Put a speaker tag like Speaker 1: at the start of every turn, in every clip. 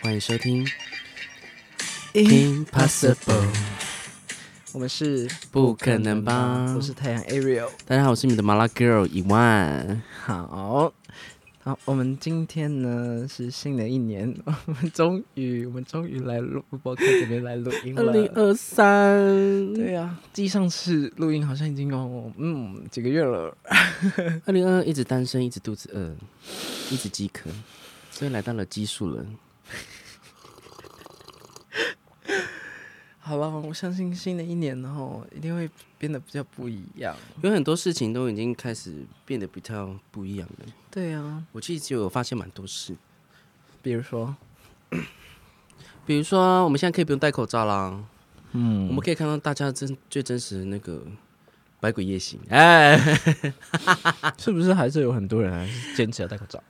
Speaker 1: 欢迎收听
Speaker 2: Impossible，我们是
Speaker 1: 不可能吧
Speaker 2: 我是太阳 Ariel。
Speaker 1: 大家好，我是你们的麻辣 girl 一万。
Speaker 2: 好，好，我们今天呢是新的一年， 我们终于，我们终于来录播客这边来录音
Speaker 1: 二零
Speaker 2: 了。
Speaker 1: 二三，
Speaker 2: 对呀、啊，继上次录音好像已经有嗯几个月了。
Speaker 1: 二零二二一直单身，一直肚子饿，一直饥渴，所以来到了奇数了。
Speaker 2: 好了，我相信新的一年然后一定会变得比较不一样。
Speaker 1: 有很多事情都已经开始变得比较不一样了。
Speaker 2: 对啊，
Speaker 1: 我其实有发现蛮多事，
Speaker 2: 比如说，
Speaker 1: 比如说我们现在可以不用戴口罩啦，
Speaker 2: 嗯
Speaker 1: 我们可以看到大家真最真实的那个百鬼夜行。哎，
Speaker 2: 是不是还是有很多人还是坚持要戴口罩？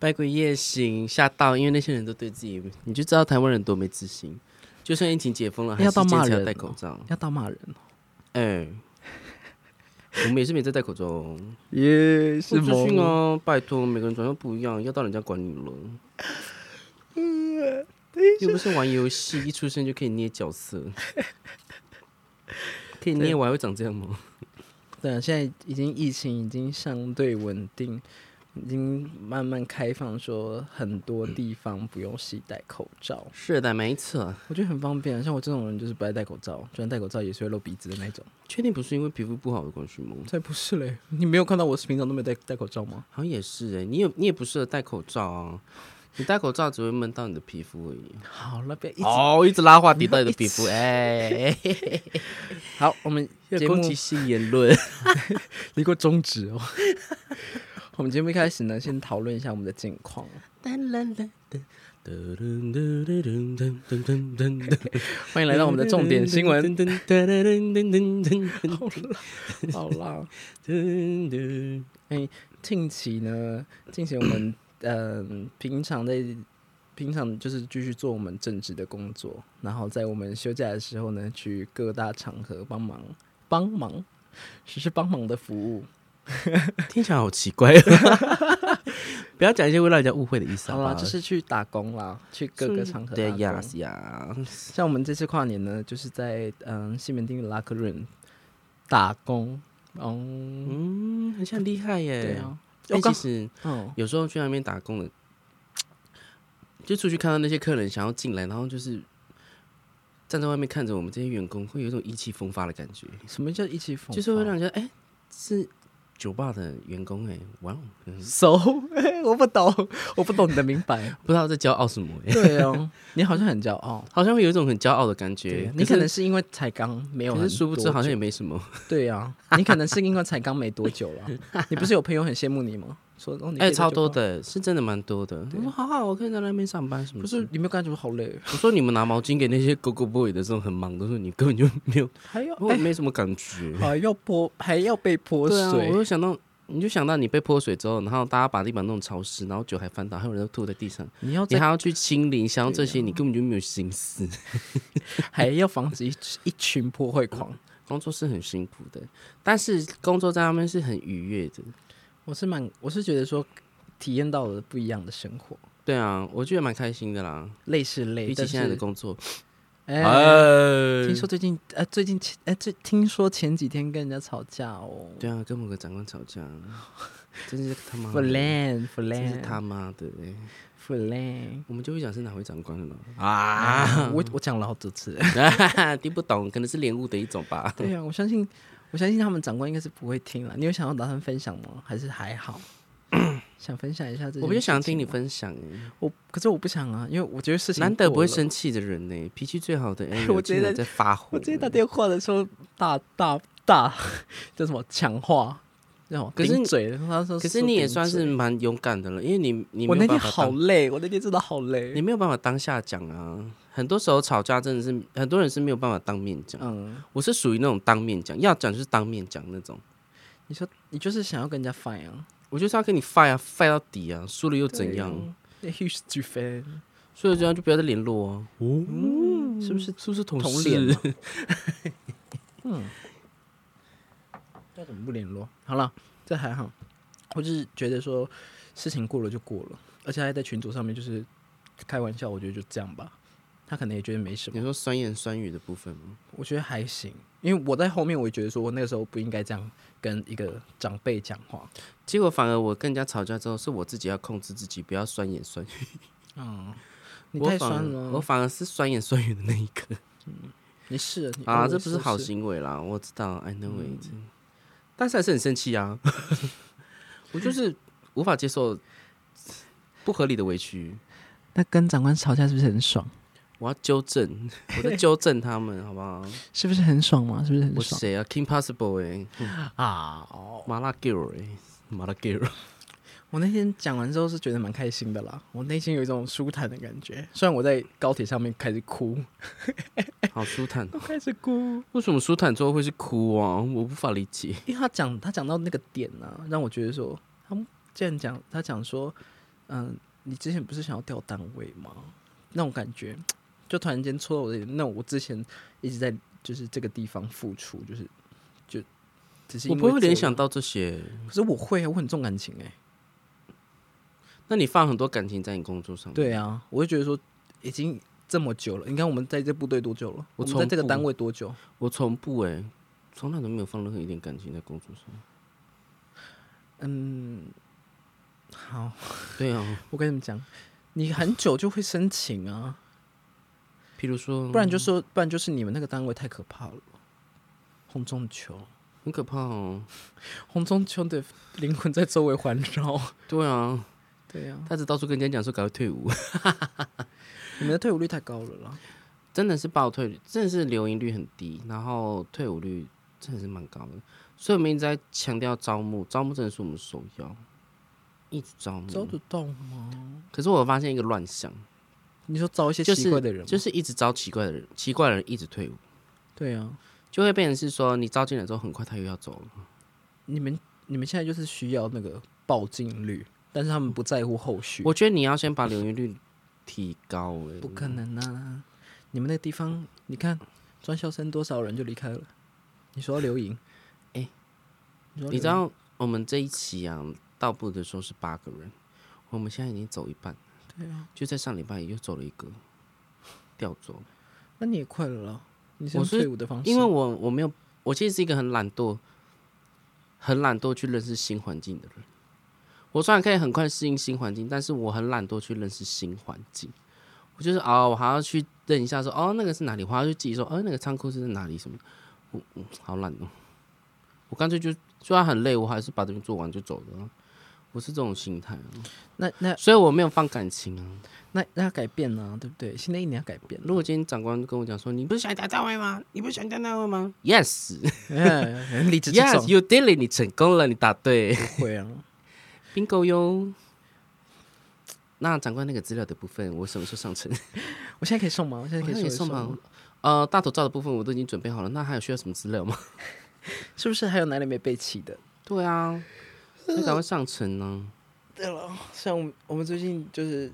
Speaker 1: 百鬼夜行吓到，因为那些人都对自己，你就知道台湾人多没自信。就算疫情解封了，还
Speaker 2: 要
Speaker 1: 是
Speaker 2: 到骂
Speaker 1: 坚持要
Speaker 2: 人
Speaker 1: 戴
Speaker 2: 哦
Speaker 1: 口罩。
Speaker 2: 要到骂人哦
Speaker 1: 哎、我们也是没在戴口罩哦，
Speaker 2: 耶，是
Speaker 1: 不
Speaker 2: 吗？
Speaker 1: 资讯哦，拜托，每个人状态不一样，要到人家管你 了。又不是玩游戏，一出生就可以捏角色，可以捏我还会长这样吗？
Speaker 2: 对啊，现在已经疫情已经相对稳定，已经慢慢开放，说很多地方不用系戴口罩，
Speaker 1: 是的，没错。
Speaker 2: 我觉得很方便啊。像我这种人就是不爱戴口罩，就算戴口罩也是会露鼻子的那种。
Speaker 1: 确定不是因为皮肤不好的关系吗？
Speaker 2: 才不是嘞，你没有看到我平常都没有戴戴口罩吗？
Speaker 1: 好像也是哎、你也你也不适合戴口罩啊，你戴口罩只会闷到你的皮肤而已。
Speaker 2: 好了，不要一直、
Speaker 1: 哦，一直拉话题到你的皮肤，哎、
Speaker 2: 好，我们节目
Speaker 1: 攻击性言论。
Speaker 2: 离过终止哦。 我们节目一开始呢，先讨论一下我们的近况。欢迎来到我们的重点新 闻。
Speaker 1: 闻。
Speaker 2: 好啦，近 期呢，近期我们嗯、平常在平常就是继续做我们正职的工作，然后在我们休假的时候呢，去各大场合帮忙帮忙，实施帮忙的服务。
Speaker 1: 听起来好奇怪哦， 不要讲一些会让人家误会的意思
Speaker 2: 好
Speaker 1: 吧？
Speaker 2: 啦，就是去打工啦，去各个场合
Speaker 1: 嗯
Speaker 2: 打
Speaker 1: 对
Speaker 2: 工。
Speaker 1: 呀呀，
Speaker 2: 像我们这次跨年呢，就是在嗯西门町的拉克润打工。嗯，
Speaker 1: 嗯，很像厉害耶。
Speaker 2: 对
Speaker 1: 哎
Speaker 2: 啊，我
Speaker 1: 其
Speaker 2: 刚
Speaker 1: 实
Speaker 2: 嗯，
Speaker 1: 有时候去那边打工的，就出去看到那些客人想要进来，然后就是站在外面看着我们这些员工，会有一种意气风发的感觉，
Speaker 2: 什么叫一起疯？
Speaker 1: 就是会让人家哎、是酒吧的员工哎、哇哦，嗯
Speaker 2: so，我 不懂，我不懂你的明白。
Speaker 1: 不知道在骄傲什么哎、
Speaker 2: 对哦，你好像很骄傲。
Speaker 1: 好像会有一种很骄傲的感
Speaker 2: 对
Speaker 1: 觉，，
Speaker 2: 你可能
Speaker 1: 是
Speaker 2: 是因为才刚没有很
Speaker 1: 可
Speaker 2: 多
Speaker 1: 是
Speaker 2: 久，
Speaker 1: 殊不知好像也没什么，
Speaker 2: 对啊，你可能是因为才刚没多久了。你不是有朋友很羡慕你吗？说哦，你可
Speaker 1: 哎、
Speaker 2: 以在
Speaker 1: 超
Speaker 2: 酒
Speaker 1: 多
Speaker 2: 吧，
Speaker 1: 的，是真的蛮多的。我说好好，我可以在那边上班什么
Speaker 2: 不
Speaker 1: 的？
Speaker 2: 是你没有感觉好累？哦
Speaker 1: 我说你们拿毛巾给那些狗狗 boy 的这种很忙的时候，你根本就没有，
Speaker 2: 还要
Speaker 1: 我
Speaker 2: 哎
Speaker 1: 没什么感 觉。
Speaker 2: 还要泼还要被泼
Speaker 1: 对啊，我
Speaker 2: 水，
Speaker 1: 又想到，你就想到你被泼水之后，然后大家把地板弄潮湿，然后酒还翻倒，还有人都吐在地上，
Speaker 2: 你要
Speaker 1: 你
Speaker 2: 哦在啊
Speaker 1: 还要去清理，想要这些，你根本就没有心思。
Speaker 2: 还要防止一一群 破坏狂。
Speaker 1: 工作是很辛苦的，但是工作在那边是很愉悦的。
Speaker 2: 我是蛮我是觉得说体验到了不一样的生活，
Speaker 1: 对啊，我觉得蛮开心的啦，
Speaker 2: 累是累，
Speaker 1: 比起
Speaker 2: 但
Speaker 1: 现在的
Speaker 2: 是
Speaker 1: 工作，
Speaker 2: 哎。
Speaker 1: 哎
Speaker 2: 听说最近，哎、最近前，哎、最听说前几天跟人家吵架哦，
Speaker 1: 对啊，跟某个长官吵架，真是他妈
Speaker 2: 腐
Speaker 1: 的，
Speaker 2: 烂腐
Speaker 1: 真
Speaker 2: 烂，
Speaker 1: 是他妈的，哎
Speaker 2: 腐烂。
Speaker 1: 我们就会讲是哪位长官了
Speaker 2: 啊， 我我讲了好多次。
Speaker 1: 呢？ 听不懂，可能是莲雾的一种吧。
Speaker 2: 对啊呀、我相信，我相信他们长官应该是不会听了。你有想要打算分享吗？还是还 好？想分享一下这？
Speaker 1: 我就想听你，分享哎。
Speaker 2: 我可是我不想啊，因为我觉得事情
Speaker 1: 难得
Speaker 2: 过
Speaker 1: 不会
Speaker 2: 了。
Speaker 1: 生气的人呢、脾气最好的 哎，
Speaker 2: 我
Speaker 1: 竟
Speaker 2: 觉得
Speaker 1: 然在发火。
Speaker 2: 我之前打电话的时候，大大大 叫什么强化，那种
Speaker 1: 可是
Speaker 2: 顶
Speaker 1: 你
Speaker 2: 嘴，他说。
Speaker 1: 可是
Speaker 2: 说
Speaker 1: 你也
Speaker 2: 顶
Speaker 1: 算是
Speaker 2: 嘴，
Speaker 1: 蛮勇敢的了，因为你你
Speaker 2: 我
Speaker 1: 没
Speaker 2: 那
Speaker 1: 有办
Speaker 2: 天
Speaker 1: 法
Speaker 2: 好
Speaker 1: 当
Speaker 2: 累，我那天真的好
Speaker 1: 你
Speaker 2: 累。
Speaker 1: 没有办法当下讲啊。很多时候吵架真的是很多人是没有办法当面讲，
Speaker 2: 嗯，
Speaker 1: 我是属于那种当面讲，要讲就是当面讲那种。
Speaker 2: 你说你就是想要跟人家 fight 啊？
Speaker 1: 我就是要跟你 fight 啊，fight 到底啊，输了又怎样？
Speaker 2: ？Huge 举分，
Speaker 1: 输了这样就不要再联络啊。
Speaker 2: 嗯
Speaker 1: 哦，是不是？是不是同嗯
Speaker 2: 同
Speaker 1: 事
Speaker 2: 脸 要怎么不联络？好了，这还好，我只是觉得说事情过了就过了，而且还在群组上面就是开玩笑，我觉得就这样吧。他可能也觉得没什么
Speaker 1: 你，说酸言酸语的部分吗？
Speaker 2: 我觉得还行，因为我在后面我也觉得说我那个时候不应该这样跟一个长辈讲话。
Speaker 1: 结果反而我跟人家吵架之后，是我自己要控制自己，不要酸言酸语。
Speaker 2: 你
Speaker 1: 我
Speaker 2: 太
Speaker 1: 反
Speaker 2: 酸
Speaker 1: 而我
Speaker 2: 了，
Speaker 1: 反而是酸言酸语的那一个
Speaker 2: 你是嗯你哦
Speaker 1: 啊，
Speaker 2: 我
Speaker 1: 这不是好
Speaker 2: 事。
Speaker 1: 行为啦，我知道，I know it，、但是还是很生气啊。 我就是无法接受不合理的委屈，
Speaker 2: 那跟长官吵架是不是很爽？
Speaker 1: 我要纠 正，我在纠正他们，好不好？
Speaker 2: 是不是很爽嘛？是不是很
Speaker 1: 我？谁啊？King Possible 哎、
Speaker 2: 啊！哦
Speaker 1: 麻辣 girl 哎、麻辣 girl，
Speaker 2: 我那天讲完之后是觉得蛮开心的啦，我内心有一种舒坦的感觉。虽然我在高铁上面开始哭，
Speaker 1: 好舒坦。
Speaker 2: 我开始哭，
Speaker 1: 为什么舒坦之后会是哭啊？我无法理解。
Speaker 2: 因为他讲他讲到那个点呢、让我觉得说，他既然讲他讲说，嗯、你之前不是想要调单位吗？那种感觉，就突然间戳到我的点。那我之前一直在就是这个地方付出，就是就只是
Speaker 1: 我
Speaker 2: 因为
Speaker 1: 不会
Speaker 2: 这
Speaker 1: 联
Speaker 2: 样
Speaker 1: 想，到这些。
Speaker 2: 可是我会啊，我很重感情哎、
Speaker 1: 那你放很多感情在你工作上面，
Speaker 2: 对啊，我就觉得说已经这么久了，你看我们在这部队多久了？
Speaker 1: 我
Speaker 2: 我
Speaker 1: 从
Speaker 2: 们在这个
Speaker 1: 不
Speaker 2: 单位多久？
Speaker 1: 我从不哎、从来都没有放任何一点感情在工作上。
Speaker 2: 嗯，好，
Speaker 1: 对啊，
Speaker 2: 我跟你们讲，你很久就会申请啊，
Speaker 1: 譬如说，
Speaker 2: 不然就说，不然就是你们那个单位太可怕了。红中秋，
Speaker 1: 很可怕哦。
Speaker 2: 红中秋的灵魂在周围环绕。
Speaker 1: 对啊，
Speaker 2: 对啊，
Speaker 1: 他只到处跟人家讲说赶快退伍，
Speaker 2: 你们的退伍率太高了啦。
Speaker 1: 真的是爆退率，真的是留营率很低，然后退伍率真的是蛮高的。所以我们一直在强调招募，招募真的是我们首要，一直招募。
Speaker 2: 招得到吗？
Speaker 1: 可是我发现一个乱象，
Speaker 2: 你说招一些
Speaker 1: 就
Speaker 2: 奇
Speaker 1: 是
Speaker 2: 怪的人吗？
Speaker 1: 就是一直招奇怪的人，奇怪的人一直退伍，
Speaker 2: 对啊，
Speaker 1: 就会变成是说你招进来之后，很快他又要走了。
Speaker 2: 你们你们现在就是需要那个报进率，但是他们不在乎后续。
Speaker 1: 我觉得你要先把留营率提高、欸，
Speaker 2: 不可能啊！你们那地方，你看专校生多少人就离开了？你说要留营？
Speaker 1: 哎
Speaker 2: 你说要
Speaker 1: 你知
Speaker 2: 留营
Speaker 1: 道我们这一期啊，到部的时候是八个人，我们现在已经走一半，对啊，就在上礼拜又走了一个，调走，
Speaker 2: 那你也快了啦，你啊是
Speaker 1: 我
Speaker 2: 用
Speaker 1: 是
Speaker 2: 退伍的方式，
Speaker 1: 因为我我没有，我其实是一个很懒惰，很懒惰去认识新环境的人。我虽然可以很快适应新环境，但是我很懒惰去认识新环境。我就是哦，我还要去认一下说哦那个是哪里，我还要去记说哦那个仓库是在哪里什么，我我好懒哦。我干脆就虽然很累，我还是把这边做完就走了啊。我是这种心态啊、
Speaker 2: 那那
Speaker 1: 所以我没有放感情啊。
Speaker 2: 那那要改变啊，对不对？新的一年要改 变了。
Speaker 1: 如果今天长官跟我讲说你不是想当单位吗？你不是想当单位吗？Yes。
Speaker 2: 哎，离职这
Speaker 1: Yes,
Speaker 2: 种
Speaker 1: you did it！你成功了，你答对
Speaker 2: 不会啊，
Speaker 1: ，bingo 哟。那长官那个资料的部分，我什么时候上 呈？
Speaker 2: 我现在可以送吗？我现在
Speaker 1: 我
Speaker 2: 可以
Speaker 1: 可以
Speaker 2: 说
Speaker 1: 送 吗？？呃，大头照的部分我都已经准备好了，那还有需要什么资料吗？
Speaker 2: 是不是还有哪里没备齐的？
Speaker 1: 对啊，那赶快上呈呢、
Speaker 2: 对了，像我们我们最近就是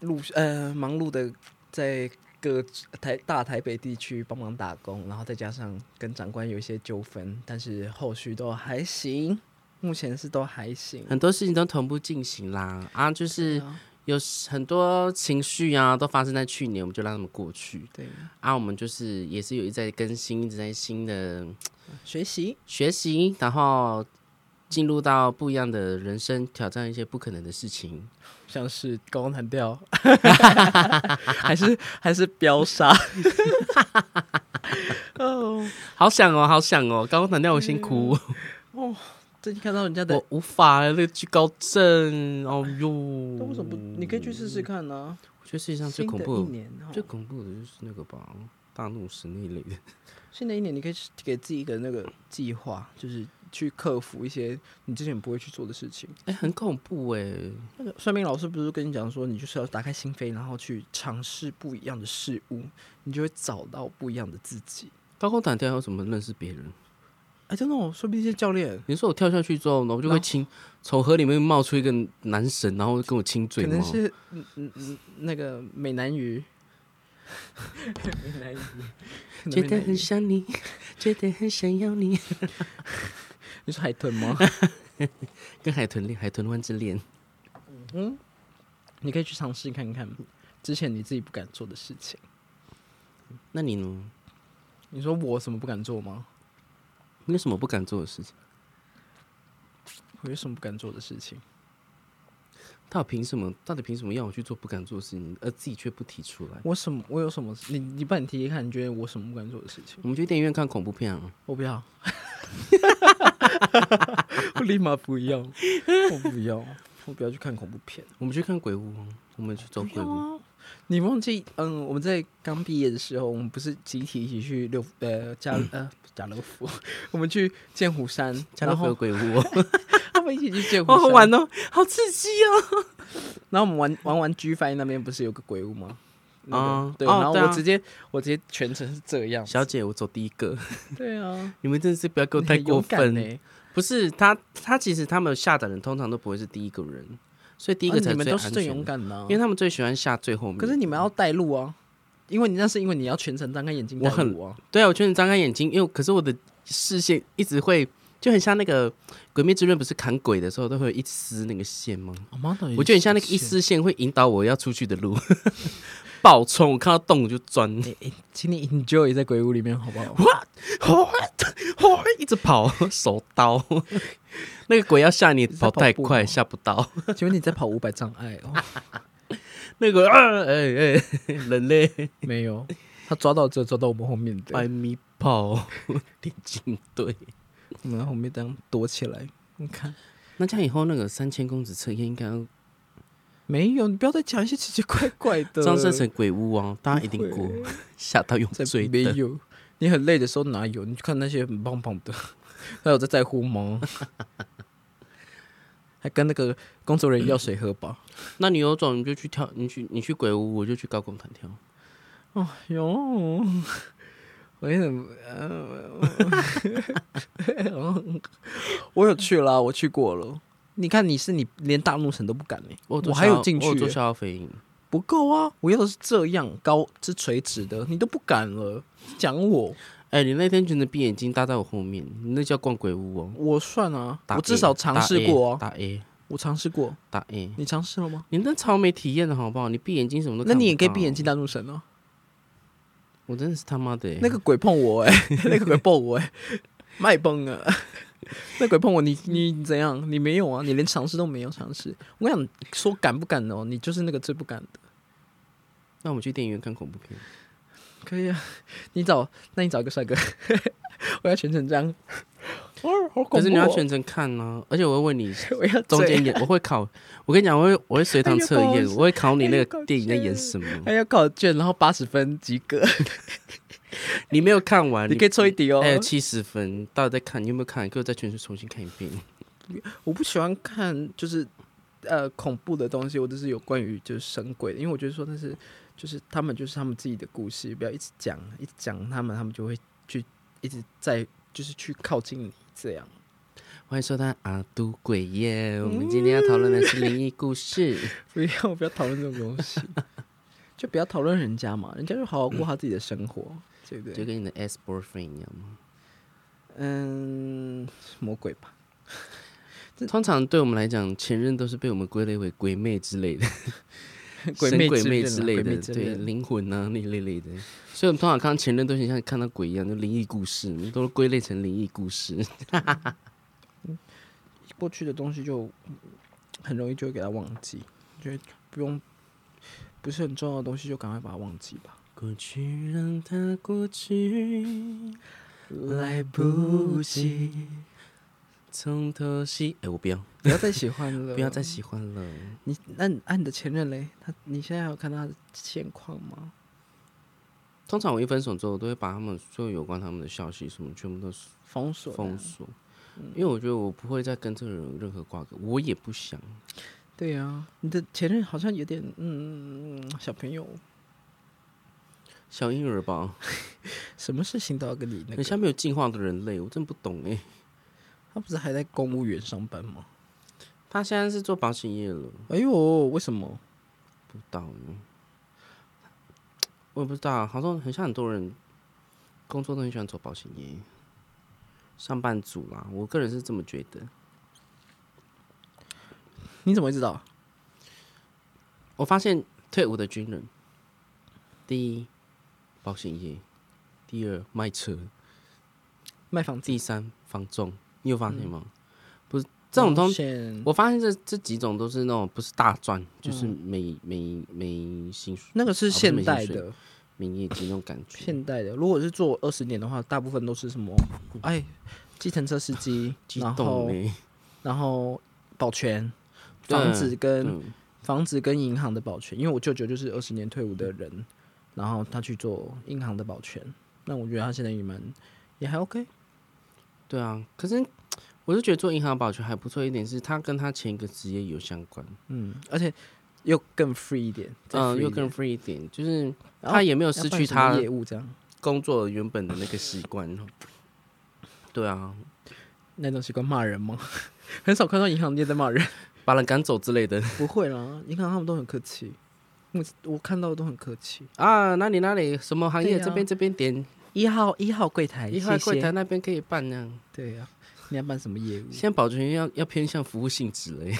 Speaker 2: 路呃忙碌的在各台大台北地区帮忙打工，然后再加上跟长官有一些纠纷，但是后续都还行，目前是都还行。
Speaker 1: 很多事情都同步进行啦，啊，就是
Speaker 2: 对啊
Speaker 1: 有很多情绪啊，都发生在去年，我们就让他们过去
Speaker 2: 对，
Speaker 1: 啊。我们就是也是有一直在更新，一直在新的
Speaker 2: 学习
Speaker 1: 学习，然后进入到不一样的人生，挑战一些不可能的事情。
Speaker 2: 像是高空弹跳， 还是还是飙 沙，
Speaker 1: 好想哦，好想哦！高空弹跳我先哭，
Speaker 2: 嗯 最近看到人家的，
Speaker 1: 我无法那个惧高症，哦哟！
Speaker 2: 那为什么不？你可以去试试看呢、啊。
Speaker 1: 我觉得世界上最
Speaker 2: 新
Speaker 1: 恐
Speaker 2: 的
Speaker 1: 怖
Speaker 2: 一
Speaker 1: 的、
Speaker 2: 年哦，
Speaker 1: 最恐怖的就是那个吧，大怒神那一 类的。
Speaker 2: 新的一年，你可以给自己一个那个计划，就是去克服一些你之前不会去做的事情。
Speaker 1: 哎、很恐怖哎、
Speaker 2: 那个算命老师不是跟你讲说，你就是要打开心扉，然后去尝试不一样的事物，你就会找到不一样的自己。
Speaker 1: 高空弹跳有什么认识别人？
Speaker 2: 哎，真的哦，说不定是教练，
Speaker 1: 你说我跳下去之后，然后我就会亲，
Speaker 2: 哦
Speaker 1: 从河里面冒出一个男神，然后跟我亲
Speaker 2: 可
Speaker 1: 嘴
Speaker 2: 能
Speaker 1: 吗？
Speaker 2: 是嗯嗯嗯那个美男鱼， 美 男鱼，可能
Speaker 1: 觉
Speaker 2: 美
Speaker 1: 得
Speaker 2: 男
Speaker 1: 很
Speaker 2: 鱼
Speaker 1: 想你，觉得很想要你，
Speaker 2: 你是海豚吗？
Speaker 1: 跟海豚恋，海豚湾之恋。
Speaker 2: 你可以去尝试看看，之前你自己不敢做的事情。
Speaker 1: 那你呢？
Speaker 2: 你说我什么不敢做吗？
Speaker 1: 你有什么不敢做的事情？
Speaker 2: 我有什么不敢做的事情？
Speaker 1: 到底凭什么？到底凭什么要我去做不敢做的事情，而自己却不提出来？
Speaker 2: 我什么？我有什么？你你把你提提看，你觉得我什么不敢做的事情？
Speaker 1: 我们去电影院看恐怖片啊！
Speaker 2: 我不要， 我立马不要，我不要，我不要去看恐怖片。
Speaker 1: 我们去看鬼屋啊，我们去走鬼
Speaker 2: 哎
Speaker 1: 屋。
Speaker 2: 你忘记，嗯，我们在刚毕业的时候，我们不是集体一起去六呃家
Speaker 1: 嗯
Speaker 2: 呃不是家乐福， 我们去剑湖山，
Speaker 1: 家乐
Speaker 2: 然
Speaker 1: 福有
Speaker 2: 后
Speaker 1: 鬼屋、哦，
Speaker 2: 他们一起去剑湖
Speaker 1: 好
Speaker 2: 山，
Speaker 1: 好玩哦，好刺激哦！
Speaker 2: 然后我们玩玩完 G Five 那边不是有个鬼屋吗？那个
Speaker 1: 啊
Speaker 2: 对，
Speaker 1: 哦
Speaker 2: 然后
Speaker 1: 对啊
Speaker 2: 我直接、我直接全程是这样，
Speaker 1: 小姐，我走第一个，
Speaker 2: 对啊，
Speaker 1: 你们真的是不要给我
Speaker 2: 你
Speaker 1: 太
Speaker 2: 很
Speaker 1: 过
Speaker 2: 勇敢欸
Speaker 1: 分
Speaker 2: 呢、
Speaker 1: 不是他，他其实他们下的人通常都不会是第一个人，所以第一个
Speaker 2: 啊
Speaker 1: 才
Speaker 2: 你们
Speaker 1: 最
Speaker 2: 都
Speaker 1: 安
Speaker 2: 是
Speaker 1: 全
Speaker 2: 最勇
Speaker 1: 的，
Speaker 2: 敢的啊、
Speaker 1: 因为他们最喜欢下最后面。
Speaker 2: 可是你们要带路啊，因为你那是因为你要全程张开眼睛带
Speaker 1: 我很
Speaker 2: 路啊。
Speaker 1: 对啊，我劝你张开眼睛，因为可是我的视线一直会就很像那个《鬼灭之刃》，不是砍鬼的时候都会有一丝那个线吗？
Speaker 2: 哦
Speaker 1: 我觉得很像那个一丝线会引导我要出去的 路，爆冲！我看到洞我就钻，
Speaker 2: 请你 enjoy 在鬼屋里面好不好？
Speaker 1: 吼吼，一直跑， 手刀。那个鬼要吓你，跑太快吓不到。
Speaker 2: 请问你在跑五百障碍
Speaker 1: 啊
Speaker 2: 哦？
Speaker 1: 那个啊，哎、哎、 人类
Speaker 2: 没有，他抓到只有抓到我们后面的，
Speaker 1: 百米跑 田径队。
Speaker 2: 我们在后面这样躲起来。你看，
Speaker 1: 那这样以后那个三千公子测验应该要
Speaker 2: 没有，你不要再讲一些奇奇怪怪的。
Speaker 1: 张三成鬼屋啊，大家一定
Speaker 2: 不
Speaker 1: 过
Speaker 2: 会，
Speaker 1: 吓到用
Speaker 2: 才
Speaker 1: 醉
Speaker 2: 没
Speaker 1: 的。
Speaker 2: 有。你很累的时候哪有？你去看那些很棒棒的， 还有在在 乎吗？还跟那个工作人员要水喝吧。
Speaker 1: 那你有种你就去跳，你去你去鬼屋，我就去高空弹跳。
Speaker 2: 哦哟， 我有点呃，我 有去啦，我去过了。你看，你是你连大怒神都不敢呢、
Speaker 1: 我
Speaker 2: 我还有进
Speaker 1: 我
Speaker 2: 去
Speaker 1: 有做
Speaker 2: 耶
Speaker 1: 消耗飞影。
Speaker 2: 不够啊！我要的是这样高是垂直的，你都不敢了，讲我，
Speaker 1: 哎、你那天真的闭眼睛搭在我后面，你那叫逛鬼屋哦。
Speaker 2: 我算啊，
Speaker 1: 打
Speaker 2: 我
Speaker 1: A，
Speaker 2: 至少尝试过啊，
Speaker 1: 打 A，
Speaker 2: 我尝试过，
Speaker 1: 打 A，, 打 A
Speaker 2: 你尝试了吗？
Speaker 1: 你那超没体验的好不好？你闭眼睛什么都
Speaker 2: 那
Speaker 1: 看
Speaker 2: 你也
Speaker 1: 不
Speaker 2: 可以闭
Speaker 1: 到
Speaker 2: 眼睛，大怒神哦。
Speaker 1: 我真的是他妈的、欸、
Speaker 2: 那个鬼碰我哎、那个鬼碰我哎、卖崩啊！ 那鬼碰我，你你怎样？你没有啊，你连尝试都没有尝试。我想说敢不敢哦，你就是那个最不敢的。
Speaker 1: 那我们去电影院看恐怖片，
Speaker 2: 可以啊，你找，那你找一个帅哥， 我要全程这样。哦，好恐怖、哦！
Speaker 1: 可是你要全程看呢、而且我会问你
Speaker 2: 我要
Speaker 1: 中
Speaker 2: 这
Speaker 1: 间
Speaker 2: 样
Speaker 1: 演，我会考，我跟你讲，我会我会随堂
Speaker 2: 哎呦
Speaker 1: 测
Speaker 2: 抱
Speaker 1: 验，
Speaker 2: 歉
Speaker 1: 我会考你
Speaker 2: 哎
Speaker 1: 那
Speaker 2: 呦
Speaker 1: 个
Speaker 2: 抱
Speaker 1: 电影在演
Speaker 2: 歉
Speaker 1: 什么。
Speaker 2: 还要考卷，然后八十分及格，
Speaker 1: 你没有看完，
Speaker 2: 啊你可以抽一题哦。
Speaker 1: 还有七十分，到底在看？你有没有看？给我再全程重新看一遍。
Speaker 2: 我不喜欢看就是呃恐怖的东西，我就是有关于就是神鬼的，因为我觉得说那是就是他们就是他们自己的故事，不要一直讲一直讲他们，他们就会去一直在就是去靠近你这样。
Speaker 1: 欢迎收看《阿都鬼夜》，我们今天要讨论的是灵异故事。
Speaker 2: 不要不要讨论这种东西，就不要讨论人家嘛，人家就好好过他自己的生活，对不
Speaker 1: 就
Speaker 2: 对？
Speaker 1: 跟你的 S boyfriend 一样吗？
Speaker 2: 嗯，魔鬼吧，
Speaker 1: 通常对我们来讲，前任都是被我们归类为鬼魅之类的、
Speaker 2: 鬼
Speaker 1: 神
Speaker 2: 魅
Speaker 1: 鬼
Speaker 2: 之
Speaker 1: 魅
Speaker 2: 刃
Speaker 1: 之
Speaker 2: 啊
Speaker 1: 类
Speaker 2: 鬼
Speaker 1: 的
Speaker 2: 魅，之
Speaker 1: 对
Speaker 2: 刃
Speaker 1: 灵魂啊那一类类的。所以我们通常看到前任都很像看到鬼一样，就灵异故事，都归类成灵异故事。
Speaker 2: 过去的东西就很容易就会给他忘记，觉得不用不是很重要的东西就赶快把它忘记吧。
Speaker 1: 过去让它过去，
Speaker 2: 来不及，
Speaker 1: 从头洗。哎、我不要，
Speaker 2: 不要再喜欢 了，
Speaker 1: 不要再喜欢了。
Speaker 2: 你那你按你的前任嘞，他你现在还有看到他的现况吗？
Speaker 1: 通常我一分手之后，我都会把他们所有有关他们的消息什么全部都
Speaker 2: 封锁的啊
Speaker 1: 封锁，因为我觉得我不会再跟这个人有任何瓜葛，我也不想。
Speaker 2: 对啊，你的前任好像有点嗯小朋友，
Speaker 1: 小婴儿吧，
Speaker 2: 什么事情都要跟你那
Speaker 1: 很
Speaker 2: 个。
Speaker 1: 像没有进化的人类，我真不懂哎、
Speaker 2: 他不是还在公务员上班吗？
Speaker 1: 他现在是做保险业了，
Speaker 2: 哎呦，为什么？
Speaker 1: 不知道呢，我也不知道，好像很像很多人工作都很喜欢走保险业，上班族啦，我个人是这么觉得。
Speaker 2: 你怎么会知道？
Speaker 1: 我发现退伍的军人，第一，保险业；第二，卖车；
Speaker 2: 卖房子
Speaker 1: 第三，房仲。你有发现
Speaker 2: 嗯
Speaker 1: 吗？不是这种东西，
Speaker 2: 西，
Speaker 1: 我发现这这几种都是那种不是大赚，就是
Speaker 2: 嗯
Speaker 1: 没没没薪水、
Speaker 2: 那个是
Speaker 1: 啊不是
Speaker 2: 现
Speaker 1: 没薪
Speaker 2: 代
Speaker 1: 水
Speaker 2: 的，
Speaker 1: 没业绩那种感觉。
Speaker 2: 现代的。如果是做二十年的话，大部分都是什么？哎，计程车司机，
Speaker 1: 激
Speaker 2: 然
Speaker 1: 动
Speaker 2: 后
Speaker 1: 嘞，
Speaker 2: 然后保全，
Speaker 1: 对
Speaker 2: 房子跟
Speaker 1: 嗯
Speaker 2: 房子跟银行的保全。因为我舅舅就是二十年退伍的人，然后他去做银行的保全。那我觉得他现在也蛮也还 OK。
Speaker 1: 对啊，可是我就觉得做银行保全还不错一点，是他跟他前一个职业有相关，
Speaker 2: 嗯，而且又更 free 一点，再
Speaker 1: 嗯、
Speaker 2: free
Speaker 1: 又
Speaker 2: 一点
Speaker 1: 更 free 一点，就是
Speaker 2: 然后
Speaker 1: 他也没有
Speaker 2: 要
Speaker 1: 失
Speaker 2: 办
Speaker 1: 去
Speaker 2: 什么
Speaker 1: 他
Speaker 2: 业务这样，
Speaker 1: 工作原本的那个习惯。对啊，
Speaker 2: 那种习惯骂人吗？ 很少看到银行业在骂人，
Speaker 1: 把人赶走之类的
Speaker 2: 不会啦，银行他们都很客 气，我我看到的都很客气。
Speaker 1: 啊，哪里哪里什么行业、
Speaker 2: 对啊
Speaker 1: 这边这边点，
Speaker 2: 一号一号柜台，
Speaker 1: 一号
Speaker 2: 谢谢
Speaker 1: 柜台那边可以办那样。
Speaker 2: 对呀、你要办什么业务？
Speaker 1: 现在保全要要偏向服务性质了耶，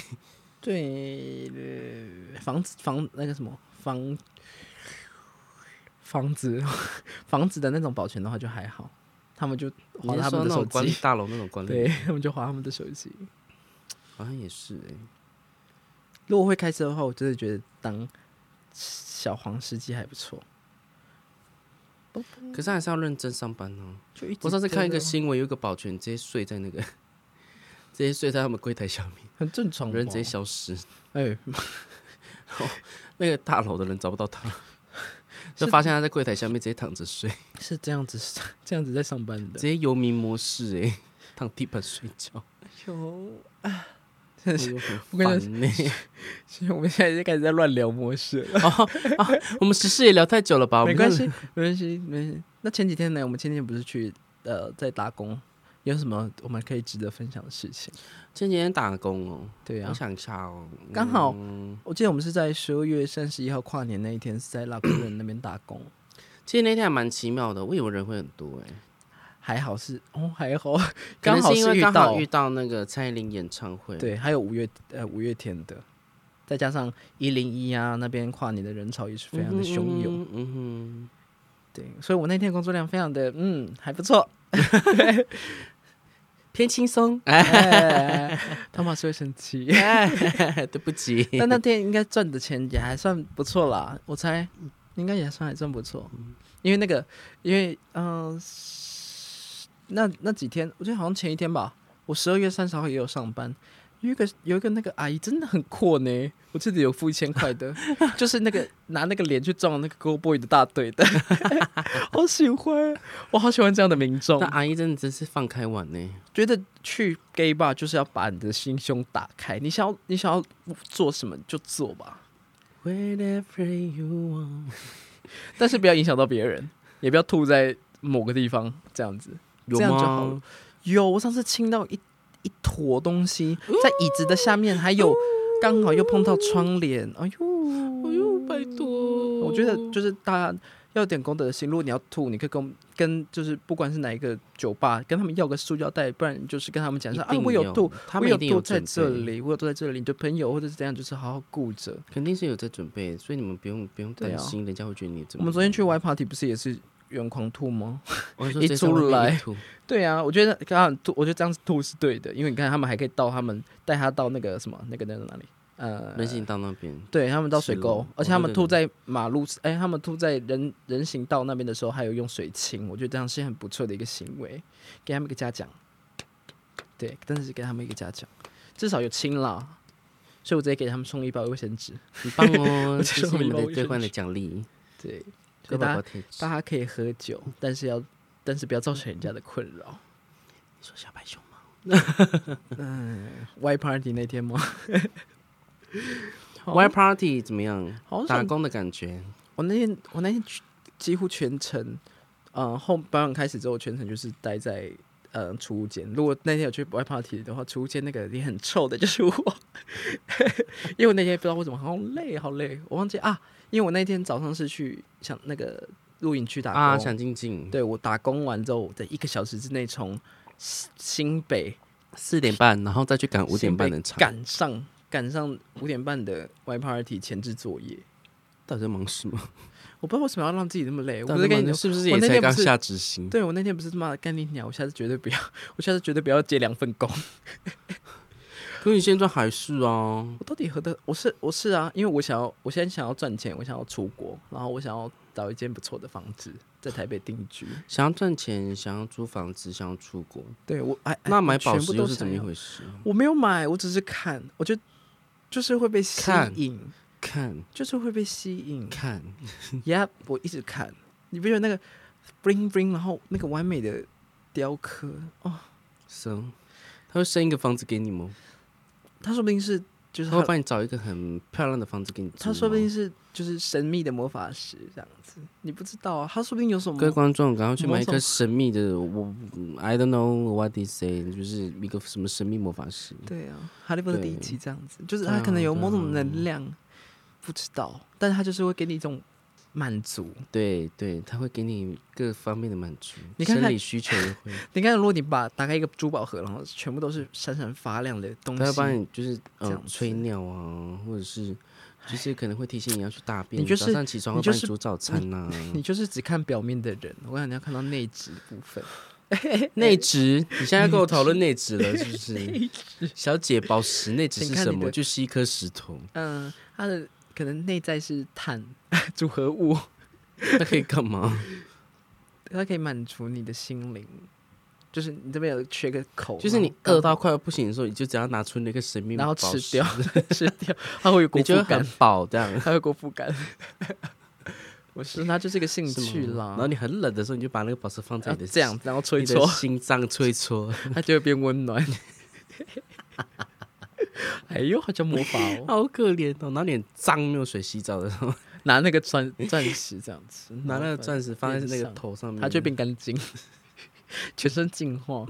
Speaker 2: 对，呃房子房那个什么房房子房子的那种保全的话就还好，他们就
Speaker 1: 你
Speaker 2: 划
Speaker 1: 是
Speaker 2: 他
Speaker 1: 说
Speaker 2: 们
Speaker 1: 那
Speaker 2: 的手
Speaker 1: 种管理
Speaker 2: 机，
Speaker 1: 大楼那种管理
Speaker 2: 对，他们就划他们的手机。
Speaker 1: 好像也是哎，
Speaker 2: 如果会开车的话，我真的觉得当小黄司机还不错。
Speaker 1: 可是还是要认真上班哦。
Speaker 2: 就一直
Speaker 1: 我上次看一个
Speaker 2: 觉得
Speaker 1: 新闻，有一个保全直接睡在那个， 直接睡在他们柜台下面。
Speaker 2: 很正常吧，
Speaker 1: 人直接消失，
Speaker 2: 哎、
Speaker 1: 那个大楼的人找不到 他，
Speaker 2: 是
Speaker 1: 就发现他在柜台下面直接躺着睡，
Speaker 2: 是这样子， 这样子在上班
Speaker 1: 直
Speaker 2: 的。
Speaker 1: 接游民模式哎、 躺地板睡 觉，
Speaker 2: 有，
Speaker 1: 哎呦很
Speaker 2: 我跟你
Speaker 1: 烦呢、欸
Speaker 2: 其实我们现在就开始在乱聊模式了。
Speaker 1: 我们时事也聊太久了吧？我
Speaker 2: 没
Speaker 1: 们
Speaker 2: 关系，没关系，没关系。那前几天呢，我们前几天不是去呃在打工，有什么我们可以值得分享的事情？
Speaker 1: 前几天打工哦、
Speaker 2: 对
Speaker 1: 我
Speaker 2: 啊，
Speaker 1: 想一下哦、
Speaker 2: 刚好我记得我们是在十二月三十一号跨年那一天是在拉古人那边打工，
Speaker 1: 其实那天还蛮奇妙的，我以为人会很多哎、
Speaker 2: 还好是哦，还好，
Speaker 1: 可能
Speaker 2: 刚好
Speaker 1: 是因为
Speaker 2: 遇
Speaker 1: 刚好
Speaker 2: 到
Speaker 1: 遇到那个蔡依林演唱会，，
Speaker 2: 对，还有五月呃五月天的，再加上一零一啊那边跨年的人潮也是非常的汹涌，，
Speaker 1: 嗯
Speaker 2: 对，所以我那天工作量非常的嗯还 不错，
Speaker 1: 哼，偏轻松，
Speaker 2: 哎汤马斯会生气，
Speaker 1: 哎， 对不起，
Speaker 2: 但那天应该赚的钱也还算不错啦，我猜应该也算还算不错，因为那个因为嗯、呃那那几天我觉得好像前一天吧，我十二月三十号也有上班。有一个有一个那个阿姨真的很阔呢，我记得有付一千块的， 就是那个拿那个脸去撞那个 Go Boy 的大腿的， 好喜欢，我好喜欢这样的民众
Speaker 1: 那。阿姨真的真是放开玩呢、
Speaker 2: 觉得去 gay bar 就是要把你的心胸打开，你想要你想要做什么就做吧，
Speaker 1: Whenever you want，
Speaker 2: 但是不要影响到别人，也不要吐在某个地方这样子。
Speaker 1: 有
Speaker 2: 这样就好
Speaker 1: 吗
Speaker 2: 了？有，我上次亲到一一坨东西在椅子的下面，还有刚好又碰到窗帘，哦哎呦，
Speaker 1: 哎呦，拜托！
Speaker 2: 我觉得就是大家要有点公德的心，如果你要吐，你可以跟跟就是不管是哪一个酒吧，跟他们要个塑胶袋，不然你就是跟他们讲说啊
Speaker 1: 一定
Speaker 2: 我有吐，
Speaker 1: 他
Speaker 2: 我
Speaker 1: 们
Speaker 2: 有
Speaker 1: 一定有
Speaker 2: 都在
Speaker 1: 准备
Speaker 2: 这，里，我有都在这里，你的朋友或者是怎样，就是好好顾着。
Speaker 1: 肯定是有在准备，所以你们不用不用
Speaker 2: 对啊
Speaker 1: 担心，人家会觉得你怎
Speaker 2: 我
Speaker 1: 么。
Speaker 2: 们昨天去 Y party 不是也是有人狂吐吗？
Speaker 1: 我
Speaker 2: 一
Speaker 1: 一
Speaker 2: 出来， 对啊，我觉得刚刚吐，我觉得这样子吐是对的，因为你看他们还可以到他们带他到那个什么那个那个哪里，呃，
Speaker 1: 人行道那边
Speaker 2: 对他们到水
Speaker 1: 是
Speaker 2: 沟
Speaker 1: 哦，
Speaker 2: 而且他们
Speaker 1: 对对
Speaker 2: 吐在马路，哎、他们吐在人人行道那边的时候，还有用水清，我觉得这样是很不错的一个行为，给他们一个嘉奖。对，但是给他们一个嘉奖，至少有清啦。所以我直接给他们送一包卫生纸。
Speaker 1: 很棒哦，
Speaker 2: 我
Speaker 1: 这
Speaker 2: 觉
Speaker 1: 是
Speaker 2: 得
Speaker 1: 你们的
Speaker 2: 我有
Speaker 1: 兑换的奖励。
Speaker 2: 对，所
Speaker 1: 乖
Speaker 2: 以大
Speaker 1: 宝宝
Speaker 2: 家
Speaker 1: 贴纸
Speaker 2: 大，家可以喝酒，但是要但是不要造成人家的困扰。
Speaker 1: 你说小白熊吗？
Speaker 2: Y 嗯 party 那天吗？好
Speaker 1: Y Party 怎么样？
Speaker 2: 好
Speaker 1: 打
Speaker 2: 想
Speaker 1: 工的感觉，
Speaker 2: 我那天我那天去几乎全程，呃，后表演开始之后，全程就是待在呃储物间。如果那天有去 Y party 的话，储物间那个也很臭的，就是我， 因为我那天不知道为什么好累，好累，我忘记啊，因为我那天早上是去想那个露营区打工，
Speaker 1: 啊，想静静。
Speaker 2: 对我打工完之后，我在一个小时之内从新新北
Speaker 1: 四点半，然后再去赶五点半的
Speaker 2: 新北
Speaker 1: 场。
Speaker 2: 赶上赶上五点半的 Y party 前置作业。
Speaker 1: 到底在忙什么？
Speaker 2: 我不知道为什么要让自己啊那么累。我
Speaker 1: 到
Speaker 2: 不
Speaker 1: 底
Speaker 2: 是
Speaker 1: 在
Speaker 2: 跟
Speaker 1: 忙
Speaker 2: 你
Speaker 1: 是不是
Speaker 2: 我
Speaker 1: 也
Speaker 2: 那
Speaker 1: 才
Speaker 2: 天不
Speaker 1: 刚
Speaker 2: 是
Speaker 1: 下执行？
Speaker 2: 对我那天不是他妈的干你鸟，我下次绝对不要， 我下次绝对不要接两份工。
Speaker 1: 可是你现在还是啊，
Speaker 2: 我到底何德？我是我是啊，因为我想要，我现在想要赚钱，我想要出国，然后我想要找一间不错的房子，在台北定居。
Speaker 1: 想要赚钱，想要租房子，想要出国，
Speaker 2: 对我，哎，哎
Speaker 1: 那买宝
Speaker 2: 全
Speaker 1: 石
Speaker 2: 部都
Speaker 1: 又是怎
Speaker 2: 想
Speaker 1: 么一
Speaker 2: 要
Speaker 1: 回事？
Speaker 2: 我没有买，我只是看，我觉得就是会被吸
Speaker 1: 看
Speaker 2: 引，
Speaker 1: 看
Speaker 2: 就是会被吸引。
Speaker 1: 看，
Speaker 2: Yep，我一直看，你不觉得那个 bling bling，然后那个完美的雕刻哦，
Speaker 1: so 他会生一个房子给你吗？
Speaker 2: 它说不定是就是
Speaker 1: 他会
Speaker 2: 它，
Speaker 1: 帮你找一个很漂亮的房子给你住吗。
Speaker 2: 它说不定是就是神秘的魔法石这样子，你不知道啊，它说不定有什
Speaker 1: 各位
Speaker 2: 么。
Speaker 1: 观众，赶快去买一
Speaker 2: 某
Speaker 1: 个
Speaker 2: 种
Speaker 1: 神秘的，我嗯 I don't know what they say，就是一个什么神秘魔法师。
Speaker 2: 对啊，哈利波特
Speaker 1: 对
Speaker 2: 第一集这样子，就是
Speaker 1: 对
Speaker 2: 它可能
Speaker 1: 啊
Speaker 2: 有
Speaker 1: 对
Speaker 2: 某种
Speaker 1: 啊
Speaker 2: 能量，不知道，但它就是会给你一种满足。
Speaker 1: 对对，他会给你各方面的满足，
Speaker 2: 你看看
Speaker 1: 生理需求也会，
Speaker 2: 你看，如果你把打开一个珠宝盒，然后全部都是闪闪发亮的东
Speaker 1: 他会帮
Speaker 2: 西，
Speaker 1: 你就是
Speaker 2: 这
Speaker 1: 呃
Speaker 2: 样子
Speaker 1: 吹尿啊，或者是就是可能会提醒你要去大便，
Speaker 2: 你就
Speaker 1: 早
Speaker 2: 是
Speaker 1: 上起床
Speaker 2: 你
Speaker 1: 会帮你
Speaker 2: 就是
Speaker 1: 煮早餐呐、
Speaker 2: 你就是只看表面的人。我想你要看到内质部分。
Speaker 1: 内职，你现在跟我讨论内职了，是不是？小姐，宝石内职
Speaker 2: 请
Speaker 1: 是
Speaker 2: 看
Speaker 1: 什
Speaker 2: 你
Speaker 1: 么？
Speaker 2: 的
Speaker 1: 就是一颗石头，
Speaker 2: 嗯，它的可能内在是碳 组合物，
Speaker 1: 那可以干嘛？
Speaker 2: 它可以满足你的心灵。就是你这边有缺个口，
Speaker 1: 就是你
Speaker 2: 然后
Speaker 1: 饿到快要不行的时候，你就只要拿出那个神秘
Speaker 2: 然后
Speaker 1: 宝
Speaker 2: 吃
Speaker 1: 石
Speaker 2: 掉， 吃掉，它会有
Speaker 1: 你
Speaker 2: 果
Speaker 1: 就会
Speaker 2: 腹
Speaker 1: 很
Speaker 2: 感，
Speaker 1: 饱这样。
Speaker 2: 它会有果腹感。 我是它就是一个兴
Speaker 1: 是吗
Speaker 2: 趣啦
Speaker 1: 然，后你很冷的时候，你就把那个宝石放在
Speaker 2: 然
Speaker 1: 你
Speaker 2: 后
Speaker 1: 的
Speaker 2: 这样，然后
Speaker 1: 你
Speaker 2: 搓
Speaker 1: 的
Speaker 2: 一搓，
Speaker 1: 心脏吹 搓，
Speaker 2: 它就会变温暖。 哎呦，好像魔法哦！
Speaker 1: 好可怜哦。然后你很脏，没有水洗澡的时候，
Speaker 2: 拿那个钻钻石这样子，
Speaker 1: 拿那个钻
Speaker 2: 钻。
Speaker 1: 石放在那
Speaker 2: 变
Speaker 1: 个
Speaker 2: 上
Speaker 1: 头上面，
Speaker 2: 嗯它就变干净， 全身净化，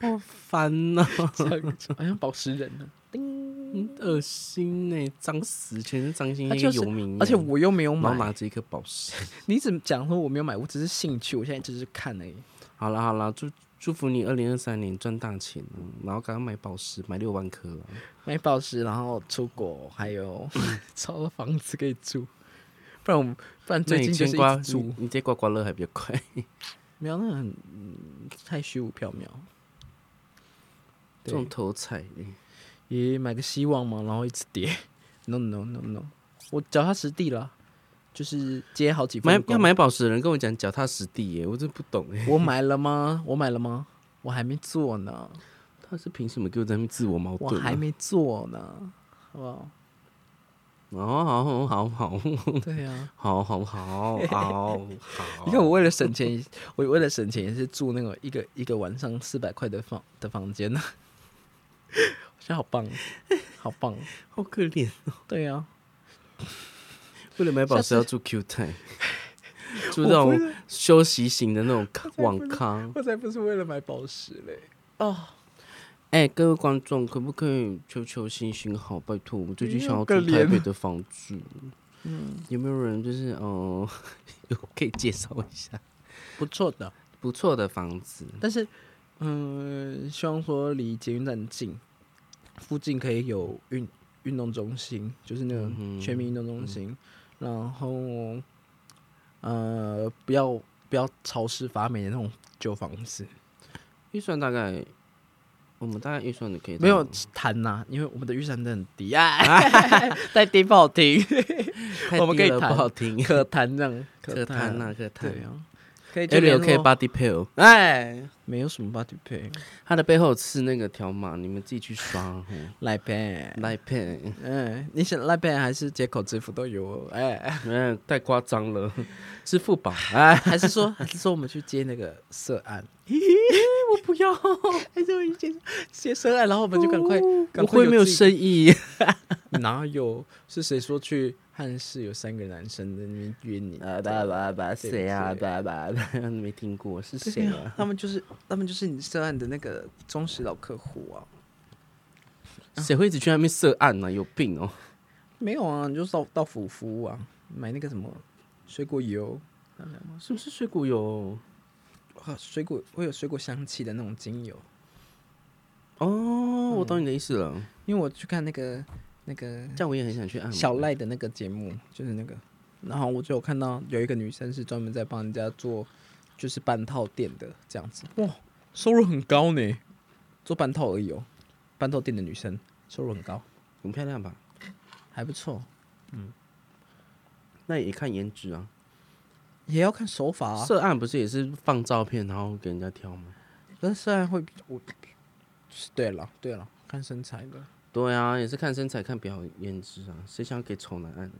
Speaker 1: 好烦哦呐，
Speaker 2: 这样子好像宝石人啊呢、
Speaker 1: 很 恶心呢，脏死，全身脏兮
Speaker 2: 它
Speaker 1: 兮，
Speaker 2: 就
Speaker 1: 跟
Speaker 2: 是
Speaker 1: 游民一样。
Speaker 2: 而且我又没有
Speaker 1: 然后
Speaker 2: 买，
Speaker 1: 拿着一颗宝石。
Speaker 2: 你怎么讲说我没有买？我只是兴趣，我现在只是看而已。
Speaker 1: 好了好了，祝祝福你二零二三年赚大钱哦，然后赶快买宝石，买六万颗了。
Speaker 2: 买宝石，然后出国，还有找到房子可以住，不然我们不然
Speaker 1: 那
Speaker 2: 最
Speaker 1: 你
Speaker 2: 近就
Speaker 1: 签
Speaker 2: 是
Speaker 1: 刮
Speaker 2: 一直住
Speaker 1: 你，你这刮刮乐还比较 快。
Speaker 2: 没有那个很、嗯、太虚无缥缈。
Speaker 1: 这
Speaker 2: 对
Speaker 1: 种头彩的，
Speaker 2: 也买个希望嘛，然后一直跌。No no no no，我脚踏实地了，就是接好几份
Speaker 1: 买
Speaker 2: 工
Speaker 1: 要买宝石的人跟我讲脚踏实地耶，我真不懂哎，
Speaker 2: 我买了吗？我买了吗？我还没做呢，
Speaker 1: 他是凭什么给我在那边自我矛
Speaker 2: 我
Speaker 1: 盾、啊
Speaker 2: 还？没做呢，好不好？
Speaker 1: 哦，好好好好
Speaker 2: 对啊呀、
Speaker 1: 好好好好，
Speaker 2: 你看我为了省钱，我为了省钱也是住那个一个一个晚上四百块的房的房间呢， 我觉得好棒， 好棒，
Speaker 1: 好可怜，
Speaker 2: 对啊呀、
Speaker 1: 为了买宝石要住 Q 太，住那种休息型的那种咖网咖。
Speaker 2: 我才不是为了买宝石嘞，哦，
Speaker 1: 哎、各位观众，可不可以求求星星好？拜托，我最近想要
Speaker 2: 不要
Speaker 1: 住
Speaker 2: 可
Speaker 1: 台
Speaker 2: 怜
Speaker 1: 北的房子，嗯，有没有人就是哦、 有可以介绍一下
Speaker 2: 不错的，
Speaker 1: 不错的房子？
Speaker 2: 但是嗯，希望说离捷运站近，附近可以有运运动中心，就是那种
Speaker 1: 嗯哼
Speaker 2: 全民运动中心，然后呃，不要不要潮湿发霉的那种旧房子，
Speaker 1: 预算大概，我们大概预算的可以到
Speaker 2: 没有谈呐、因为我们的预算真的很低嗯啊，太低不好听，
Speaker 1: 太
Speaker 2: 我们
Speaker 1: 低
Speaker 2: 可以
Speaker 1: 了不
Speaker 2: 谈
Speaker 1: 好听，
Speaker 2: 可谈这样，
Speaker 1: 可谈呐，可谈
Speaker 2: 对。啊，可以就
Speaker 1: L
Speaker 2: 联
Speaker 1: L
Speaker 2: 络
Speaker 1: K Body Pill，哎，
Speaker 2: 没有什么 body pay，
Speaker 1: 它的背后是那个条码，你们自己去刷哦。
Speaker 2: 赖 pay，
Speaker 1: 来片，
Speaker 2: 嗯，你想赖 pay 还是接口支付都有哦，哎。
Speaker 1: 嗯，太夸张 了，支付宝，哎，
Speaker 2: 还是说， 还是说我们去接那个涉案？
Speaker 1: 我不要，
Speaker 2: 还是我们接接涉案，然后我们就赶快，赶
Speaker 1: 我
Speaker 2: 快
Speaker 1: 会没有
Speaker 2: 自己
Speaker 1: 生意。
Speaker 2: 哪有？是谁说去汉室有三个男生在那边约你？
Speaker 1: 啊，爸爸爸
Speaker 2: 对
Speaker 1: 谁啊？
Speaker 2: 对
Speaker 1: 爸爸，没听过是谁
Speaker 2: 对啊
Speaker 1: 啊？
Speaker 2: 他们就是他们就是你涉案的那个忠实老客户啊。
Speaker 1: 谁会一直去那边涉案呢？有病哦！
Speaker 2: 没有啊，你就到到府服务啊，买那个什么水果油
Speaker 1: 是不是水果油？
Speaker 2: 啊，水果会有水果香气的那种精油。
Speaker 1: 哦，我懂你的意思了。
Speaker 2: 因为我去看那个那个
Speaker 1: 这样我也很想去按摩。
Speaker 2: 小赖的那个节目，就是那个然后我就有看到有一个女生是专门在帮人家做就是半套店的这样子，哇，收入很高呢，做半套而已哦，半套店的女生收入很高，
Speaker 1: 很漂亮吧？
Speaker 2: 还不错，
Speaker 1: 那也看颜值啊。
Speaker 2: 也要看手法啊，
Speaker 1: 涉案不是也是放照片然后给人家挑吗？
Speaker 2: 但虽然会比我，对了对了，看身材的，
Speaker 1: 对啊，也是看身材看表颜值啊，谁想给丑男按啊？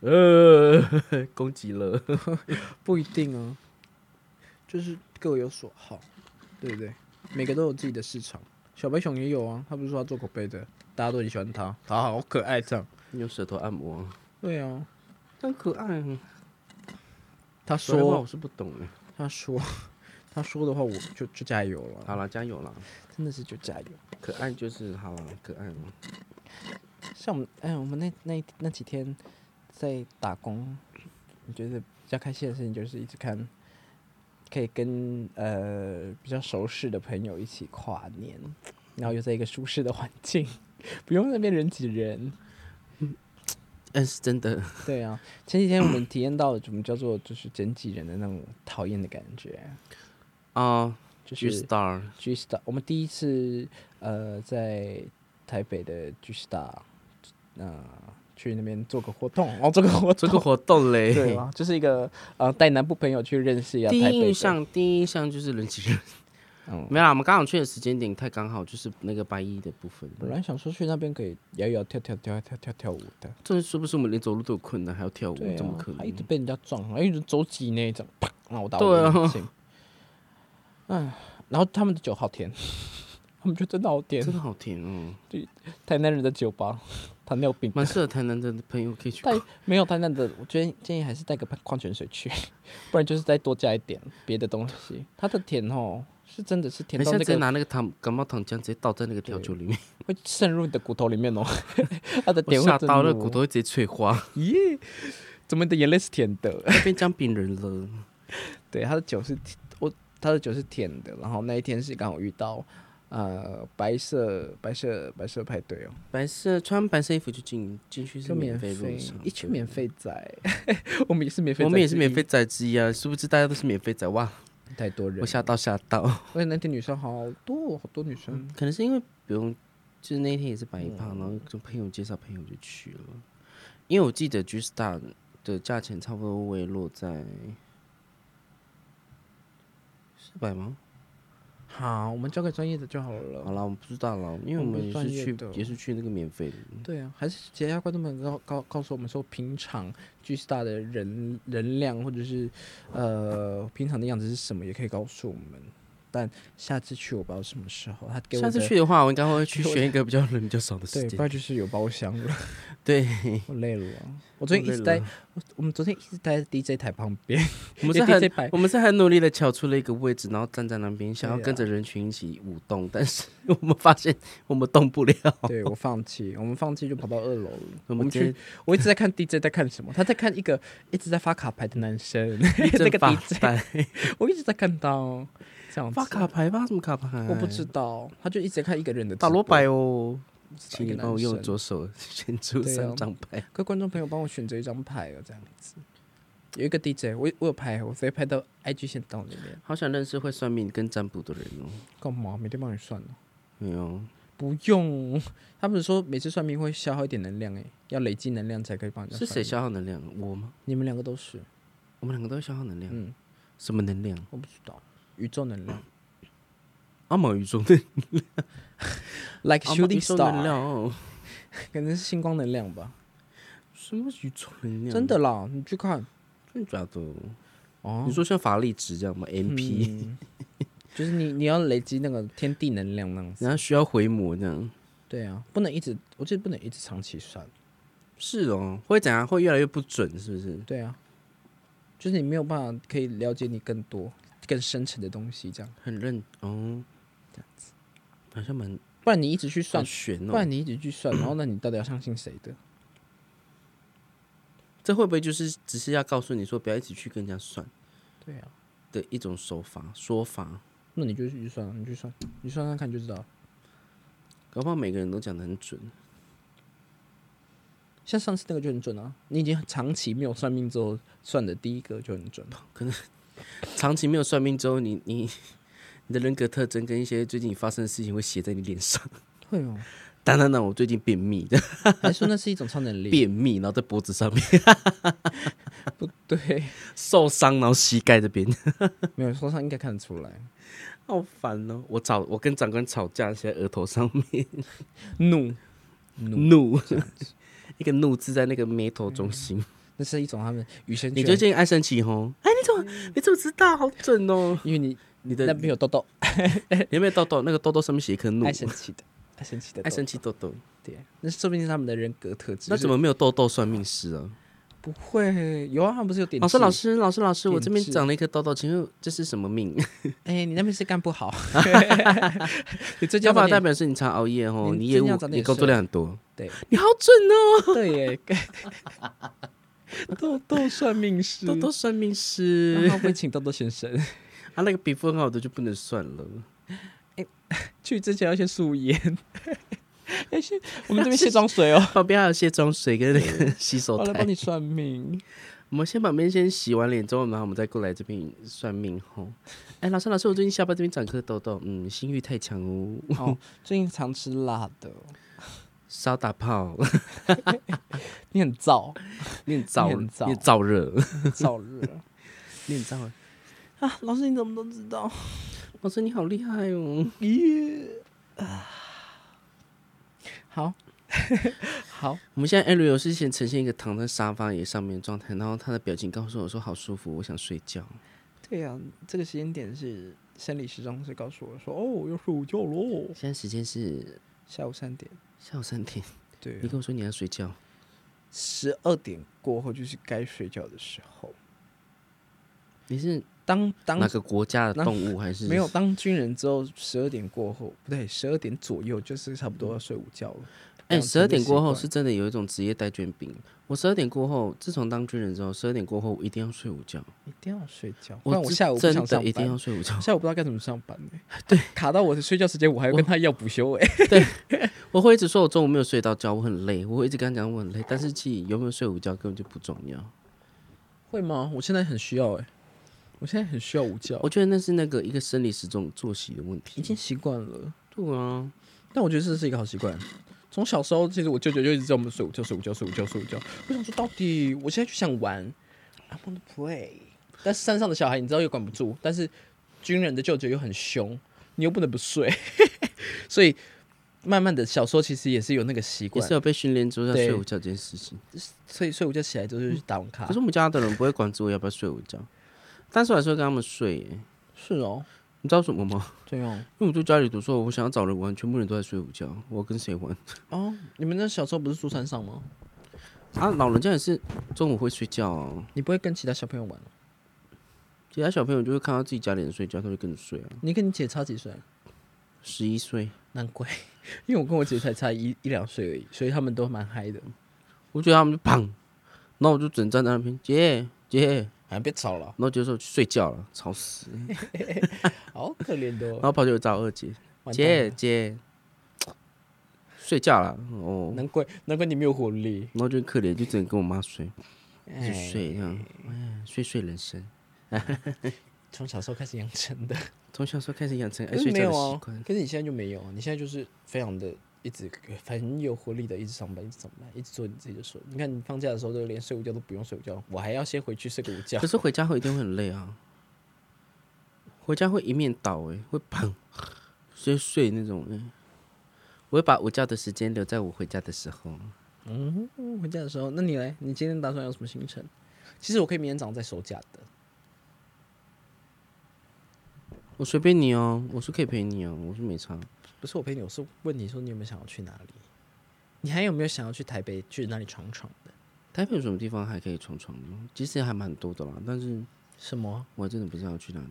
Speaker 1: 呃， 攻击了。
Speaker 2: 不一定啊，就是各有所好，对不对？每个都有自己的市场。小白熊也有啊，他不是说他做口碑的，大家都很喜欢他，他好可爱这样。
Speaker 1: 用舌头按摩啊，
Speaker 2: 对啊，
Speaker 1: 很可爱啊。
Speaker 2: 他
Speaker 1: 说的话
Speaker 2: 说
Speaker 1: 我是不懂哎。
Speaker 2: 他说 他说的话，我就就加油了，
Speaker 1: 好啦，加油啦！
Speaker 2: 真的是就加油。
Speaker 1: 可爱就是好啦，可爱嘛。
Speaker 2: 像我们哎，我们那那那几天在打工，我觉得比较开心的事情就是一直看，可以跟呃比较熟识的朋友一起跨年，然后又在一个舒适的环境，不用那边人挤人。
Speaker 1: 但是真的，
Speaker 2: 对啊，前几天我们体验到了什么叫做就是人挤人的那种讨厌的感觉，
Speaker 1: 啊
Speaker 2: 就
Speaker 1: ，G
Speaker 2: 是
Speaker 1: Star
Speaker 2: G Star，我们第一次呃在台北的 G Star，呃去那边做个活动，哦做个活动，
Speaker 1: 这个活动 嘞，
Speaker 2: 对啊，就是一个呃带南部朋友去认识一下啊
Speaker 1: 第一
Speaker 2: 台北的
Speaker 1: 印，象，第一印象就是人挤人。
Speaker 2: 嗯，
Speaker 1: 没啦，我们刚好去的时间点太刚好，就是那个白衣的部分。
Speaker 2: 本来想说去那边可以摇一摇跳跳跳跳跳跳舞的，
Speaker 1: 这是不是我们连走路都有困难，还要跳舞，
Speaker 2: 对啊，
Speaker 1: 怎么可
Speaker 2: 还一直
Speaker 1: 能？
Speaker 2: 被人家撞，还一直走挤那一种，啪，然后我打我
Speaker 1: 对啊
Speaker 2: 的眼镜，嗯，然后他们的酒好甜， 他们就真的好甜
Speaker 1: 真，的好甜哦，
Speaker 2: 台南人的酒吧，糖尿病。
Speaker 1: 蛮适合台南的朋友可以去
Speaker 2: 带
Speaker 1: 逛。
Speaker 2: 没有台南的，我建议建议还是带个矿泉水去， 不然就是再多加一点别的东西。它的甜哦，是真的是甜
Speaker 1: 等一
Speaker 2: 到
Speaker 1: 下
Speaker 2: 那
Speaker 1: 直接
Speaker 2: 个
Speaker 1: 拿那个糖感冒糖浆直接倒在那个调酒 里面，
Speaker 2: 会渗入你的骨头里面哦， 它的
Speaker 1: 我
Speaker 2: 甜会
Speaker 1: 吓
Speaker 2: 渗
Speaker 1: 到那个
Speaker 2: 入
Speaker 1: 骨
Speaker 2: 哦
Speaker 1: 头会直接脆 化，
Speaker 2: 耶，怎么你的眼泪是甜的？
Speaker 1: 变姜饼人了。
Speaker 2: 对，他的酒是甜我他的酒是甜的，然后那一天是刚好遇到呃白色白色白色派对哦，
Speaker 1: 白色穿白色衣服就进进去是
Speaker 2: 就免
Speaker 1: 费
Speaker 2: 费
Speaker 1: 入场，
Speaker 2: 一群免费仔， 我们也是免费，
Speaker 1: 我们也是免费，仔之一啊，殊不知大家都是免费仔哇！
Speaker 2: 太多人
Speaker 1: 我，吓到吓到，
Speaker 2: 而且那天女生好多好多女生，
Speaker 1: 可能是因为不用，就是那天也是白
Speaker 2: 嗯
Speaker 1: 胖，然后就朋友介绍朋友就去了，因为我记得 G Star 的价钱差不多会落在四百吗？
Speaker 2: 好，我们交给专业的就好
Speaker 1: 好
Speaker 2: 了。
Speaker 1: 啦，我不知道啦，因为我
Speaker 2: 我
Speaker 1: 们
Speaker 2: 们不
Speaker 1: 也
Speaker 2: 专
Speaker 1: 是
Speaker 2: 业
Speaker 1: 去
Speaker 2: 的
Speaker 1: 也是去那个免费的，
Speaker 2: 对啊，还是解压观众们告告告诉我们说，平常 G Star 的人人量或者是呃平常的样子是什么，也可以告诉我们。但下次去我不知道什么时候，他给我
Speaker 1: 下次
Speaker 2: 的
Speaker 1: 去的话，我应该会去
Speaker 2: 给我
Speaker 1: 选一个比较人比较少的时
Speaker 2: 对，
Speaker 1: 间
Speaker 2: 不。然就是有包厢了。
Speaker 1: 对，
Speaker 2: 我累了啊，我昨天一直待，我我们昨天一直待在 DJ 台旁 边，
Speaker 1: 我们
Speaker 2: 因
Speaker 1: 是
Speaker 2: 为
Speaker 1: 很
Speaker 2: DJ 台
Speaker 1: 我们是很努力的瞧出了一个位置，然后站在那边，想要
Speaker 2: 对啊
Speaker 1: 跟着人群一起舞动，但是 我们发现我们动 不了。
Speaker 2: 对我放弃，我们放弃就跑到二楼了。
Speaker 1: 我
Speaker 2: 我
Speaker 1: 们
Speaker 2: 们
Speaker 1: 直
Speaker 2: 去
Speaker 1: 接，
Speaker 2: 我一直在看 DJ 在看什么，他在看一个一直在发卡牌的男生，
Speaker 1: 一
Speaker 2: 那
Speaker 1: 阵
Speaker 2: 个
Speaker 1: 发
Speaker 2: DJ，
Speaker 1: 呆，
Speaker 2: 我一直在看到这样子
Speaker 1: 发，卡牌发什么卡牌？
Speaker 2: 我不知道，他就一直在看一个人的
Speaker 1: 打嗯
Speaker 2: 直
Speaker 1: 罗
Speaker 2: 播
Speaker 1: 百。哦，请
Speaker 2: 一
Speaker 1: 你
Speaker 2: 个
Speaker 1: 帮我
Speaker 2: 男
Speaker 1: 用
Speaker 2: 生
Speaker 1: 左手 选出
Speaker 2: 对啊
Speaker 1: 三张牌。
Speaker 2: 各位观众朋友，帮我选择一张牌哦，这样子。有一个 DJ，我我有拍，我直接拍到 IG 线动里面。
Speaker 1: 好想认识会算命跟占卜的人哦。
Speaker 2: 干嘛？每天帮你算哦。
Speaker 1: 没有，
Speaker 2: 不用，他们说每次算命会消耗一点能量，哎，要累积能量才可以帮人家
Speaker 1: 是谁
Speaker 2: 算命？
Speaker 1: 消耗能量？我吗？
Speaker 2: 你们两个都是，
Speaker 1: 我们两个都会消耗能量。
Speaker 2: 嗯，
Speaker 1: 什么能量？
Speaker 2: 我不知道，宇宙能 量
Speaker 1: 阿毛宇 宙的
Speaker 2: ，like
Speaker 1: 阿毛宇
Speaker 2: shooting
Speaker 1: 宙能
Speaker 2: star，
Speaker 1: 量哦，
Speaker 2: 可能是星光能量吧，
Speaker 1: 什么宇宙能量？
Speaker 2: 真的啦，你去看
Speaker 1: 真的假的？
Speaker 2: 哦
Speaker 1: 你说像法力值这样吗？MP，
Speaker 2: 嗯 就是你你要累积那个天地能量那样子，
Speaker 1: 然后需要回魔这样。
Speaker 2: 对啊，不能一直，我觉得不能一直长期算，
Speaker 1: 是哦，会怎样？会越来越不准，是不是？
Speaker 2: 对啊，就是你没有办法可以了解你更多、更深层的东西，这样，
Speaker 1: 很认哦，这样子好像蛮
Speaker 2: 不然你一直去算
Speaker 1: 算，悬
Speaker 2: 不
Speaker 1: 哦。
Speaker 2: 然你一直去算，然后那你到底要相信谁的？
Speaker 1: 这会不会就是只是要告诉你说不要一直去跟人家算
Speaker 2: 对啊。
Speaker 1: 的一种手法说法？
Speaker 2: 那你就去算啊，你去算，你算算看就知道。
Speaker 1: 搞不好每个人都讲的很准。
Speaker 2: 像上次那个就很准啊，你已经长期没有算命之后算的第一个就很准 了。
Speaker 1: 长期没有算命之后，你你你的人格特征跟一些最近发生的事情会写在你脸上。
Speaker 2: 会哦，
Speaker 1: 当然了，我最近便秘，
Speaker 2: 还说那是一种超能力？
Speaker 1: 便秘，然后在脖子上面
Speaker 2: 不 对，
Speaker 1: 受伤，然后膝盖这边，
Speaker 2: 没有说上应该看得出来。
Speaker 1: 好烦哦！我吵，我跟长官吵架，写在额头上面，
Speaker 2: 怒，
Speaker 1: 怒，嗯一个怒字在那个眉头中心。
Speaker 2: 那是一种他们与生
Speaker 1: 你最
Speaker 2: 俱来，
Speaker 1: 近爱生气吼？哎，你怎么你怎么知道？好准哦！
Speaker 2: 因为你
Speaker 1: 你
Speaker 2: 那
Speaker 1: 的
Speaker 2: 边有痘痘，
Speaker 1: 有没有痘痘？那个痘痘上面写一颗怒
Speaker 2: 爱，生气的，爱生气的痘，
Speaker 1: 爱生气痘痘。
Speaker 2: 对，那说不定是他们的人格特质。
Speaker 1: 那怎
Speaker 2: 么
Speaker 1: 么没有痘痘算命师啊？
Speaker 2: 不会？有啊，他们不是有点痣？
Speaker 1: 老师，哦老师，老师，老师，
Speaker 2: 点痣
Speaker 1: 我这边长了一颗痘痘，请问这是什么 命？
Speaker 2: 哎、你那边是干 不好，你最近
Speaker 1: 要
Speaker 2: 要
Speaker 1: 不
Speaker 2: 把
Speaker 1: 然代
Speaker 2: 代
Speaker 1: 表是你常熬夜哦，
Speaker 2: 你
Speaker 1: 你
Speaker 2: 真
Speaker 1: 业
Speaker 2: 的
Speaker 1: 务
Speaker 2: 要早点
Speaker 1: 你工作
Speaker 2: 睡
Speaker 1: 量很多。
Speaker 2: 对
Speaker 1: 你好准哦，
Speaker 2: 对耶， 豆豆算命师，
Speaker 1: 痘痘算命
Speaker 2: 然
Speaker 1: 师。
Speaker 2: 后会请豆豆先生
Speaker 1: 他啊那个皮肤很好的就不能算 了，
Speaker 2: 去之前要先素颜，要先我们这边卸妆水 哦，
Speaker 1: 旁边还有卸妆水跟那个 洗手
Speaker 2: 我来
Speaker 1: 台
Speaker 2: 帮。你算命。
Speaker 1: 我们先把面先洗完脸之后，然后我们再过来这边算命吼。哎，老师，老师，我最近下巴这边长颗痘痘，嗯，性欲太强 哦，
Speaker 2: 哦，最近常吃辣的，
Speaker 1: 少打炮，
Speaker 2: 你很燥，
Speaker 1: 练燥
Speaker 2: 你很燥
Speaker 1: 练燥热，
Speaker 2: 燥 热
Speaker 1: 练燥热。
Speaker 2: 啊！老师你怎么都知道？
Speaker 1: 老师你好厉害哦，
Speaker 2: 好，好，
Speaker 1: 我们现在艾 l 游是先呈现一个躺在沙发椅上面的状态，然后他的表情告诉我说好舒服，我想睡觉。
Speaker 2: 对呀、这个时间点是生理时钟是告诉我说，哦，要睡午觉喽，
Speaker 1: 现在时间是
Speaker 2: 下午三点。
Speaker 1: 下午三点，
Speaker 2: 对啊
Speaker 1: 你跟我说你要睡觉，
Speaker 2: 十二点过后就是该睡觉的时候。
Speaker 1: 你是
Speaker 2: 当当
Speaker 1: 哪个国家的动物还是
Speaker 2: 没有当军人之后，十二点过后不对，十二点左右就是差不多要睡午觉了。
Speaker 1: 哎，
Speaker 2: 养
Speaker 1: 十
Speaker 2: 成
Speaker 1: 二
Speaker 2: 的
Speaker 1: 点
Speaker 2: 习
Speaker 1: 过后
Speaker 2: 惯
Speaker 1: 是真的有一种职业带卷饼。我十二点过后，自从当军人之后，十二点过后我一定要睡午觉。
Speaker 2: 一定要睡觉，不然我
Speaker 1: 是
Speaker 2: 下午不
Speaker 1: 真
Speaker 2: 想上
Speaker 1: 的
Speaker 2: 班，。
Speaker 1: 一定要睡午觉
Speaker 2: 下午不知道该怎么上班 呢、对，卡到我的睡觉时间，我还要跟他要补休哎、
Speaker 1: 我会一直说我中午没有睡到觉，我很累。我会一直跟他讲我很累，但是其实有没有睡午觉根本就不重要。
Speaker 2: 会吗？我现在很需要哎、我现在很需要午觉，
Speaker 1: 我觉得那是那个一个生理时钟作息的问
Speaker 2: 已
Speaker 1: 题。
Speaker 2: 经习惯了。
Speaker 1: 对啊，
Speaker 2: 但我觉得这是一个好习惯。从小时候，其实我舅舅就一直叫我们睡午觉、睡午觉、睡午觉、睡午觉。我想说，到底我现在就想玩，I want to play。但是山上的小孩，你知道又管不住，但是军人的舅舅又很凶，你又不能不睡， 所以慢慢的，小时候其实也是有那个习
Speaker 1: 也
Speaker 2: 惯
Speaker 1: 是，有被训练之后要
Speaker 2: 对啊
Speaker 1: 睡午觉这件事情。
Speaker 2: 所以睡午觉起来之后就是打网咖
Speaker 1: 可是。我们家的人不会管住我要不要睡午觉，但是我还是会跟他们睡耶、
Speaker 2: 是哦，
Speaker 1: 你知道为什么吗？
Speaker 2: 对哦，
Speaker 1: 因为我在家里读书，我想要找人玩，全部人都在睡午觉，我跟谁玩？
Speaker 2: 哦，你们那小时候不是住山上吗？
Speaker 1: 啊，老人家也是中午会睡觉哦。
Speaker 2: 你不会跟其他小朋友玩？
Speaker 1: 其他小朋友就会看到自己家里人睡觉，他就跟着睡啊。
Speaker 2: 你跟你姐差几岁？
Speaker 1: 十一岁，
Speaker 2: 难怪， 因为我跟我姐才差一一两岁而已，所以他们都蛮嗨的。
Speaker 1: 我觉得他们就砰，然后我就只能站在那边，姐姐，然
Speaker 2: 哎，别吵了，
Speaker 1: 后就说去睡觉了，吵死。
Speaker 2: 哦好可怜的、
Speaker 1: 然后跑去找我二姐，
Speaker 2: 哦。
Speaker 1: 姐
Speaker 2: 姐，
Speaker 1: 姐，睡觉了哦，
Speaker 2: 难怪难怪你没有活力，
Speaker 1: 然后就很可怜，就只能跟我妈睡，就
Speaker 2: 哎，
Speaker 1: 睡这样，哎，睡睡人生。
Speaker 2: 从小时候开始养成的。
Speaker 1: 从小时候开始养成爱
Speaker 2: 可
Speaker 1: 睡
Speaker 2: 是哎没
Speaker 1: 觉
Speaker 2: 有
Speaker 1: 的习
Speaker 2: 啊
Speaker 1: 惯，，
Speaker 2: 可是你现在就没有啊，你现在就是非常的一直 很有活力的，一直上班，一直上班，一直做你自己的事。你看你放假的时候都连睡午觉都不用睡午觉，我还要先回去睡个午觉
Speaker 1: 可。是回家后一定会很累啊，回家会一面倒哎、会砰，睡睡那种哎、我会把我觉的时间留在我回家的时候。
Speaker 2: 嗯回家的时候，那你来，你今天打算有什么行程？其实我可以明天早上再收假的。
Speaker 1: 我随便你哦，我是可以陪你哦，我是没差。
Speaker 2: 不是我陪你，我是问你说你有没有想要去哪里？你还有没有想要去台北去哪里闯闯的？
Speaker 1: 台北有什么地方还可以闯闯呢？其实还蛮多的啦，但是
Speaker 2: 什么？
Speaker 1: 我还真的不知道要去哪里。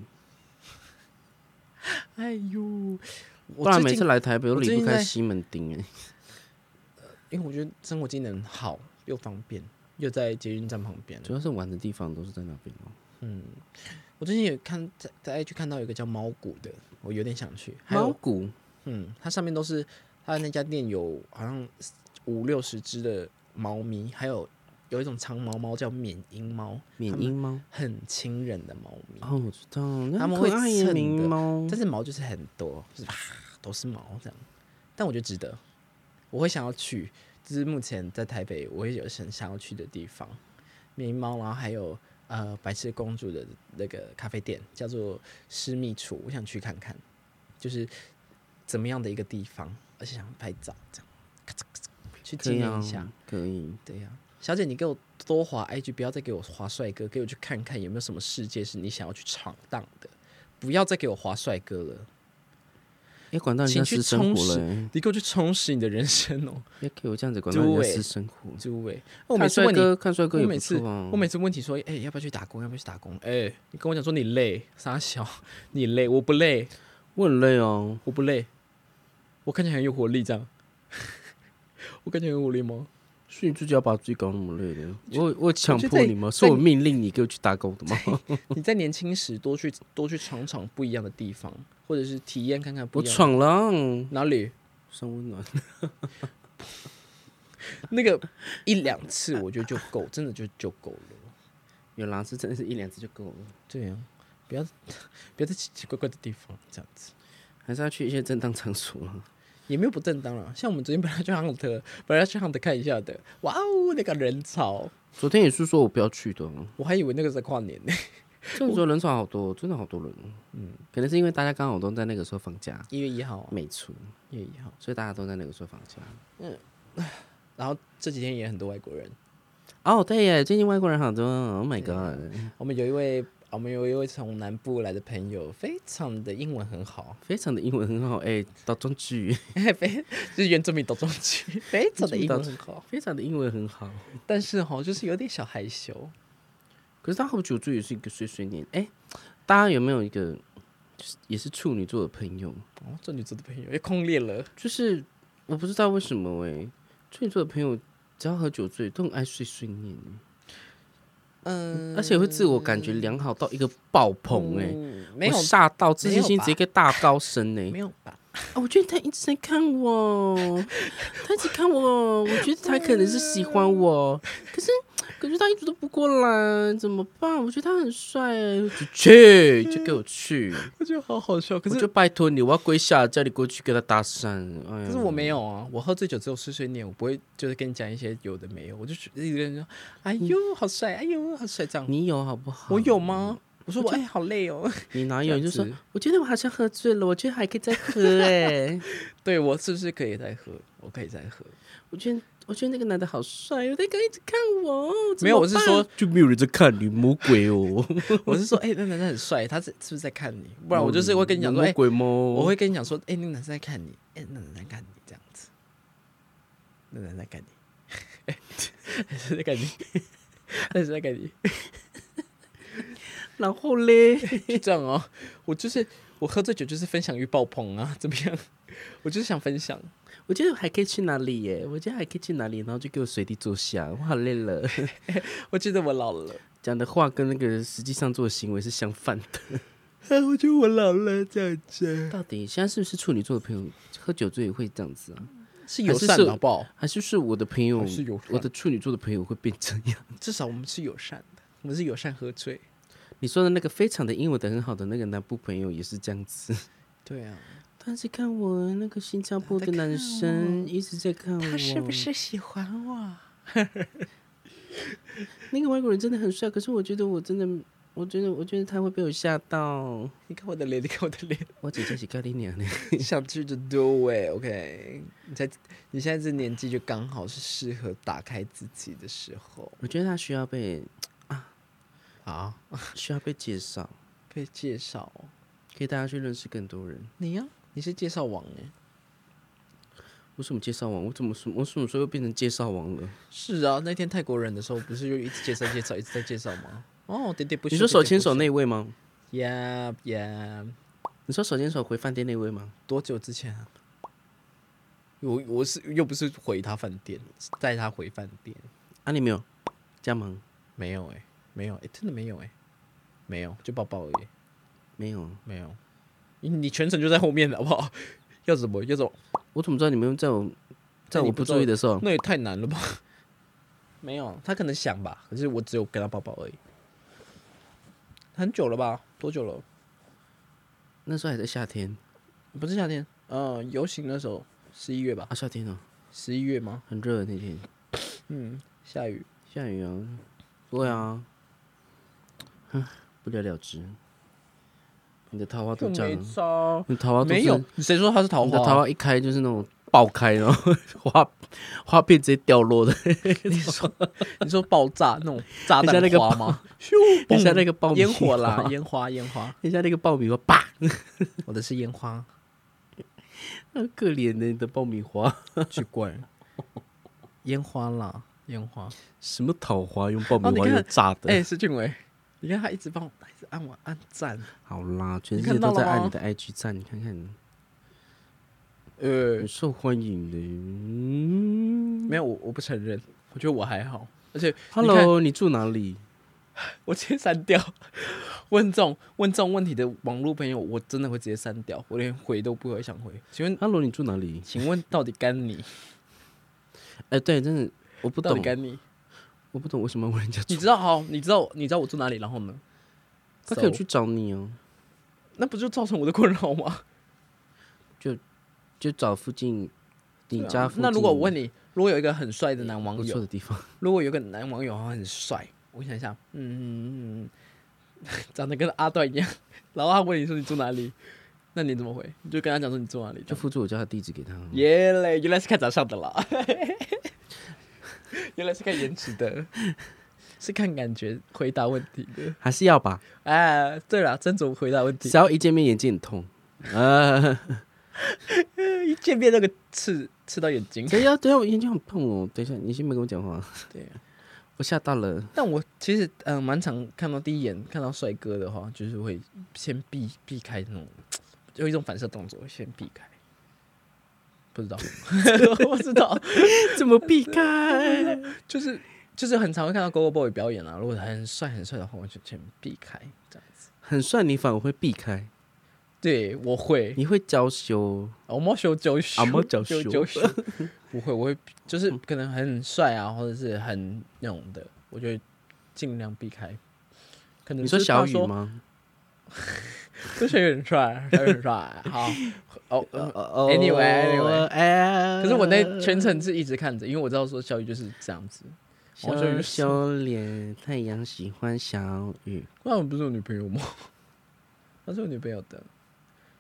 Speaker 2: 哎呦，
Speaker 1: 不
Speaker 2: 我
Speaker 1: 然
Speaker 2: 最
Speaker 1: 每
Speaker 2: 近
Speaker 1: 次来台北都
Speaker 2: 我最
Speaker 1: 离
Speaker 2: 近
Speaker 1: 不开
Speaker 2: 在
Speaker 1: 西门町哎、
Speaker 2: 因为我觉得生活机能好又方便，又在捷运站旁边。
Speaker 1: 主要是玩的地方都是在那边哦。
Speaker 2: 我最近也看在在 IG 看到有一个叫猫谷的，我有点想去。还
Speaker 1: 猫
Speaker 2: 有，
Speaker 1: 谷
Speaker 2: 嗯，它上面都是它的那家店有好像五六十只的猫咪，还有有一种长毛猫叫缅因猫，
Speaker 1: 缅因猫。
Speaker 2: 很亲人的猫咪，
Speaker 1: 哦，我知道，那很
Speaker 2: 它嗯们会
Speaker 1: 可爱耶，
Speaker 2: 蹭
Speaker 1: 名
Speaker 2: 的
Speaker 1: 猫。
Speaker 2: 但是毛就是很多，就是啪都是毛这样。但我觉得值得，我会想要去，就是目前在台北我也有很想要去的地方，棉猫，然后还有呃白雪公主的那个咖啡店叫做私密处，我想去看看，就是怎么样的一个地方，而且想拍照这样，咔嚓咔嚓去
Speaker 1: 可
Speaker 2: 纪
Speaker 1: 以
Speaker 2: 念
Speaker 1: 啊
Speaker 2: 一下。，
Speaker 1: 可以。
Speaker 2: 对呀、啊小姐，你给我多划 IG，不要再给我划帅哥，给我去看看有没有什么世界是你想要去闯荡的，不要再给我划帅哥了，
Speaker 1: 也管到人
Speaker 2: 请
Speaker 1: 家
Speaker 2: 去
Speaker 1: 私生
Speaker 2: 充
Speaker 1: 活
Speaker 2: 实
Speaker 1: 了耶，
Speaker 2: 你给我去充实你的人 生哦，
Speaker 1: 也给我这样子管到人
Speaker 2: Do
Speaker 1: 家
Speaker 2: it
Speaker 1: 私生活。
Speaker 2: 诸位。我每
Speaker 1: 看
Speaker 2: 次
Speaker 1: 帅
Speaker 2: 问你，
Speaker 1: 哥，看帅哥
Speaker 2: 我
Speaker 1: 也
Speaker 2: 每
Speaker 1: 不
Speaker 2: 次
Speaker 1: 错啊
Speaker 2: 我。每次问你说，哎、要不要去打工？要不要去打工？哎、你跟我讲说你累，傻小，你累，我不累，
Speaker 1: 我很累哦，
Speaker 2: 我不累，我看起来很有活力，这样， 我看起来很有活力吗？
Speaker 1: 是你自己要把自己搞那么累的。我我强
Speaker 2: 就
Speaker 1: 迫
Speaker 2: 在
Speaker 1: 你吗？是
Speaker 2: 在
Speaker 1: 我
Speaker 2: 你
Speaker 1: 命令你给我去打工 的吗？
Speaker 2: 你在年轻时多去多去闯闯不一样的地方，或者是体验看看不
Speaker 1: 我
Speaker 2: 一样的
Speaker 1: 闯了，
Speaker 2: 哪里？
Speaker 1: 上温暖。
Speaker 2: 那个一两次我觉得就够，真的就就够了。
Speaker 1: 有啦，是真的是一两次就够了，
Speaker 2: 对啊，不要不要在奇奇怪怪的地方这样子，
Speaker 1: 还是要去一些正当场所啊了。
Speaker 2: 也没有不正当啊。像我们昨天本来去 hunt，本来要去 hunt 看一下的，哇哦，那个人潮，
Speaker 1: 昨天也是说我不要去的啊，
Speaker 2: 我还以为那个在跨年 呢。
Speaker 1: 这样子人潮好多，真的好多人。嗯，可能是因为大家刚好都在那个时候放假，
Speaker 2: 一月一号、啊，
Speaker 1: 没错，
Speaker 2: 一月一号。
Speaker 1: 所以大家都在那个时候放假。
Speaker 2: 然后这几天也很多外国人，
Speaker 1: 哦，对耶，最近外国人好多，Oh my god，
Speaker 2: 我们有一位，我们有一位从南部来的朋友，非常的英文很好，
Speaker 1: 非常的英文很好，哎，倒装句，
Speaker 2: 非就是原住民都中区， 非常的英文很好，
Speaker 1: 非常的英文很好。
Speaker 2: 但是哈、就是有点小害羞。
Speaker 1: 可是他后久住也是一个碎碎念，哎，大家有没有一个就是也是处女座的朋友？
Speaker 2: 哦，这女子的朋友也空裂了。
Speaker 1: 就是我不知道为什么哎、处女座的朋友只要喝酒醉都很爱碎碎念欸、
Speaker 2: 嗯，
Speaker 1: 而且会自我感觉良好到一个爆棚
Speaker 2: 欸
Speaker 1: 哎、
Speaker 2: 嗯没有
Speaker 1: 我吓到自
Speaker 2: 没
Speaker 1: 信
Speaker 2: 有
Speaker 1: 心
Speaker 2: 吧
Speaker 1: 直接个大高升哎、
Speaker 2: 没有吧？
Speaker 1: 啊，我觉得他一直在看我，他一直看我，我觉得他可能是喜欢我，可是可是他一直都不过来，怎么办？我觉得他很帅欸，就去就给我去，
Speaker 2: 我觉得好好笑，嗯可
Speaker 1: 我
Speaker 2: 是
Speaker 1: 就拜托你，我要跪下叫你过去跟他搭讪。哎呀
Speaker 2: 可是我没有啊，我喝醉酒之后碎碎念，我不会就是跟你讲一些有的没有，我就觉得一个人说，哎呦好帅，哎呦好帅这样。
Speaker 1: 你有好不好？
Speaker 2: 我有吗？我说我哎好累哦，
Speaker 1: 你哪有？
Speaker 2: 这
Speaker 1: 你就
Speaker 2: 样
Speaker 1: 说
Speaker 2: 子，
Speaker 1: 我觉得我好像喝醉了，我觉得还可以再喝哎、
Speaker 2: 对我是不是可以再喝？我可以再 喝。
Speaker 1: 我觉得我觉得那个男的好帅，有那个一直看我，怎么
Speaker 2: 没有，我是
Speaker 1: 办
Speaker 2: 说，
Speaker 1: 就没有人在看你，魔鬼哦！
Speaker 2: 我是说，哎，那男生很帅，他是是不是在看你？不然我就是会跟你讲 说，
Speaker 1: 魔
Speaker 2: 哎，
Speaker 1: 鬼吗？
Speaker 2: 我会跟你讲说，哎，那个男生在看你，哎，那个男生在看你这样子，那个男生在看你， 男生在看你， 男生在看你，
Speaker 1: 然后嘞，
Speaker 2: 就这样哦。我就是我喝醉酒就是分享欲爆棚啊， 怎么样？我就是想分享，
Speaker 1: 我觉得还可以去哪里耶？我觉得还可以去哪里，然后就给我随地坐下，我好累了。
Speaker 2: 我觉得我老了，
Speaker 1: 讲的话跟那个实际上做的行为是相反的。
Speaker 2: 哎，我觉得我老了这样子，
Speaker 1: 到底现在是不是处女座的朋友喝酒醉也会这样子啊？
Speaker 2: 是友
Speaker 1: 还
Speaker 2: 善
Speaker 1: 是
Speaker 2: 的好不好？
Speaker 1: 还是是我的朋友
Speaker 2: 还是友善，
Speaker 1: 我的处女座的朋友会变这样？
Speaker 2: 至少我们是友善的，我们是友善喝醉。
Speaker 1: 你说的那个非常的英文的很好的那个南部朋友也是这样 子。
Speaker 2: 对啊，
Speaker 1: 他是看我那个新加坡的男生一直在看我，
Speaker 2: 他是不是喜欢我？
Speaker 1: 那个外国人真的很帅？可是我觉得我真的，我觉得我觉得他会被我吓到。
Speaker 2: 你看我的脸，你看我的脸。
Speaker 1: 我姐姐是咖喱娘呢，
Speaker 2: 想去就 do it，OK？、你在你现在这年纪就刚好是适合打开自己的时候
Speaker 1: 我觉得他需要被
Speaker 2: 啊，
Speaker 1: 需要被介绍，
Speaker 2: 被介绍哦，
Speaker 1: 可以大家去认识更多人。
Speaker 2: 你呀、你是介绍王哎，
Speaker 1: 我什么介绍网？我怎么什我什么时候变成介绍网了？
Speaker 2: 是啊，那天泰国人的时候不是就一直介绍介绍，一直在介绍吗？哦，喋喋不休。
Speaker 1: 你说手
Speaker 2: 喋喋
Speaker 1: 牵
Speaker 2: 不
Speaker 1: 手
Speaker 2: 休
Speaker 1: 那一位吗？
Speaker 2: ？Yeah yeah，
Speaker 1: 你说手牵手回饭店那位吗？
Speaker 2: 多久之前啊？我我是又不是回他饭店，是带他回饭店，
Speaker 1: 啊，你没有加盟？
Speaker 2: 没有哎、没有哎、真的没有哎、没有，就抱抱而已。
Speaker 1: 没有，啊
Speaker 2: 没有，你你全程就在后面的好不好？ 要怎么要怎么？
Speaker 1: 我怎么知道你们在我在我不注意的时候？
Speaker 2: 那也太难了吧？ 没有，他可能想吧，可是我只有跟他抱抱而已。很久了吧？多久了？
Speaker 1: 那时候还在夏天
Speaker 2: 不是夏天，呃，游行那时候十一月吧？
Speaker 1: 啊，夏天哦、
Speaker 2: 十一月吗？
Speaker 1: 很热的那天，
Speaker 2: 嗯，下雨。
Speaker 1: 下雨啊，对啊，唉不了了之。你的
Speaker 2: 哦
Speaker 1: 桃花都这样，
Speaker 2: 招，
Speaker 1: 你桃花都是
Speaker 2: 没有，，谁说他是桃
Speaker 1: 你
Speaker 2: 花
Speaker 1: 的桃
Speaker 2: 啊？
Speaker 1: 花一开就是那种爆开，然后 花花片直接掉落 的，
Speaker 2: 你说爆炸那种炸
Speaker 1: 很像那
Speaker 2: 弹
Speaker 1: 个
Speaker 2: 花 吗？
Speaker 1: 很像那个爆米
Speaker 2: 烟火啦，
Speaker 1: 花，
Speaker 2: 烟花，烟花，
Speaker 1: 很像那个爆米花，啪，
Speaker 2: 我的是烟花，
Speaker 1: 好可怜的你的爆米花，
Speaker 2: 去 滚！烟花啦，烟花。
Speaker 1: 什么桃花用爆
Speaker 2: 哦
Speaker 1: 米
Speaker 2: 你
Speaker 1: 花
Speaker 2: 看
Speaker 1: 用炸的？
Speaker 2: 哎、是俊伟，你看他一直帮我，他一直按我按赞。
Speaker 1: 好啦，全
Speaker 2: 你
Speaker 1: 世界
Speaker 2: 看到
Speaker 1: 都在
Speaker 2: 了吗
Speaker 1: 按你的 IG 赞，你看看，
Speaker 2: 呃
Speaker 1: 很，受欢迎的。嗯
Speaker 2: 没有，我我不承认，我觉得我还好，而且你看
Speaker 1: ，Hello，你住哪里？
Speaker 2: 我直接删掉。问这种问这种问题的网络朋友，我真的会直接删掉，我连回都不会想回。请问，
Speaker 1: Hello，你住哪里？
Speaker 2: 请问到底干你？
Speaker 1: 哎、对，真的，我不
Speaker 2: 到
Speaker 1: 懂
Speaker 2: 底，干你？
Speaker 1: 我不懂为什么要问人家住
Speaker 2: 你，知道好，你知道你知道我住哪里，然后呢？
Speaker 1: 他可以
Speaker 2: So，
Speaker 1: 去找你哦、
Speaker 2: 那不就造成我的困扰吗？
Speaker 1: 就找附近 你
Speaker 2: 对啊
Speaker 1: 家附近、
Speaker 2: 那如果我问你，如果有一个很帅的男网
Speaker 1: 不
Speaker 2: 友
Speaker 1: 错，的地方，
Speaker 2: 如果有个男网友好像很帅，我想一下，嗯，长得跟阿段一样，然后他问你说你住哪里，那你怎么回？你就跟他讲说你住哪里，
Speaker 1: 就
Speaker 2: 就
Speaker 1: 附注我家的地址给他。
Speaker 2: 耶嘞，原来是看长相的 啦，原来是看颜值的，是看感觉回答问题的。
Speaker 1: 还是要吧，
Speaker 2: 哎、对了，真主回答问题
Speaker 1: 只，要一见面眼睛很 痛，呃，
Speaker 2: 一见面那个刺刺到眼睛。
Speaker 1: 等一下，等一下，我眼睛很痛哦。等一下，你先别跟我讲话，
Speaker 2: 对啊，
Speaker 1: 我吓到了。
Speaker 2: 但我其实嗯，蛮、常看到第一眼看到帅哥的话，就是会先避避开那种，有一种反射动作，先避开。不知道，我不知道，
Speaker 1: 怎么避开？
Speaker 2: 就是就是很常会看到 g o Boy 表演啊。如果很帅很帅的话，我就先避开这样子。
Speaker 1: 很帅，你反而会避开，
Speaker 2: 对，我会，
Speaker 1: 你会娇羞。
Speaker 2: 我没羞九羞，
Speaker 1: 啊没羞
Speaker 2: 九
Speaker 1: 羞
Speaker 2: 九羞， 不会，我会就是可能很帅啊，或者是很那种的，我就会尽量避开。可能
Speaker 1: 你说
Speaker 2: 是怕
Speaker 1: 小雨吗？
Speaker 2: 这谁很帅，谁很帅。好，哦， 呃
Speaker 1: 哦
Speaker 2: Anyway，anyway
Speaker 1: 哎
Speaker 2: 可是我那全程是一直看着，因为我知道说小雨就是这样子。王小
Speaker 1: 羞
Speaker 2: 雨
Speaker 1: 羞脸，太阳喜欢小雨。
Speaker 2: 那我不是我女朋友吗？ 她是我女朋友的，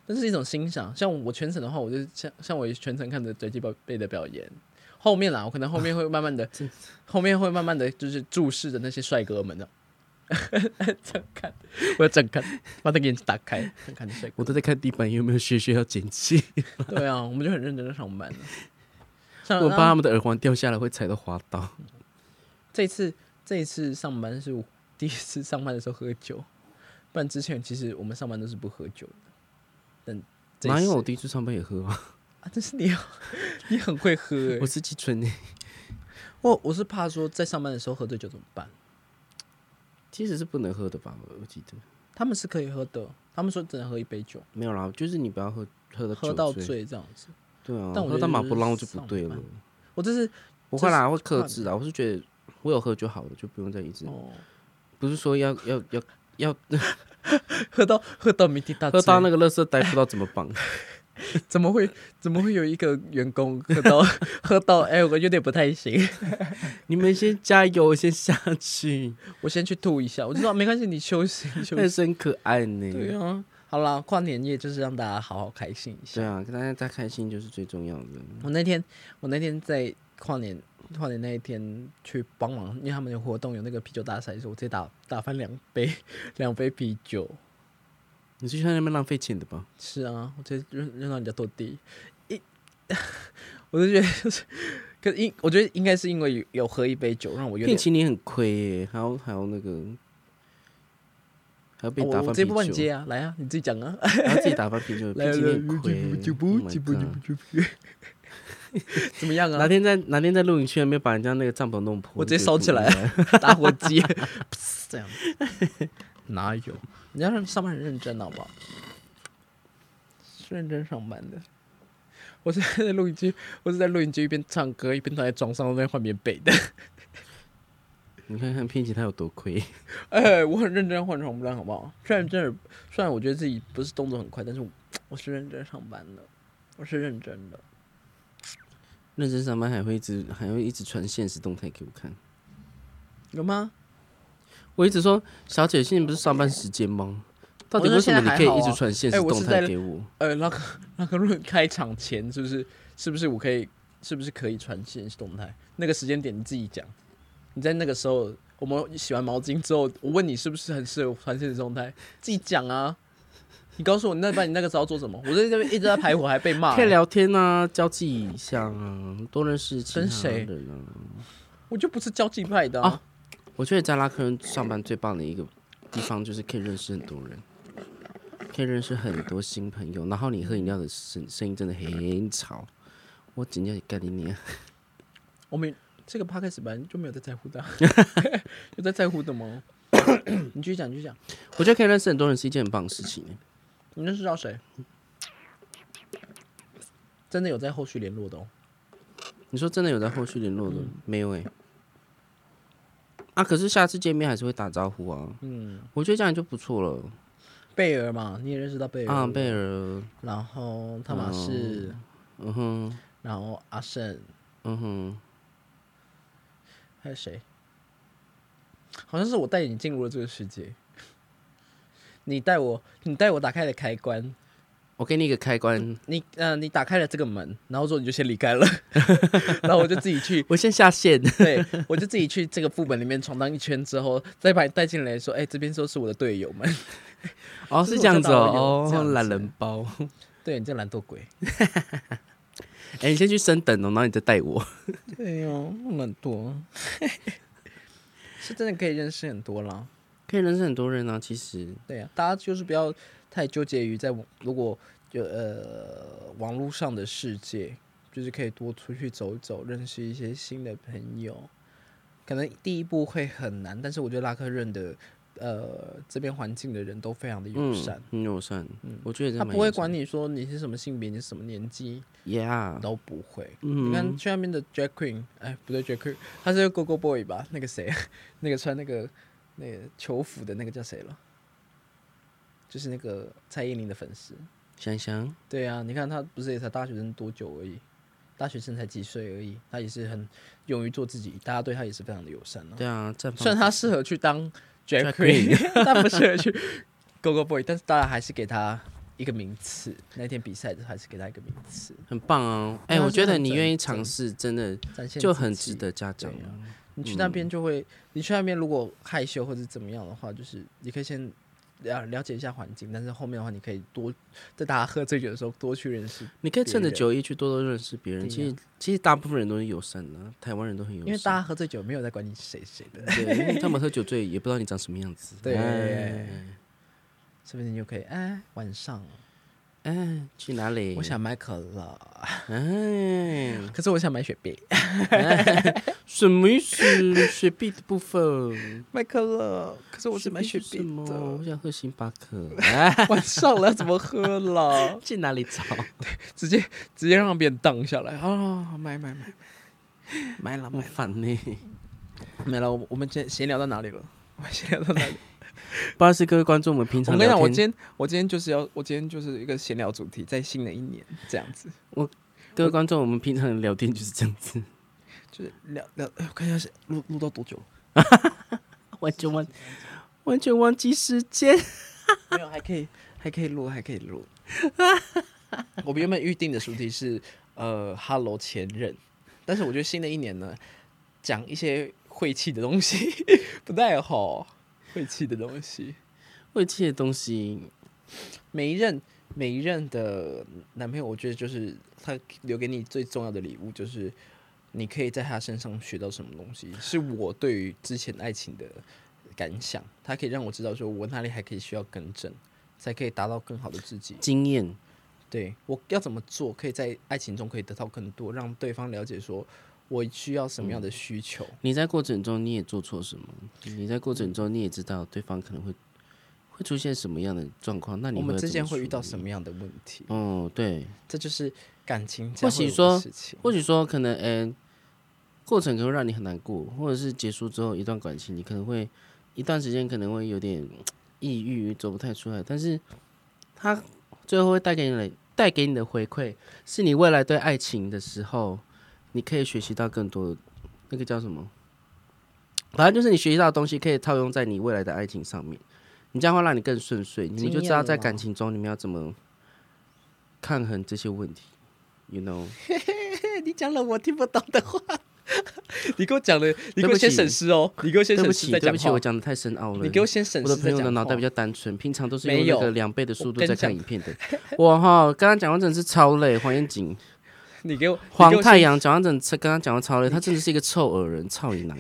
Speaker 2: 但是一种欣赏。像我全程的话，我就是像像我全程看着嘴鸡宝贝的表演。后面啦，我可能后面会慢慢的
Speaker 1: 真，
Speaker 2: 后面会慢慢的就是注视着那些帅哥们 的。这样看，我要这样看，把那个眼睛打开，这样看着帅哥。
Speaker 1: 我都在看地板有没有屑屑要捡起，
Speaker 2: 对啊，我们就很认真的上班了。啊上
Speaker 1: 我怕他们的耳环掉下来会踩到滑倒。
Speaker 2: 这次这一次上班是我第一次上班的时候喝酒，不然之前其实我们上班都是不喝酒的。但这一
Speaker 1: 哪
Speaker 2: 次
Speaker 1: 有我第一次上班也喝啊？
Speaker 2: 啊？这是你啊，你很 会喝、欸
Speaker 1: 我。是寄存的，
Speaker 2: 我我是怕说在上班的时候喝醉酒怎么办？
Speaker 1: 其实是不能喝的吧？我记得
Speaker 2: 他们是可以喝的，他们说只能喝一杯酒，
Speaker 1: 没有啦，就是你不要喝喝到
Speaker 2: 喝到
Speaker 1: 酒，
Speaker 2: 醉这样子。
Speaker 1: 对啊，
Speaker 2: 但我觉
Speaker 1: 喝
Speaker 2: 得
Speaker 1: 到马
Speaker 2: 就是
Speaker 1: 布朗就不对了
Speaker 2: 上。我这是
Speaker 1: 不会啦，会克制啊啦。我是觉得我有喝就好了，就不用再一直。
Speaker 2: 哦，
Speaker 1: 不是说要要要要
Speaker 2: 喝到喝到迷滴大醉，
Speaker 1: 喝到那个垃圾袋，不知道怎么 绑。
Speaker 2: 怎么会怎么会有一个员 工喝到喝到哎、我有点不太行。
Speaker 1: 你们先加油，先下 去。
Speaker 2: 我先去吐一下，我知啊道没关系，你休息休
Speaker 1: 但
Speaker 2: 息。
Speaker 1: 是很可爱呢。
Speaker 2: 对啊，好啦，跨年夜就是让大家好好开心一
Speaker 1: 对
Speaker 2: 下。
Speaker 1: 啊，跟大家大家开心就是最重要的。
Speaker 2: 我那天我那天在跨年跨年那一天去帮忙，因为他们有活动有那个啤酒大赛，所以我直接打打翻两杯 两杯啤酒。
Speaker 1: 你是去那边浪费钱的吧？
Speaker 2: 是啊，我直接扔扔到人家落地，一 我就觉得就是。可应我觉得应该是因为有有喝一杯酒，让我有
Speaker 1: 骗
Speaker 2: 点
Speaker 1: 钱你很亏耶，还要还要那个，还要被
Speaker 2: 啊
Speaker 1: 打翻
Speaker 2: 我我直接
Speaker 1: 啤
Speaker 2: 不帮你接
Speaker 1: 酒，
Speaker 2: 啊，来啊，你自己讲啊。
Speaker 1: 还要自己打翻啤酒， 骗
Speaker 2: 来
Speaker 1: 钱你很亏。Oh my
Speaker 2: 啊
Speaker 1: god
Speaker 2: 怎么样啊
Speaker 1: 哪？天在哪天在露营区那边把人家那个帐篷弄破，
Speaker 2: 我直接
Speaker 1: 你觉得
Speaker 2: 烧起
Speaker 1: 不
Speaker 2: 来
Speaker 1: 应该。
Speaker 2: 打火 机，噗这样。哪有？你要让上班很认真，好不好？是认真上班的。 我是在录音机，我是在录音机一边唱歌一边躺在床上在那边换棉被的。
Speaker 1: 你看看骗姐她有多 亏，
Speaker 2: 哎、我很认真换床不单，好不好？虽然真的，虽然我觉得自己不是动作很快，但是我我是认真上班的，我是认真的。
Speaker 1: 认真上班还会一直还会一直传现实动态给我看。
Speaker 2: 有吗？
Speaker 1: 我一直说，小姐现在不是上班时间吗？到底为什么你可以一直传现实动态给啊哎我？
Speaker 2: 呃，那个那个论开场前是不是是不是我可以是不是可以传现实动态？那个时间点你自己讲，你在那个时候我们洗完毛巾之后，我问你是不是很适合传现实动态，自己讲啊。你告诉我，你那把你那个时候做什么？我在这边一直在排火，还被骂、
Speaker 1: 可以聊天啊，交际一下啊，多认识其
Speaker 2: 跟
Speaker 1: 他
Speaker 2: 谁
Speaker 1: 人啊。
Speaker 2: 欸我就不是交际派的
Speaker 1: 啊我觉得在拉客人上班最棒的一个地方就是可以认识很多人，可以认识很多新朋友。然后你喝饮料的声声音真的很吵，我今天干你娘！
Speaker 2: 我们这个 podcast 本来就没有在在乎的啊， 有在在乎的吗？ 你继续讲，你继续讲。
Speaker 1: 我觉得可以认识很多人是一件很棒的事情、
Speaker 2: 你认识到谁？真的有在后续联络的哦。
Speaker 1: 你说真的有在后续联络的、没有、欸？啊，可是下次见面还是会打招呼啊。嗯，我觉得这样就不错了。
Speaker 2: 贝尔嘛，你也认识到贝尔
Speaker 1: 啊，贝尔，
Speaker 2: 然后汤马士，
Speaker 1: 嗯哼，
Speaker 2: 然后阿胜，
Speaker 1: 嗯哼，
Speaker 2: 还有谁？好像是我带你进入了这个世界，你带我，你带我打开了开关，
Speaker 1: 我给你一个开关，
Speaker 2: 你呃，你打开了这个门，然后之后你就先离开了， 然后我就自己去
Speaker 1: 我先下线。
Speaker 2: 对，我就自己去这个副本里面闯荡一圈之后，再把你带进来，说：“哎、这边都是我的队友们。
Speaker 1: 哦，
Speaker 2: 就是是
Speaker 1: 这样
Speaker 2: 我
Speaker 1: 子
Speaker 2: 知道
Speaker 1: 哦，
Speaker 2: 有这样
Speaker 1: 哦，
Speaker 2: 子
Speaker 1: 懒人包。
Speaker 2: 对你这懒惰鬼。
Speaker 1: 哎、你先去升等哦，然后你再带我。
Speaker 2: 对哦，懒惰， 是真的可以认识很多啦。
Speaker 1: 可以认识很多人啊，其实
Speaker 2: 对呀、大家就是不要太纠结于在网如果就呃网络上的世界，就是可以多出去走走，认识一些新的朋友。可能第一步会很难，但是我觉得拉克任的呃这边环境的人都非常的友善。
Speaker 1: 嗯，很友善，我觉得
Speaker 2: 他不会管你说你是什么性别，你是什么年纪，
Speaker 1: 你，Yeah，
Speaker 2: 都不会。你
Speaker 1: 嗯，
Speaker 2: 看去那边的 Jack Queen，哎，不对，Jack Queen，他是 Go Go Boy 吧？那个谁， 那个穿那个那个球服的那个叫谁了？就是那个蔡依林的粉丝。
Speaker 1: 想想
Speaker 2: 对啊，你看他不是也才大学生多久而已，大学生才几岁而已，他也是很勇于做自己，大家对他也是非常的友善啊。
Speaker 1: 对啊，绽放
Speaker 2: 虽然他适合去当 Jack
Speaker 1: Jack
Speaker 2: Queen，但不 适合去 Go Go Boy，但是大家还是给他一个名次。那天比赛还是给他一个名次，
Speaker 1: 很棒哦。
Speaker 2: 对
Speaker 1: 哎、
Speaker 2: 啊
Speaker 1: 我
Speaker 2: 就
Speaker 1: 觉得
Speaker 2: 很
Speaker 1: 你
Speaker 2: 整
Speaker 1: 愿意尝试，真的
Speaker 2: 展现
Speaker 1: 就
Speaker 2: 自
Speaker 1: 很
Speaker 2: 己
Speaker 1: 值。得嘉奖
Speaker 2: 对。啊你去那边就会，你去那边如果害羞或者怎么样的话，就是你可以先了了解一下环境，但是后面的话，你可以多在大家喝醉酒的时候多去认识，
Speaker 1: 你可以趁着
Speaker 2: 别人
Speaker 1: 酒意去多多认识别人。
Speaker 2: 对
Speaker 1: 其实其实大部分人都是友善的啊、台湾人都很友善，
Speaker 2: 因为大家喝醉酒没有在管你是谁谁的，
Speaker 1: 对，因为他们喝酒醉也不知道你长什么样子。
Speaker 2: 对
Speaker 1: 哎
Speaker 2: 是不是你就可以哎晚上
Speaker 1: 哎，去哪里？
Speaker 2: 我想买可乐，
Speaker 1: 哎，
Speaker 2: 可是我想买雪碧，
Speaker 1: 什么意思？雪碧的部分，
Speaker 2: 买可乐，可是我是买雪
Speaker 1: 是什
Speaker 2: 碧
Speaker 1: 么
Speaker 2: 的
Speaker 1: 我，想喝星巴克。哎，
Speaker 2: 晚上了要怎么喝了？
Speaker 1: 去哪里找？
Speaker 2: 直接直接让别人荡下来啊！买买买买了
Speaker 1: 好
Speaker 2: 买了
Speaker 1: 烦 呢。
Speaker 2: 买了，我我们今天闲聊到哪里了？我们 闲聊到哪里？
Speaker 1: 不好意思，各位观众，我们平
Speaker 2: 我
Speaker 1: 常
Speaker 2: 跟你讲，
Speaker 1: 聊
Speaker 2: 我
Speaker 1: 天
Speaker 2: 今天我今天就是要，我今天就是一个闲聊主题，在新的一年这样子，
Speaker 1: 各位观众，我们平常聊天就是这样 子，
Speaker 2: 就是聊聊，哎我看一下是录录到多久了？
Speaker 1: 完全忘，完全忘记时间。
Speaker 2: 没有，还可以，还可以录，还可以 录。我们原本预定的主题是呃，Hello 前任，但是我觉得新的一年呢，讲一些晦气的东西 不太好，晦气的东西，
Speaker 1: 会记的东西，
Speaker 2: 每一任。每一任的男朋友，我觉得就是他留给你最重要的礼物，就是你可以在他身上学到什么东西，是我对于之前爱情的感想。他可以让我知道，说我哪里还可以需要更正，才可以达到更好的自己。
Speaker 1: 经验，
Speaker 2: 对我要怎么做，可以在爱情中可以得到更多，让对方了解说我需要什么样的需求。
Speaker 1: 你在过程中你也做错什么？你在过程中你也知道对方可能会会出现什么样的状况？那你
Speaker 2: 我们之间会
Speaker 1: 会
Speaker 2: 遇到
Speaker 1: 么
Speaker 2: 什么样的问题？
Speaker 1: 处理？哦，对，
Speaker 2: 这就是感情
Speaker 1: 或
Speaker 2: 将
Speaker 1: 许
Speaker 2: 会有
Speaker 1: 说
Speaker 2: 的事情。
Speaker 1: 或许说可能，嗯、过程可能会让你很难过，或者是结束之后一段感情，你可能会一段时间可能会有点嗯抑郁，走不太出来。但是它最后会带给你的带给你的回馈，是你未来对爱情的时候，你可以学习到更多的那个叫什么？反正就是你学习到的东西可以套用在你未来的爱情上面，你这样会让你更顺遂，你们就知道在
Speaker 2: 经验啦
Speaker 1: 感情中你们要怎么抗衡这些问题，you know。
Speaker 2: 你讲了我听不懂的话， 你给我讲了，你给
Speaker 1: 对不
Speaker 2: 我
Speaker 1: 起
Speaker 2: 先审视哦，你给我先
Speaker 1: 对不
Speaker 2: 审视
Speaker 1: 起，
Speaker 2: 再
Speaker 1: 对
Speaker 2: 讲
Speaker 1: 不起，我
Speaker 2: 话。
Speaker 1: 讲的太深奥了。
Speaker 2: 你给我先审
Speaker 1: 我
Speaker 2: 视
Speaker 1: 的
Speaker 2: 再
Speaker 1: 朋友
Speaker 2: 讲
Speaker 1: 的脑袋
Speaker 2: 话
Speaker 1: 比较单纯，平常都是
Speaker 2: 没
Speaker 1: 用
Speaker 2: 有
Speaker 1: 那个两倍的速度
Speaker 2: 我跟
Speaker 1: 在
Speaker 2: 你
Speaker 1: 看
Speaker 2: 讲
Speaker 1: 影片的。我哈，刚刚讲完整是超累，黄彦景、
Speaker 2: 你给我你给我
Speaker 1: 黄
Speaker 2: 先
Speaker 1: 太阳讲完整，刚刚讲的超累，他真的是一个臭耳人，臭你男。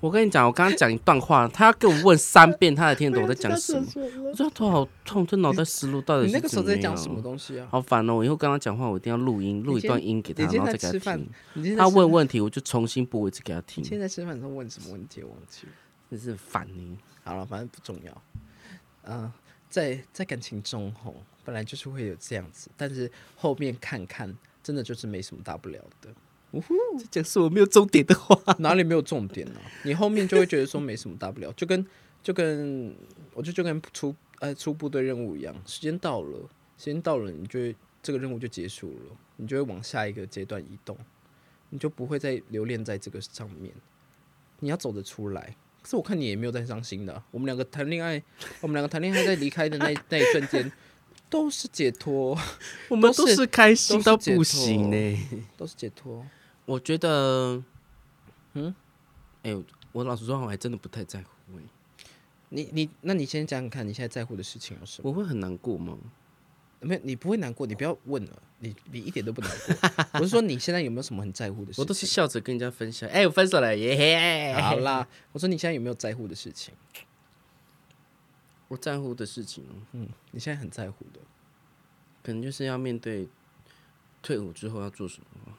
Speaker 1: 我跟你讲，我刚刚讲一段话，他要给我问三遍，他才听得懂我在讲什 么。我真的头好痛，这脑袋思路到底
Speaker 2: 你
Speaker 1: 是
Speaker 2: 那个时候
Speaker 1: 怎么
Speaker 2: 在讲
Speaker 1: 样
Speaker 2: 什么东西啊？
Speaker 1: 好烦哦！我以后跟他讲话，我一定要录音，录一
Speaker 2: 今
Speaker 1: 段音给
Speaker 2: 你
Speaker 1: 他，
Speaker 2: 今
Speaker 1: 然后再
Speaker 2: 天在
Speaker 1: 给
Speaker 2: 吃
Speaker 1: 他
Speaker 2: 饭
Speaker 1: 听。，
Speaker 2: 你今天在
Speaker 1: 他
Speaker 2: 吃
Speaker 1: 问问题，我就重新播一次给他听
Speaker 2: 你，今天在吃饭的时候问什么问题？我忘记了。
Speaker 1: 真是烦你。
Speaker 2: 好了，反正不重要。嗯、在在感情中吼，本来就是会有这样子，但是后面看看，真的就是没什么大不了的。
Speaker 1: 这讲是我没有重点的话。
Speaker 2: 哪里没有重点呢、你后面就会觉得说没什么大不了，就跟就跟我就就跟出呃出部队任务一样，时间到了，时间到了，你就会这个任务就结束了，你就会往下一个阶段移动，你就不会再留恋在这个上面，你要走得出来。可是我看你也没有在伤心的啊、我们两个谈恋爱，我们两个谈恋爱在离开的那那一瞬间，都是解脱，
Speaker 1: 我们
Speaker 2: 都
Speaker 1: 都
Speaker 2: 是
Speaker 1: 是开心到
Speaker 2: 都是解
Speaker 1: 不行呢、
Speaker 2: 都是解脱。
Speaker 1: 我觉得，嗯，哎、我老实说，我还真的不太在乎、欸。
Speaker 2: 你你，那你先讲讲看，你现在在乎的事情有什么？
Speaker 1: 我会很难过吗？
Speaker 2: 没有，你不会难过，你不要问了，你你一点都不难 过。我是说你现在有没有什么很在乎的事情？
Speaker 1: 我都是笑着跟人家分享。哎、我分手了，耶、
Speaker 2: 好啦，
Speaker 1: 哎
Speaker 2: 我说你现在有没有在乎的事情？
Speaker 1: 我在乎的事情哦，
Speaker 2: 嗯，你现在很在乎的，
Speaker 1: 可能就是要面对退伍之后要做什么吧。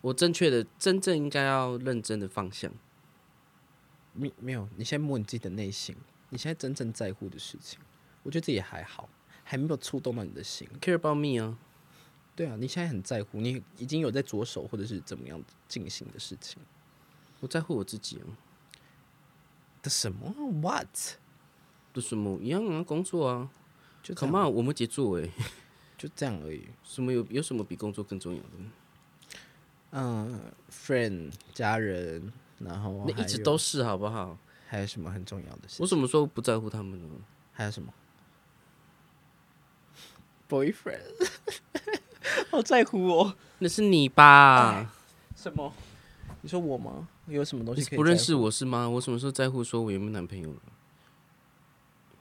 Speaker 1: 我正确的、真正应该要认真的方向，
Speaker 2: 没没有？你现在摸你自己的内心，你现在真正在乎的事情，我觉得这也还好，还没有触动到你的心。
Speaker 1: care about me 啊。
Speaker 2: 对啊，你现在很在乎，你已经有在着手或者是怎么样进行的事情
Speaker 1: 我在乎我自己啊，
Speaker 2: 的什么？What？
Speaker 1: 不是什么一样啊，工作啊。
Speaker 2: 就这
Speaker 1: Come
Speaker 2: 样，
Speaker 1: on，我摩羯座哎、
Speaker 2: 就这样而已。
Speaker 1: 什么有有什么比工作更重要的？
Speaker 2: 嗯，friend，家人，然后
Speaker 1: 那
Speaker 2: 还
Speaker 1: 一直
Speaker 2: 有
Speaker 1: 都是好不好？
Speaker 2: 还有什么很重要的事情
Speaker 1: 我？怎么说不在乎他们呢？
Speaker 2: 还有什么？boyfriend，好在乎哦。
Speaker 1: 那是你吧？
Speaker 2: 什么？你说哎我吗？有什么东
Speaker 1: 你
Speaker 2: 西
Speaker 1: 是
Speaker 2: 可以
Speaker 1: 不认识
Speaker 2: 在乎？
Speaker 1: 我是吗？我什么时候在乎说我有没有男朋友了？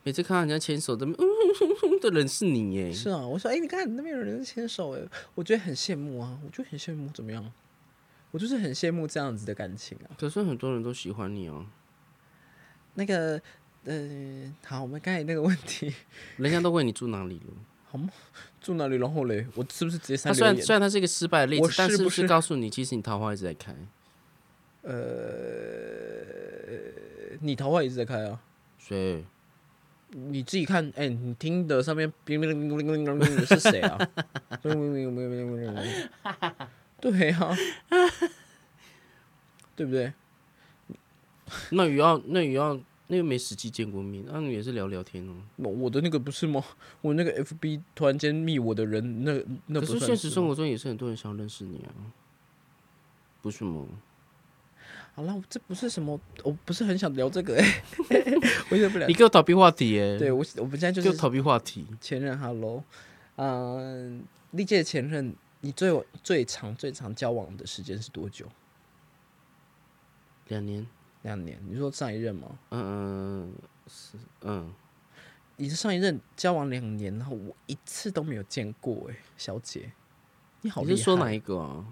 Speaker 1: 每次看到人家牵手 的，嗯哼哼哼的人是你耶，
Speaker 2: 是啊，我说，哎、你看那边有人在牵手，哎，我觉得很羡慕啊，我就很羡慕，怎么样？我就是很羡慕这样子的感情啊。
Speaker 1: 可是很多人都喜欢你哦，
Speaker 2: 那个，呃，好，我们刚才那个问题
Speaker 1: 人家都问你住哪里了。
Speaker 2: 住哪里？然后嘞，我是不是直接
Speaker 1: 他
Speaker 2: 删
Speaker 1: 啊虽
Speaker 2: 留
Speaker 1: 然
Speaker 2: 言？
Speaker 1: 虽然他是一个失败的例子
Speaker 2: 我，是
Speaker 1: 但是
Speaker 2: 不
Speaker 1: 不
Speaker 2: 是
Speaker 1: 是告诉你，其实你桃花一直在开？
Speaker 2: 你桃花一直在开啊，
Speaker 1: 谁？
Speaker 2: 你自己看，哎、你听的上面叮铃铃铃铃铃是谁啊？ 叮铃铃铃铃铃铃，对啊， 对不对？
Speaker 1: 那也要那也要那个没实际见过面，那你也是聊聊天哦。
Speaker 2: 我我的那个不是吗？我那个 FB 突然间密我的人，那那
Speaker 1: 可
Speaker 2: 不
Speaker 1: 是
Speaker 2: 算
Speaker 1: 现实生
Speaker 2: 活。
Speaker 1: 活中也是很多人想要认识你啊，不是吗？
Speaker 2: 好了，这不是什么，我不是很想聊这个 哎、我有点不了
Speaker 1: 你。给我逃避话题耶、
Speaker 2: 啊对我，我们现在就
Speaker 1: 给我
Speaker 2: 是
Speaker 1: 逃避话题。
Speaker 2: 前任，Hello，嗯、历届前任，你最最长最长交往的时间是多久？
Speaker 1: 两年，
Speaker 2: 两年？你说上一任吗？
Speaker 1: 嗯、是嗯，
Speaker 2: 你是上一任交往两年，然后我一次都没有见过哎、小姐，你好
Speaker 1: 你
Speaker 2: 厉
Speaker 1: 是
Speaker 2: 害！
Speaker 1: 说哪一个啊？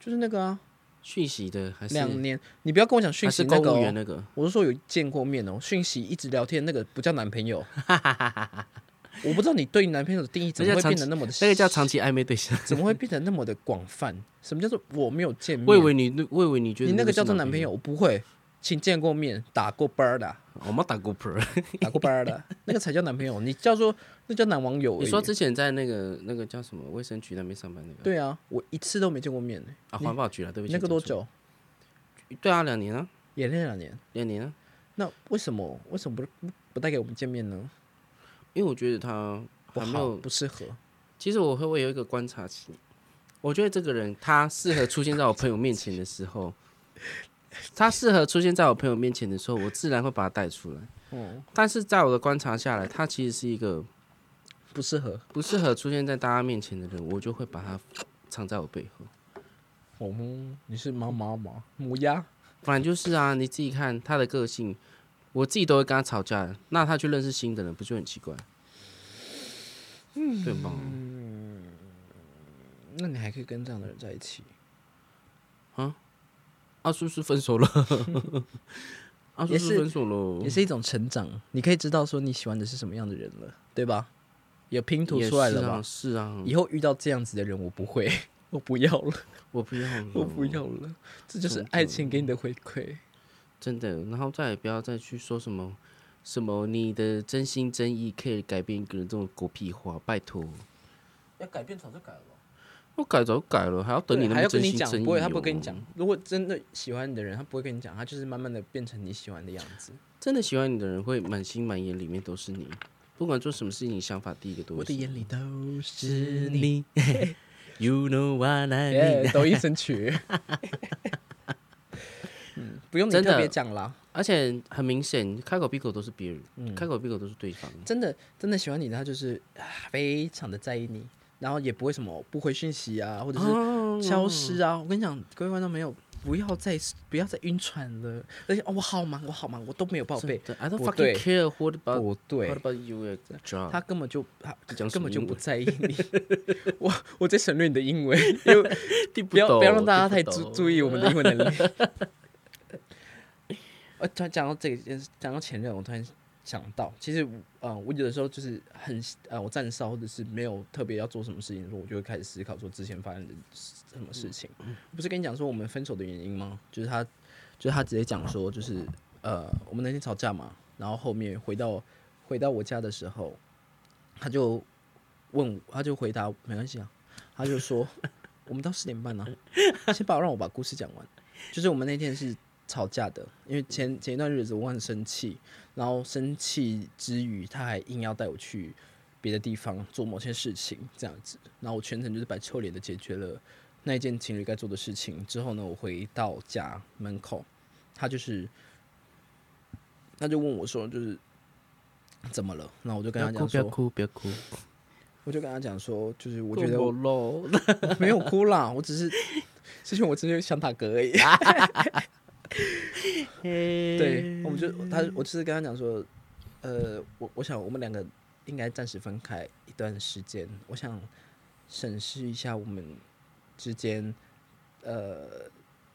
Speaker 2: 就是那个啊，
Speaker 1: 讯息的还是
Speaker 2: 两年，你不要跟我讲讯
Speaker 1: 还
Speaker 2: 息
Speaker 1: 是
Speaker 2: 那
Speaker 1: 公
Speaker 2: 个、
Speaker 1: 务员
Speaker 2: 哦，
Speaker 1: 那个？
Speaker 2: 我是说有见过面哦，讯息一直聊天那个不叫男朋 友。我不知道你对男朋友的定义怎么
Speaker 1: 那
Speaker 2: 会
Speaker 1: 叫长
Speaker 2: 变得那么的，
Speaker 1: 那个叫长期暧昧对象。
Speaker 2: 怎么会变得那么的广泛？什么叫做我没有见面？
Speaker 1: 我以为你，我以为你觉得
Speaker 2: 嗯你那
Speaker 1: 个
Speaker 2: 个叫做男
Speaker 1: 朋
Speaker 2: 朋友，，我不会，请见过面，打过班儿的，
Speaker 1: 我没打过扑。
Speaker 2: 打过班儿的， 那个才叫男朋友，你叫做那叫男网友而已。
Speaker 1: 你说之前在那个那个叫什么卫生局那边上班那个？
Speaker 2: 对啊，我一次都没见过面呢。
Speaker 1: 啊，环保局了，对不起。
Speaker 2: 那个
Speaker 1: 讲
Speaker 2: 多
Speaker 1: 错了？
Speaker 2: 久？
Speaker 1: 对啊，两年啊，
Speaker 2: 也那两年。
Speaker 1: 两年啊。
Speaker 2: 那为什么为什么不不带给我们见面呢？
Speaker 1: 因为我觉得他
Speaker 2: 不
Speaker 1: 还没
Speaker 2: 好，
Speaker 1: 有
Speaker 2: 不适合。
Speaker 1: 其实我会我有一个观察期，我觉得这个人他适合出现在我朋友面前的时候， 他适合出现在我朋友面前的时候，我自然会把他带出来。
Speaker 2: 哦，
Speaker 1: 但是在我的观察下来，他其实是一个
Speaker 2: 不适合。
Speaker 1: 不适合出现在大家面前的人，我就会把他藏在我背后。
Speaker 2: 哦，你是妈妈吗？母鸭。
Speaker 1: 反正就是啊，你自己看他的个性，我自己都会跟他吵架，那他去认识新的人，不就很奇怪？嗯，对吧？
Speaker 2: 那你还可以跟这样的人在一起？
Speaker 1: 阿啊叔是分 手了，阿叔
Speaker 2: 也
Speaker 1: 是
Speaker 2: 是
Speaker 1: 分手了，
Speaker 2: 也是一种成长，你可以知道说你喜欢的是什么样的人了，对吧？有拼图
Speaker 1: 也
Speaker 2: 出来
Speaker 1: 是
Speaker 2: 了
Speaker 1: 啊
Speaker 2: 吧？
Speaker 1: 是啊，
Speaker 2: 以后遇到这样子的人，我不会，嗯 嗯我不要了，
Speaker 1: 我不要了，
Speaker 2: 我不要了，这就是爱情给你的回馈。
Speaker 1: 真的。然后再也不要再去说什么什么你的真心真意可以改变一个人这种狗屁话，拜托。
Speaker 2: 要改变早就改了，
Speaker 1: 我改早改了，还要等你那
Speaker 2: 还
Speaker 1: 么
Speaker 2: 要跟
Speaker 1: 真
Speaker 2: 你
Speaker 1: 心
Speaker 2: 讲
Speaker 1: 真，意、哦？
Speaker 2: 不会，他不会跟你讲。。如果真的喜欢你的人，他不会跟你讲，他就是慢慢的变成你喜欢的样子。
Speaker 1: 真的喜欢你的人会满心满眼里面都是你，不管做什么事情，想法第一个都
Speaker 2: 我
Speaker 1: 会
Speaker 2: 的
Speaker 1: 是
Speaker 2: 眼里都
Speaker 1: 是
Speaker 2: 是你。
Speaker 1: 你。You know what I mean？、
Speaker 2: 耶，抖音神 曲。嗯，不用你
Speaker 1: 真的
Speaker 2: 特别讲啦，
Speaker 1: 而且很明显，开口闭口都是别人，
Speaker 2: 嗯
Speaker 1: 开口闭口都是对方。
Speaker 2: 真的真的喜欢你的，他就是啊非常的在意你，然后也不会什么不回讯息啊，或者
Speaker 1: 哦
Speaker 2: 是消失啊。我跟你讲，各位观众朋友，不要再不要再晕船了。而且哦，我好忙，我好忙，我都没有报备。
Speaker 1: 对，I don't
Speaker 2: 不对
Speaker 1: fucking care what about
Speaker 2: 不
Speaker 1: what
Speaker 2: 哦对，
Speaker 1: about you at job。
Speaker 2: 他根本就他
Speaker 1: 讲什
Speaker 2: 根
Speaker 1: 么
Speaker 2: 本就
Speaker 1: 英
Speaker 2: 不
Speaker 1: 文
Speaker 2: 在意你。我我在省略你的英 文，因为不要不要让大家太注注意我们的英文能力。 呃，突然讲到这个件事，讲到前任，我突然想到，其实，呃，我有的时候就是很，呃，我站哨或者是没有特别要做什么事情的时候，我就会开始思考说之前发生的什么事情。不是跟你讲说我们分手的原因吗？就是他，就是他直接讲说，就是呃，我们那天吵架嘛，然后后面回到回到我家的时候，他就问，他就回答没关系啊，他就说我们到十点半呢、啊， 先把让我把故事讲完。就是我们那天是吵架的，因为前前一段日子我很生气，然后生气之余，他还硬要带我去别的地方做某些事情，这样子。然后我全程就是摆臭脸的解决了那一件情侣该做的事情。之后呢，我回到家门口，他就是他就问我说，就是怎么了？那我就
Speaker 1: 不
Speaker 2: 跟
Speaker 1: 要
Speaker 2: 他
Speaker 1: 哭，
Speaker 2: 讲
Speaker 1: 不要
Speaker 2: 说，
Speaker 1: 哭，不要哭。
Speaker 2: 我就跟他讲说，就是我觉得我
Speaker 1: 喽，
Speaker 2: 没有哭啦，我只是。之前我只是想打嗝而已。 对
Speaker 1: 对，
Speaker 2: 我们就他，我就是跟他讲说，呃，我我想我们两个应该暂时分开一段时间，我想审视一下我们之间，呃，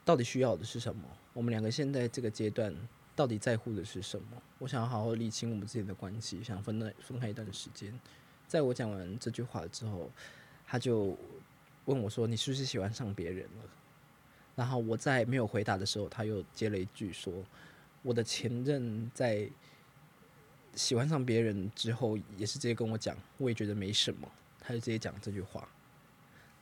Speaker 2: 到底需要的是什么？我们两个现在这个阶段到底在乎的是什么？我想要好好理清我们之间的关系，想分开分开一段时间。在我讲完这句话之后，他就问我说：“你是不是喜欢上别人了？”然后我在没有回答的时候，他又接了一句说：“我的前任在喜欢上别人之后，也是直接跟我讲，我也觉得没什么。”他就直接讲这句话，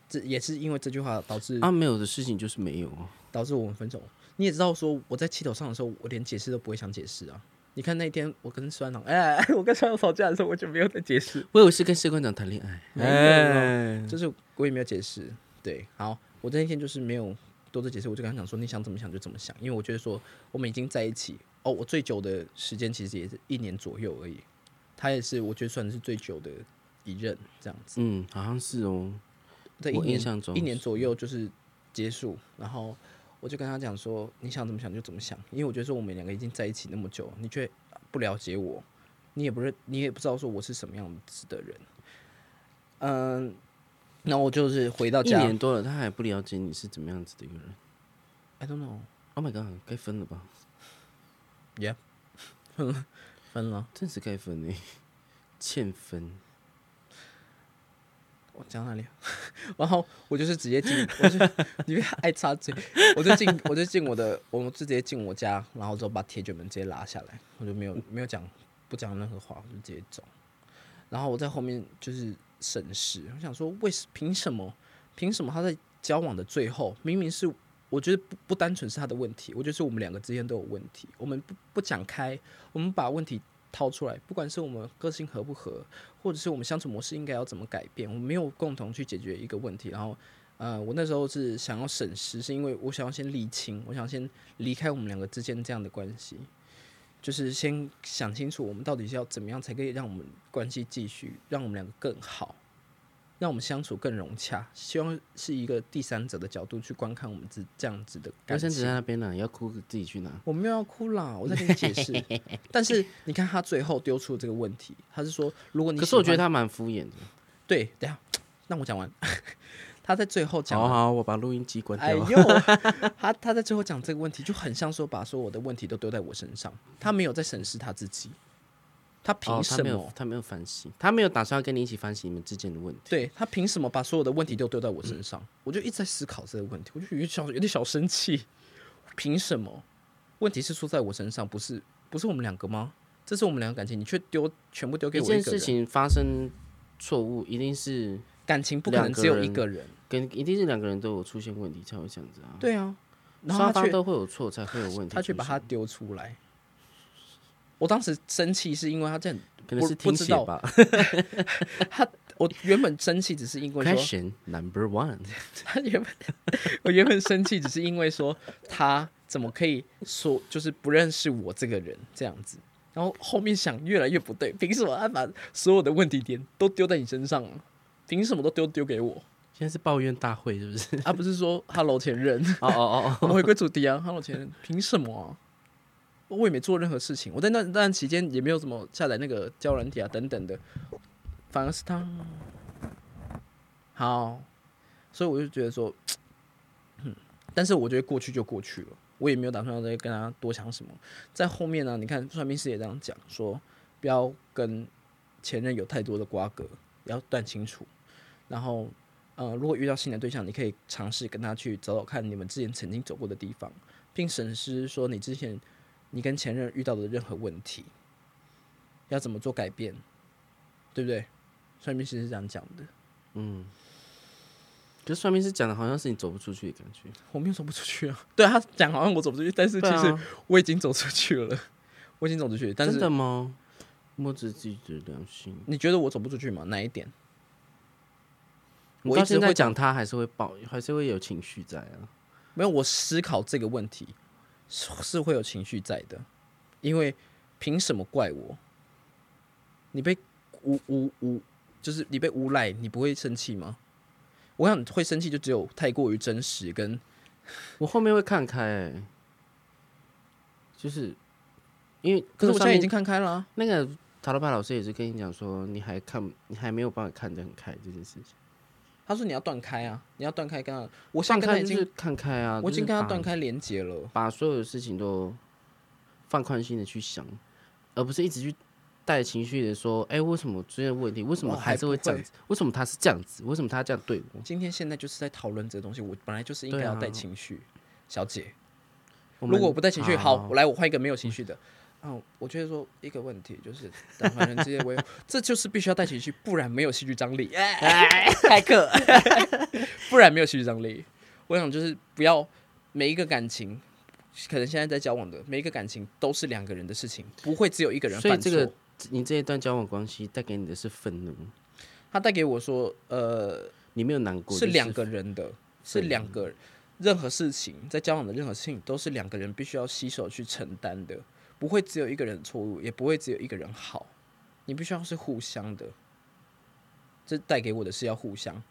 Speaker 2: 这也是因为这句话导 致
Speaker 1: 啊，没有的事情就是没有啊。
Speaker 2: 导致我们分手。你也知道，说我在气头上的时候，我连解释都不会想解释啊。你看那一天我跟酸糖，哎、我跟酸糖吵架的时候，我就没有再解释，
Speaker 1: 我以为是跟士官长谈恋爱，
Speaker 2: 没有
Speaker 1: 哎，
Speaker 2: 就是我也没有解释。对，好，我那天就是没有多做解释，我就跟他讲说，你想怎么想就怎么想，因为我觉得说我们已经在一起，哦，我最久的时间其实也是一年左右而已，他也是我觉得算是最久的一任这样子。
Speaker 1: 嗯，好像是哦。
Speaker 2: 在一
Speaker 1: 我
Speaker 2: 年
Speaker 1: 印象中
Speaker 2: 一年左右就是结束，然后我就跟他讲说，你想怎么想就怎么想，因为我觉得说我们两个已经在一起那么久，你却不了解我，你也不是你也不知道说我是什么样子的人，嗯，然后我就是回到
Speaker 1: 一
Speaker 2: 家
Speaker 1: 年多了，他还不了解你是怎么样子的一个人。
Speaker 2: ，I don't know，
Speaker 1: Oh my god，该分了吧？
Speaker 2: 分了，
Speaker 1: 欸 真是该分呢，欠分。
Speaker 2: 我讲哪里啊？ 然后我就是直接进，我就你别爱插嘴，我就进，我就进我的，我就直接进我家，然后之后把铁卷门直接拉下来，我就没有没有讲不讲任何话，我就直接走。然后我在后面就是审视，我想说为什凭什么凭什么他在交往的最后，明明是我觉得不不单纯是他的问题，我觉得是我们两个之间都有问题，我们不不讲开，我们把问题掏出来，不管是我们个性合不合，或者是我们相处模式应该要怎么改变，我们没有共同去解决一个问题。然后，呃，我那时候是想要省时，是因为我想要先理清，我想先离开我们两个之间这样的关系，就是先想清楚我们到底是要怎么样才可以让我们关系继续，让我们两个更好。让我们相处更融洽，希望是一个第三者的角度去观看我们这这样子的
Speaker 1: 卫
Speaker 2: 感
Speaker 1: 生
Speaker 2: 情。
Speaker 1: 纸在那边呢，啊要哭自己去拿。
Speaker 2: 我没有要哭啦，我在跟你解 释。但是你看他最后丢出这个问题，他是说，如哦果你
Speaker 1: 可是我觉得
Speaker 2: 他
Speaker 1: 他蛮敷衍的。
Speaker 2: 对，等一下让我讲完。 他在最后讲
Speaker 1: 好
Speaker 2: 了，
Speaker 1: 好，我把录音机关
Speaker 2: 哎
Speaker 1: 掉。
Speaker 2: 呦， 他他在最后讲这个问题，就很像说把所有的问题都丢在我身上，他没有在审视他自己，他
Speaker 1: 哦
Speaker 2: 凭
Speaker 1: 他
Speaker 2: 什
Speaker 1: 没
Speaker 2: 么？
Speaker 1: 有，他没有反省，他没有打算要跟你一起反省你们之间的问题。
Speaker 2: 对他凭什么把所有的问题都丢在我身上？我就一直在思考这个问题，我就有点小有点小生气，凭什么？问题是出在我身上，不是不是我们两个吗？这是我们两个感情，你却丢全部丢给
Speaker 1: 一
Speaker 2: 我一
Speaker 1: 件
Speaker 2: 个
Speaker 1: 事
Speaker 2: 人，
Speaker 1: 情发生错误，一定是
Speaker 2: 感情不可能只有一个人，
Speaker 1: 跟一定是两个人都有出现问题才会这样子啊。
Speaker 2: 对啊，然后
Speaker 1: 双
Speaker 2: 他
Speaker 1: 方
Speaker 2: 却
Speaker 1: 都会有错，才会有问题出现。
Speaker 2: 他却把它丢出来。我当时生气是因为他这样，
Speaker 1: 可能是听
Speaker 2: 不不知
Speaker 1: 写
Speaker 2: 道
Speaker 1: 吧。
Speaker 2: 我原本生气只是因为说
Speaker 1: Question number one，
Speaker 2: 他原本我原本生气，只是因为说他怎么可以说就是不认识我这个人这样子。然后后面想越来越不对，凭什么他把所有的问题点都丢在你身上、啊？凭什么都丢丢给我？啊
Speaker 1: 现在是抱怨大会是不 是？
Speaker 2: 而、不是说 “hello 前任
Speaker 1: 哦哦”，
Speaker 2: 我们回归主题啊，“hello 前任”，凭什么啊？我也没做任何事情，我在那那段期间也没有怎么下载那个交友软体啊等等的，反而是他。好，所以我就觉得说，嗯，但是我觉得过去就过去了，我也没有打算要再跟他多想什么。在后面啊呢、你看算命师也这样讲说，不要跟前任有太多的瓜葛，要断清楚。然后，呃，如果遇到新的对象，你可以尝试跟他去找找看你们之前曾经走过的地方，并审视说你之前你跟前任遇到的任何问题，要怎么做改变，对不对？算命师是这样讲的。
Speaker 1: 可是算命师讲的好像是你走不出去的感觉。
Speaker 2: 我没有走不出去啊。 对他讲好像我走不出去，但是其
Speaker 1: 对
Speaker 2: 实
Speaker 1: 啊，
Speaker 2: 我已经走出去了，我已经走出去。但
Speaker 1: 真
Speaker 2: 是
Speaker 1: 的吗？摸着自己的良心，
Speaker 2: 你觉得我走不出去吗？哪一点？
Speaker 1: 你
Speaker 2: 我一
Speaker 1: 到
Speaker 2: 直
Speaker 1: 现在
Speaker 2: 会
Speaker 1: 讲他还是会抱，还是会有情绪在啊。
Speaker 2: 没有，我思考这个问题是是会有情绪在的，因为凭什么怪我？你被诬诬诬，就是你被诬赖，你不会生气吗？我想会生气就只有太过于真实跟
Speaker 1: 我后面会看开、欸，就是因为
Speaker 2: 可是我现在已经
Speaker 1: 看
Speaker 2: 看开了、啊，
Speaker 1: 那个塔罗牌老师也是跟你讲说，你还看你还没有办法看得很开这件事情。
Speaker 2: 他说你要断开啊，你要断开跟他，我现
Speaker 1: 放
Speaker 2: 在跟他
Speaker 1: 开
Speaker 2: 已
Speaker 1: 就
Speaker 2: 经
Speaker 1: 是看开啊，
Speaker 2: 我已经跟他断
Speaker 1: 开。
Speaker 2: 开连接了。
Speaker 1: 把所有的事情都放宽心的去想，而不是一直去带情绪的说，哎、为什么出现问题？为什么
Speaker 2: 我
Speaker 1: 还
Speaker 2: 还
Speaker 1: 是会
Speaker 2: 不
Speaker 1: 这样
Speaker 2: 会
Speaker 1: 子？为什么他是这样子？为什么他这样对我？
Speaker 2: 今天现在就是在讨论这个东西，我本来就是应该
Speaker 1: 对啊
Speaker 2: 要带情绪，小姐。
Speaker 1: 我
Speaker 2: 如
Speaker 1: 们
Speaker 2: 果我不带情绪，好，
Speaker 1: 好
Speaker 2: 我来，我换一个没有情绪的。嗯，我觉得说一个问题就是， 两个人之间我有，这就是必须要带情绪，不然没有戏剧张 力。哎开课， 不然没有戏剧张力。我想就是不要每一个感情，可能现在在交往的每一个感情都是两个人的事情，不会只有一个人
Speaker 1: 所以
Speaker 2: 犯
Speaker 1: 这
Speaker 2: 错。
Speaker 1: 个你这一段交往关系带给你的是愤怒，
Speaker 2: 他带给我说，呃，
Speaker 1: 你没有难过，
Speaker 2: 是
Speaker 1: 就嗯
Speaker 2: 两个人的，是
Speaker 1: 对
Speaker 2: 两个任何事情在交往的任何事情都是两个人必须要携手去承担的，不会只有一个人错误，也不会只有一个人好，你必须要是互相的。这带给我的是要互相。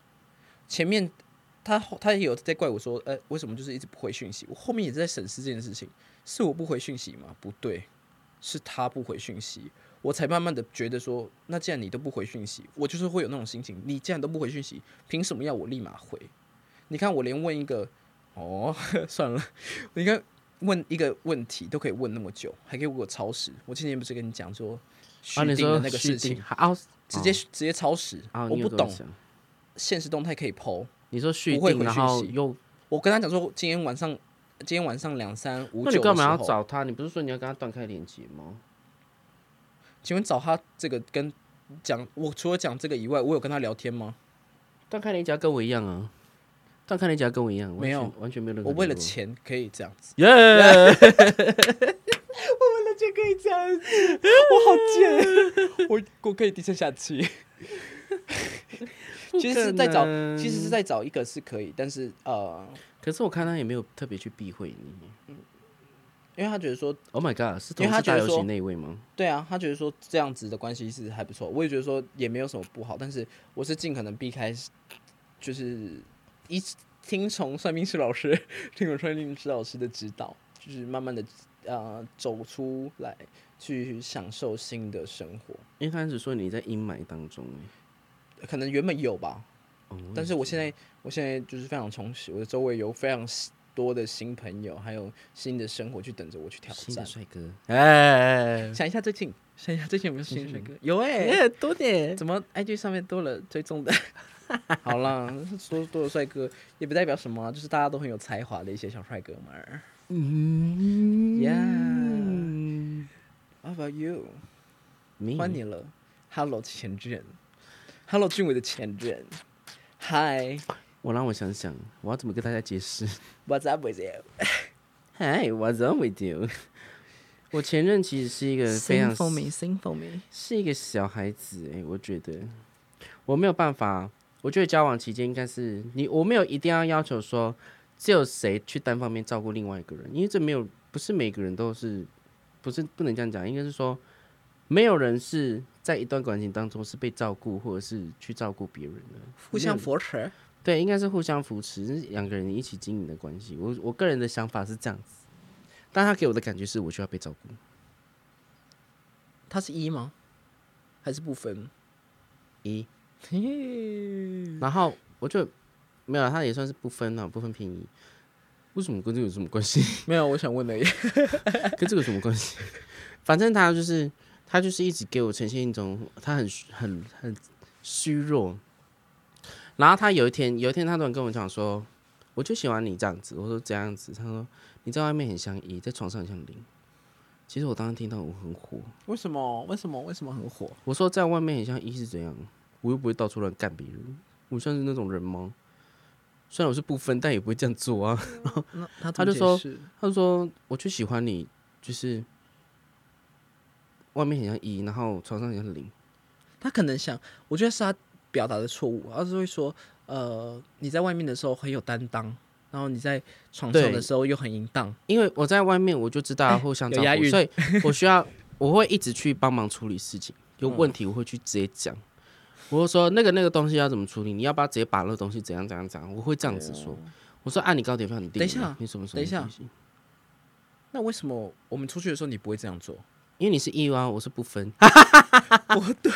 Speaker 2: 前面他他也有在怪我说，呃，为什么就是一直不回讯息？我后面也在审视这件事情，是我不回讯息吗？不对，是他不回讯息，我才慢慢的觉得说，那既然你都不回讯息，我就是会有那种心情。你既然都不回讯息，凭什么要我立马回？你看我连问一个，哦， 算了，你看问一个问题都可以问那么久，还可以问我超时。我之前不是跟你讲说，
Speaker 1: 啊，
Speaker 2: 续
Speaker 1: 你
Speaker 2: 订的
Speaker 1: 说
Speaker 2: 那个
Speaker 1: 续
Speaker 2: 事
Speaker 1: 订
Speaker 2: 情，
Speaker 1: 啊，
Speaker 2: 直接、直接超时，
Speaker 1: 啊，
Speaker 2: 我
Speaker 1: 你有
Speaker 2: 不
Speaker 1: 跟我
Speaker 2: 懂。
Speaker 1: 讲
Speaker 2: 现实动态可以 PO。
Speaker 1: 你说续
Speaker 2: 不会
Speaker 1: 订，
Speaker 2: 回
Speaker 1: 然
Speaker 2: 讯
Speaker 1: 后
Speaker 2: 息
Speaker 1: 又，
Speaker 2: 我跟他讲说，今天晚上，今天晚上两三五
Speaker 1: 那
Speaker 2: 九
Speaker 1: 你
Speaker 2: 的
Speaker 1: 干嘛
Speaker 2: 时
Speaker 1: 要
Speaker 2: 候？
Speaker 1: 找他？你不是说你要跟他断开连接吗？
Speaker 2: 请问找他这个跟讲，我除了讲这个以外，我有跟他聊天吗？
Speaker 1: 断开连接要跟我一样啊，断开连接要跟我一样，完
Speaker 2: 没有
Speaker 1: 全完全没有任何
Speaker 2: 我
Speaker 1: 理由。
Speaker 2: 为了钱可以这样子，
Speaker 1: 耶
Speaker 2: 为了钱可以这样子，我好贱， 我我可以低声 下气。
Speaker 1: 不
Speaker 2: 其实是
Speaker 1: 可
Speaker 2: 在找，
Speaker 1: 能
Speaker 2: 其实是在找一个是可以，但是呃，
Speaker 1: 可是我看他也没有特别去避讳你。
Speaker 2: 因为他觉得说，
Speaker 1: Oh my god，是
Speaker 2: 因为
Speaker 1: 同
Speaker 2: 他
Speaker 1: 事
Speaker 2: 觉
Speaker 1: 打
Speaker 2: 得
Speaker 1: 游戏
Speaker 2: 说
Speaker 1: 那一位吗？
Speaker 2: 对啊，他觉得说这样子的关系是还不错，我也觉得说也没有什么不好，但是我是尽可能避开，就是一听从算命师老师，听从算命师老师的指导，就是慢慢的呃走出来，去享受新的生活。
Speaker 1: 因为他一开始说你在阴霾当中、欸，
Speaker 2: 可能原本有吧，
Speaker 1: 哦
Speaker 2: 但是我现在我现在就是非常充实，我的周围有非常多的新朋友，还有新的生活去等着我去挑
Speaker 1: 新
Speaker 2: 战
Speaker 1: 的。帅哥，哎，
Speaker 2: 想一下最近，想一下最近有没有新的帅哥？ 有哎、
Speaker 1: 多点，
Speaker 2: 怎么 IG 上面多了追踪的？ 好啦，说多了帅哥也不代表什么啊、就是大家都很有才华的一些小帅哥们儿。
Speaker 1: 嗯
Speaker 2: Yeah，how about you？
Speaker 1: 没有
Speaker 2: 换你了，Hello 前任，Hello 俊伟的前任，Hi，What's
Speaker 1: 我让我想想，我要怎么跟大家解释
Speaker 2: up with you？
Speaker 1: ？Hi, what's up with you？我前任其实是一个非常
Speaker 2: sing for me。
Speaker 1: 是一个小孩子哎、我觉得我没有办法，我觉得交往期间应该是你，我没有一定要要求说只有谁去单方面照顾另外一个人，因为这没有不是每个人都是，不是不能这样讲，应该是说没有人是在一段感情当中是被照顾或者是去照顾别人的，
Speaker 2: 互相扶持，
Speaker 1: 对，应该是互相扶持，是两个人一起经营的关系。我我个人的想法是这样子，但他给我的感觉是我需要被照顾，
Speaker 2: 它是一吗？还是不分？
Speaker 1: 一，然后我就没有啦，他也算是不分啊，不分便宜。为什么跟这个有什么关系？
Speaker 2: 没有，我想问而已。
Speaker 1: 跟这个有什么关系？ 反正他就是他就是一直给我呈现一种他很虚很很虚弱。然后他有一天有一天他突然跟我讲说，我就喜欢你这样子。我说这样子，他说你在外面很像一，在床上很像零。其实我当时听到我很火，
Speaker 2: 为什么？为什么？为什么很火？
Speaker 1: 我说在外面很像一是怎样？我又不会到处乱干别人，我算是那种人吗？虽然我是不分，但也不会这样做啊。
Speaker 2: 那他
Speaker 1: 他就说他就说：“我就喜欢你，就是外面很像一，然后床上很像零。
Speaker 2: 他可能想，我觉得是他表达的错误，而是会说，呃，你在外面的时候很有担当，然后你在床上
Speaker 1: 对
Speaker 2: 的时候又很淫荡，
Speaker 1: 因为我在外面，我就知道要互相
Speaker 2: 哎有
Speaker 1: 照
Speaker 2: 押
Speaker 1: 顾，
Speaker 2: 韵
Speaker 1: 所以我需要，我会一直去帮忙处理事情。有问题我会去直接讲，我会说那个那个东西要怎么处理，你要不要直接把那个东西怎样怎样怎样？我会这样子说。我说按啊你高铁票，你定
Speaker 2: 啊等一下
Speaker 1: 你什么什么
Speaker 2: 等一下
Speaker 1: 东西
Speaker 2: 那为什么我们出去的时候你不会这样做？
Speaker 1: 因为你是一啊，我是不分。
Speaker 2: 不对，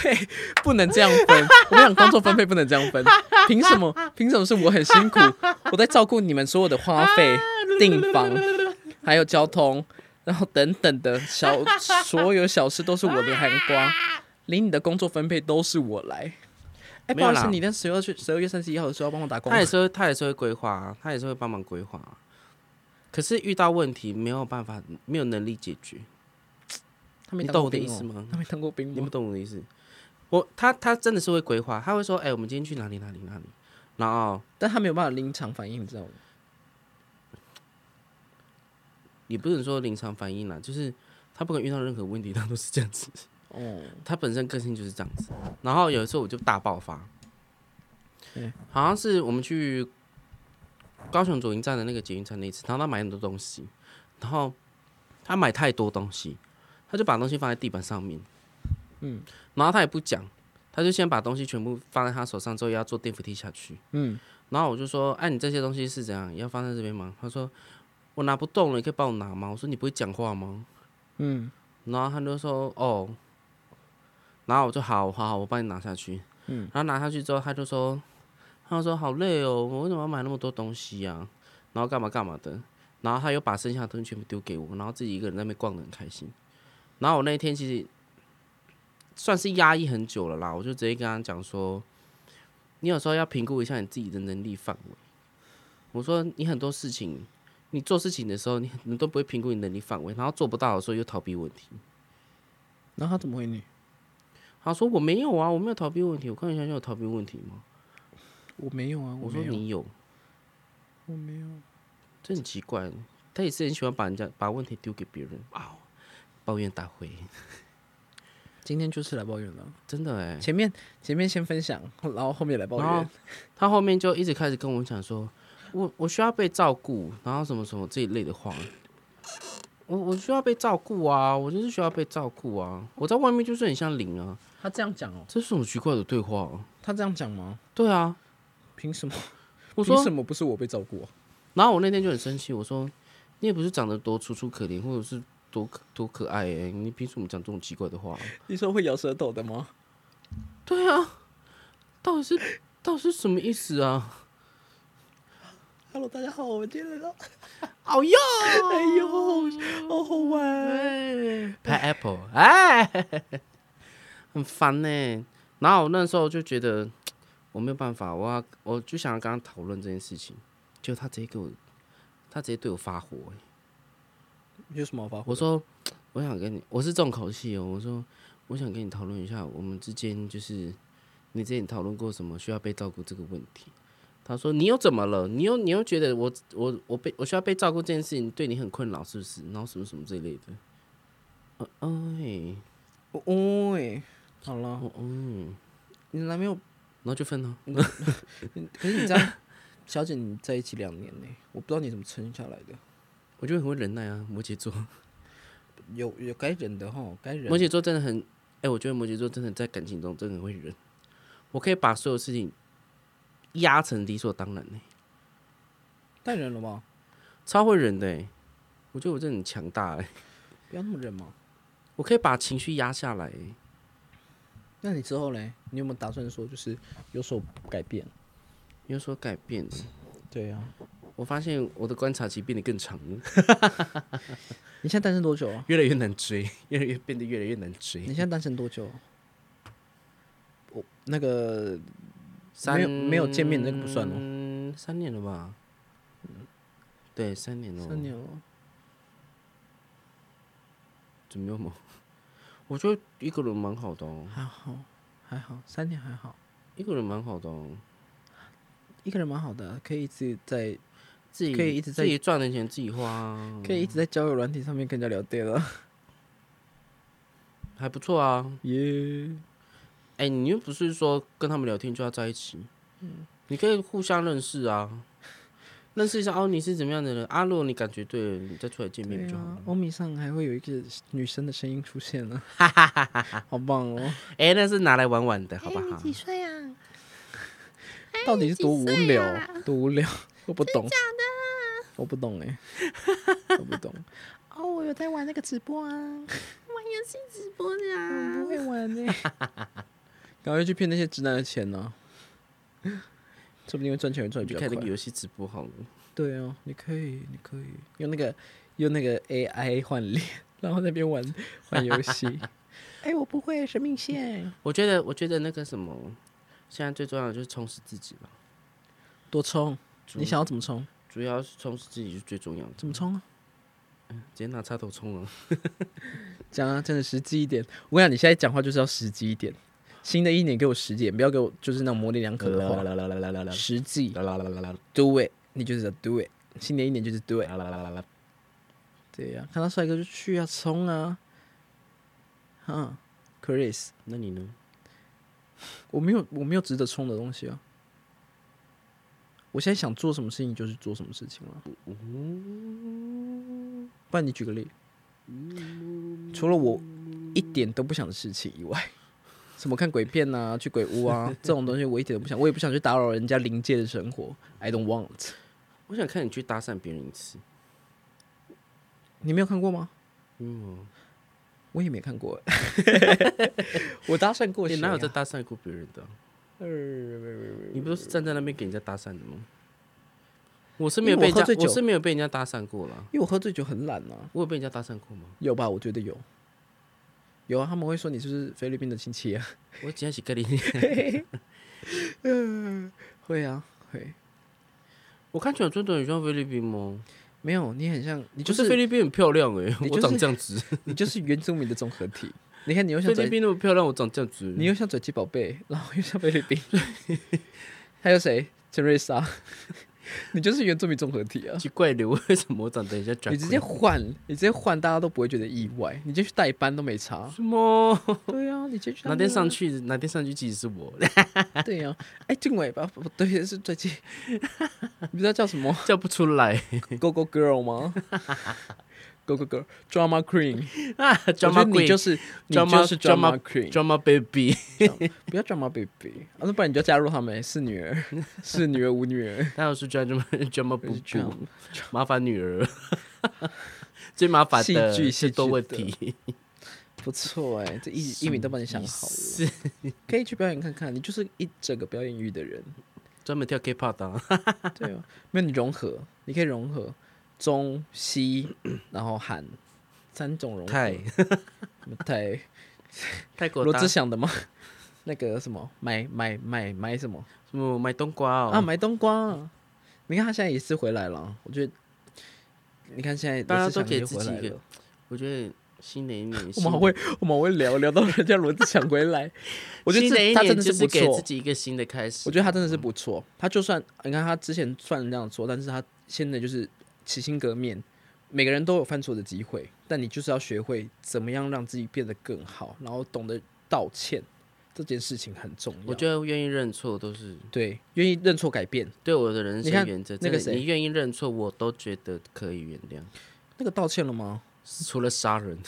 Speaker 2: 不能这样分。我们讲工作分配不能这样分，凭什么？凭什么是我很辛苦，我在照顾你们所有的花费、订房， 还有交通，然后等等的小所有小事都是我的寒瓜，连你的工作分配都是我来。
Speaker 1: 没
Speaker 2: 哎、不
Speaker 1: 有
Speaker 2: 好
Speaker 1: 啦
Speaker 2: 意思，你那十二去十二月三十一号的时候要帮我打工
Speaker 1: 他，也是会，他也是会规划啊，他也是会帮忙规划啊。可是遇到问题没有办法，没有能力解决，
Speaker 2: 他没
Speaker 1: 你
Speaker 2: 当
Speaker 1: 懂
Speaker 2: 过
Speaker 1: 我的
Speaker 2: 兵
Speaker 1: 意思
Speaker 2: 哦
Speaker 1: 吗
Speaker 2: 他没当过兵
Speaker 1: 你
Speaker 2: 吗
Speaker 1: 不？懂我的意思。我他他真的是会规划，他会说：“哎、我们今天去哪里哪里哪里。”然后
Speaker 2: 但他没有办法临场反应，你知道吗？
Speaker 1: 也不能说临场反应啦，就是他不管遇到任何问题，他都是这样子。
Speaker 2: 哦，
Speaker 1: 他本身个性就是这样子。然后有一次我就大爆发，
Speaker 2: 嗯
Speaker 1: 好像是我们去高雄左营站的那个捷运站那一次，然后他买很多东西，然后他买太多东西，他就把东西放在地板上面，
Speaker 2: 嗯，
Speaker 1: 然后他也不讲，他就先把东西全部放在他手上之后，要坐电扶梯下去，
Speaker 2: 嗯，
Speaker 1: 然后我就说，哎、你这些东西是怎样要放在这边吗？他说我拿不动了，你可以帮我拿吗？我说你不会讲话吗？
Speaker 2: 嗯，
Speaker 1: 然后他就说哦，然后我就好好好，我帮你拿下去。嗯，然后拿下去之后，他就说，他就说好累哦，我为什么要买那么多东西呀、然后干嘛干嘛的，然后他又把剩下的东西全部丢给我，然后自己一个人在那边逛的很开心。然后我那一天其实算是压抑很久了啦，我就直接跟他讲说，你有时候要评估一下你自己的能力范围。我说你很多事情，你做事情的时候，你你都不会评估你能力范围，然后做不到的时候又逃避问题。
Speaker 2: 然后他怎么回你？
Speaker 1: 他说我没有啊，我没有逃避问题。我看你相信有逃避问题吗？
Speaker 2: 我没有啊，
Speaker 1: 我说
Speaker 2: 没有，
Speaker 1: 你有，
Speaker 2: 我没有。
Speaker 1: 这很奇怪。他也是很喜欢把人家把问题丢给别人。哇哦，抱怨大会，
Speaker 2: 今天就是来抱怨了。
Speaker 1: 真的哎。
Speaker 2: 前面前面先分享，然后后面来抱
Speaker 1: 然后
Speaker 2: 怨。
Speaker 1: 他后面就一直开始跟我讲说，我我需要被照顾，然后什么什么这一类的话。我我需要被照顾啊，我就是需要被照顾啊。我在外面就是很像零啊，
Speaker 2: 他这样讲哦，
Speaker 1: 这是什么奇怪的对话、啊？
Speaker 2: 他这样讲吗？
Speaker 1: 对啊，
Speaker 2: 凭什么？
Speaker 1: 我
Speaker 2: 凭
Speaker 1: 说
Speaker 2: 什么不是我被照顾、啊？
Speaker 1: 然后我那天就很生气，我说你也不是长得多楚楚可怜，或者是多可多可爱哎、你凭什么讲这种奇怪的话啊、
Speaker 2: 你说会咬舌头的吗？
Speaker 1: 对啊，到底是到底是什么意思啊？
Speaker 2: Hello，大家好，我们今天来到，
Speaker 1: 哦哟，
Speaker 2: 哎呦，好好玩。
Speaker 1: 拍 Apple，哎， 很烦呢、然后我那时候就觉得我没有办法，我要我就想要跟他讨论这件事情，就他直接给我，他直接对我发火、欸
Speaker 2: 有什么好发火？
Speaker 1: 我说，我想跟你，我是重口气哦。我说，我想跟你讨论一下，我们之间就是你之前讨论过什么需要被照顾这个问题。他说：“你又怎么了？你又你又觉得我我我被我需要被照顾这件事情对你很困扰，是不是？然后什么什么这一类的。呃”哎，
Speaker 2: 哦，哦哎，好了，
Speaker 1: 哦哦，
Speaker 2: 嗯
Speaker 1: 然
Speaker 2: 你男朋友，
Speaker 1: 后就分了。
Speaker 2: 可是你这样， 小姐，你在一起两年呢、我不知道你怎么撑下来的。
Speaker 1: 我就很会忍耐啊，摩羯座，
Speaker 2: 有有该忍的哈，该忍
Speaker 1: 摩。羯座真的很，哎、我觉得摩羯座真的在感情中真的很会忍。我可以把所有事情压成理所当然呢、欸
Speaker 2: 但忍了吗？
Speaker 1: 超会忍的、欸，我觉得我真的很强大哎、
Speaker 2: 不要那么忍嘛。
Speaker 1: 我可以把情绪压下来、欸。
Speaker 2: 那你之后嘞，你有没有打算说就是有所改变？
Speaker 1: 有所改变，
Speaker 2: 对啊，
Speaker 1: 我发现我的观察期变得更长了，
Speaker 2: 你现在单身多久啊？
Speaker 1: 越来越难追， 越来越变得越来越难
Speaker 2: 你
Speaker 1: 追。
Speaker 2: 现在单身多久啊？我那个
Speaker 1: 三
Speaker 2: 没有没有见面那个不算哦，
Speaker 1: 嗯，三年了吧？对，嗯三年了。
Speaker 2: 三年了。
Speaker 1: 怎么又猛？我觉得一个人蛮好的哦，
Speaker 2: 还好，还好，三年还好，
Speaker 1: 一个人蛮好的哦，
Speaker 2: 一个人蛮好的，可以一直在
Speaker 1: 自己
Speaker 2: 可以一直在
Speaker 1: 自己赚的钱自己花啊，
Speaker 2: 可以一直在交友软体上面跟人家聊天了。
Speaker 1: 还不错啊。
Speaker 2: 耶，
Speaker 1: 哎、你又不是说跟他们聊天就要在一起，你可以互相认识啊，认识一下哦，你是怎么样的人啊？如果你感觉对了，你再出来见面
Speaker 2: 对
Speaker 1: 就好
Speaker 2: 啊
Speaker 1: 了。，
Speaker 2: 欧米上还会有一个女生的声音出现呢，好棒哦！
Speaker 1: 哎、那是拿来玩玩的，好不好？
Speaker 3: 岁啊？
Speaker 2: 到底是多无聊，多无聊， 我不懂，我不 懂哎，我不懂，
Speaker 3: 哦，我有在玩那个直播啊，玩游戏直播的啊。
Speaker 2: 不会玩呢， 赶快去骗那些直男的钱呢，说不定会赚钱，会赚
Speaker 1: 你
Speaker 2: 得
Speaker 1: 就
Speaker 2: 比
Speaker 1: 看
Speaker 2: 较
Speaker 1: 那个
Speaker 2: 快。
Speaker 1: 游戏直播好了。
Speaker 2: 对哦，你可以，你可以用那个用那个 AI 换脸， 然后那边玩玩游 戏。哎，我不会生命线，
Speaker 1: 我觉得，我觉得那个什么，现在最重要的就是充实自己吧，
Speaker 2: 多冲，你想要怎么冲？
Speaker 1: 主要是充实自己是最重要的。
Speaker 2: 怎么冲啊？
Speaker 1: 直接拿插头充了，
Speaker 2: 讲啊，真的实际一点。我跟你讲，你现在讲话就是要实际一点。新的一年给我实际一点，不要给我就是那种模棱两可的话。实际，do it，你就是要 do it。新的一年就是 do it。对呀、看到帅哥就去啊，冲啊！哈，Chris，
Speaker 1: 那你呢？
Speaker 2: 我没有我没有值得冲的东西啊。我现在想做什么事情就是做什么事情了。不然你举个例，除了我一点都不想的事情以外， 什么看鬼片啊、去鬼 屋啊这种东西，我一点都不想，我也不想去打扰人家临界的生活。I don't want。
Speaker 1: 我想看你去搭讪别人一次，
Speaker 2: 你没有看过吗？
Speaker 1: 嗯，
Speaker 2: 我也没看过。 我搭讪过
Speaker 1: 你
Speaker 2: 谁、啊？
Speaker 1: 哪有在搭讪过别人的啊、你不都是站在那边给人家搭讪的吗？我是没有被人
Speaker 2: 因为我喝醉
Speaker 1: 家，
Speaker 2: 酒
Speaker 1: 我是没有被人家搭讪过啦。
Speaker 2: 因为我喝醉酒很懒啊。
Speaker 1: 我有被人家搭讪过吗？
Speaker 2: 有吧？我觉得有，有啊，他们会说你是不是菲律宾的亲戚啊？
Speaker 1: 我今天是跟你，
Speaker 2: 会啊，会。
Speaker 1: 我看起来真的很像菲律宾吗？
Speaker 2: 没有，你很像，你
Speaker 1: 就
Speaker 2: 就是是
Speaker 1: 菲律宾很漂亮哎、
Speaker 2: 你
Speaker 1: 我
Speaker 2: 就是
Speaker 1: 长这样子。
Speaker 2: 你就是原住民的综合体。你看，你又像
Speaker 1: 菲律
Speaker 2: 拽，
Speaker 1: 宾那么漂亮，我长这样子。
Speaker 2: 你又像拽鸡宝贝，然后又像菲律宾， 还有谁？陈瑞莎， 你就是原住民综合体啊！
Speaker 1: 奇怪的，为什么我长得很像 drag queen？
Speaker 2: 你直接换，你直接换，大家都不会觉得意外。你就去代班都没差。
Speaker 1: 什么？
Speaker 2: 对啊，你直接去
Speaker 1: 哪天上
Speaker 2: 去？
Speaker 1: 去，哪天上去其实是我，
Speaker 2: 对啊，哎，俊伟吧，不对，是最近， 你知道叫什么
Speaker 1: 叫不出来
Speaker 2: ？Go Go Girl 吗 ？Go Go Girl，Drama Queen，
Speaker 1: 啊
Speaker 2: 我觉
Speaker 1: ！drama
Speaker 2: 得你就
Speaker 1: queen，drama
Speaker 2: 是你
Speaker 1: Drama-
Speaker 2: 就是 Drama Queen，
Speaker 1: baby，
Speaker 2: 不要 Drama Baby，啊，那不然你就加入他们，是女儿，是女儿无女儿，
Speaker 1: 他有说 drama drama
Speaker 2: 我
Speaker 1: 不
Speaker 2: 是这样
Speaker 1: 不，麻烦女儿， 最麻烦的
Speaker 2: 戏剧
Speaker 1: 是
Speaker 2: 戏剧
Speaker 1: 多问
Speaker 2: 的
Speaker 1: 题，
Speaker 2: 不错哎，这一一名都帮你想好了，
Speaker 1: 是
Speaker 2: 可以去表演看看，你就是一整个表演欲的 人，
Speaker 1: 专门跳 K-pop 的啊，
Speaker 2: 对啊，没有你融合，你可以融合中西，然后韩三种融合，
Speaker 1: 泰
Speaker 2: 泰。
Speaker 1: 泰国
Speaker 2: 罗
Speaker 1: 大
Speaker 2: 志祥的吗？ 那个什么，买买买买什么、
Speaker 1: 什么买冬瓜
Speaker 2: 啊？
Speaker 1: 哦，
Speaker 2: 买冬瓜、你看他现在也是回来了，我觉得，你看现在
Speaker 1: 大家
Speaker 2: 罗志
Speaker 1: 都
Speaker 2: 祥
Speaker 1: 给
Speaker 2: 也
Speaker 1: 自
Speaker 2: 回
Speaker 1: 己
Speaker 2: 来
Speaker 1: 一
Speaker 2: 了
Speaker 1: 个。我觉得新的一年，
Speaker 2: 我
Speaker 1: 新
Speaker 2: 们好会，我们好会聊聊到人家罗志祥回 来，我觉得
Speaker 1: 新的
Speaker 2: 这
Speaker 1: 一
Speaker 2: 他真
Speaker 1: 年
Speaker 2: 的
Speaker 1: 就是
Speaker 2: 不
Speaker 1: 给
Speaker 2: 错
Speaker 1: 自，己一嗯个新的开始。
Speaker 2: 我觉得他真的是不错。他就算你看他之前算那样做，但是他现在就是起心革面，每个人都有犯错的机会，但你就是要学会怎么样让自己变得更好，然后懂得道歉，这件事情很重要。
Speaker 1: 我觉得愿意认错都是
Speaker 2: 对，愿意认错改变，
Speaker 1: 对我的人
Speaker 2: 你看
Speaker 1: 生原则。
Speaker 2: 那
Speaker 1: 真
Speaker 2: 个
Speaker 1: 的，
Speaker 2: 谁
Speaker 1: 你愿意认错，我都觉得可以原谅。
Speaker 2: 那个道歉了吗？
Speaker 1: 除了杀人，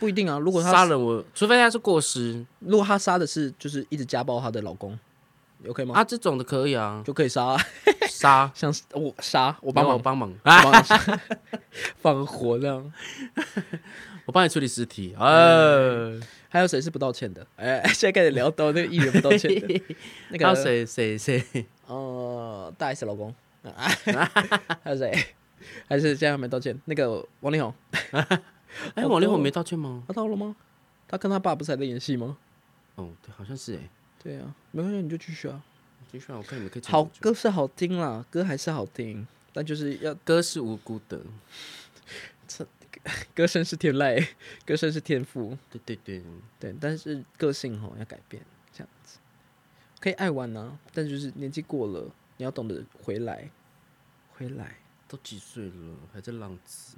Speaker 2: 不一定啊。如果他
Speaker 1: 杀，人我，除非他是过失
Speaker 2: 如果他杀的是就是一直家暴她的老公，OK 吗？
Speaker 1: 啊，这种的可以啊，
Speaker 2: 就可以杀啊，
Speaker 1: 杀
Speaker 2: 像是我杀 我
Speaker 1: 我
Speaker 2: 帮
Speaker 1: 我
Speaker 2: 忙
Speaker 1: 帮忙啊，
Speaker 2: 帮忙杀 放火这样。
Speaker 1: 我帮你处理尸
Speaker 2: 嗯
Speaker 1: 体啊。
Speaker 2: 还有谁是不道歉的？哎，现在开始聊到那个艺人不道歉的， 那
Speaker 1: 还有
Speaker 2: 个
Speaker 1: 谁谁谁？
Speaker 2: 呃大 S 老公， 啊还有谁？还是现在还没道歉？那个王力宏，
Speaker 1: 哎，
Speaker 2: 好
Speaker 1: 王力宏
Speaker 2: 多
Speaker 1: 没道歉吗？
Speaker 2: 他到了吗？他跟他爸不是还在演戏吗？
Speaker 1: 哦，对，好像是哎。
Speaker 2: 对啊，没关系，你就继续啊。
Speaker 1: 继续啊，我看你们可以讲
Speaker 2: 好
Speaker 1: 多久
Speaker 2: 歌是好听啦，歌还是好听，但就是要
Speaker 1: 歌是无辜的，
Speaker 2: 歌声是天籁，歌声是天赋，
Speaker 1: 对对对，
Speaker 2: 对，但是个性吼要改变，这样子可以爱玩啊，但就是年纪过了，你要懂得回来，回来，
Speaker 1: 都几岁了还在浪子？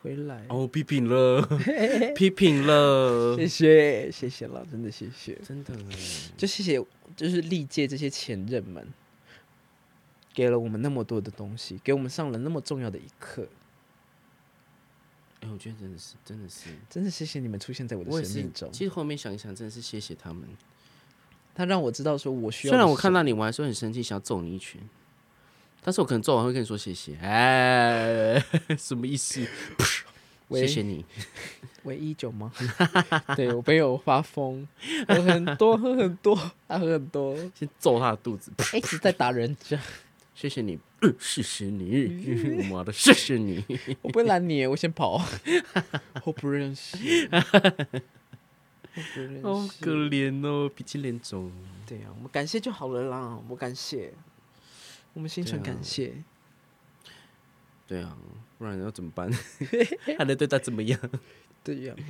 Speaker 2: 回来。
Speaker 1: 哦，批评了， 批评了，
Speaker 2: 谢谢，谢谢啦，真的谢谢，
Speaker 1: 真的哎。
Speaker 2: 就谢谢，就是历届这些前任们，给了我们那么多的东西，给我们上了那么重要的一课，
Speaker 1: 哎、我觉得真的是，真的是，
Speaker 2: 真的谢谢你们出现在我
Speaker 1: 我
Speaker 2: 的
Speaker 1: 也
Speaker 2: 生
Speaker 1: 是
Speaker 2: 命中。
Speaker 1: 其实后面想一想，真的是谢谢他们。
Speaker 2: 他让我知道说我需
Speaker 1: 虽
Speaker 2: 要。
Speaker 1: 然我看，到你，我还是会很生气，想要揍你一拳，但是我可能揍完会跟你说谢谢。哎， 什么意思？谢
Speaker 2: 喂
Speaker 1: 谢你。
Speaker 2: 唯一酒吗？ 对我朋友发疯，喝很多，喝很多，他喝很多，
Speaker 1: 先揍他的肚子。
Speaker 2: 一直在打人家。
Speaker 1: 谢谢你，嗯谢谢你， 妈的，谢谢你。
Speaker 2: 我不会拦你，我先跑。 我不认识，我不认识。
Speaker 1: 好可怜哦，鼻青脸肿。
Speaker 2: 对呀、啊，我们感谢就好了啦，我感谢，我们心存感谢。
Speaker 1: 对啊，不然要怎么办？还能对 他怎么 样？
Speaker 2: 对啊呀、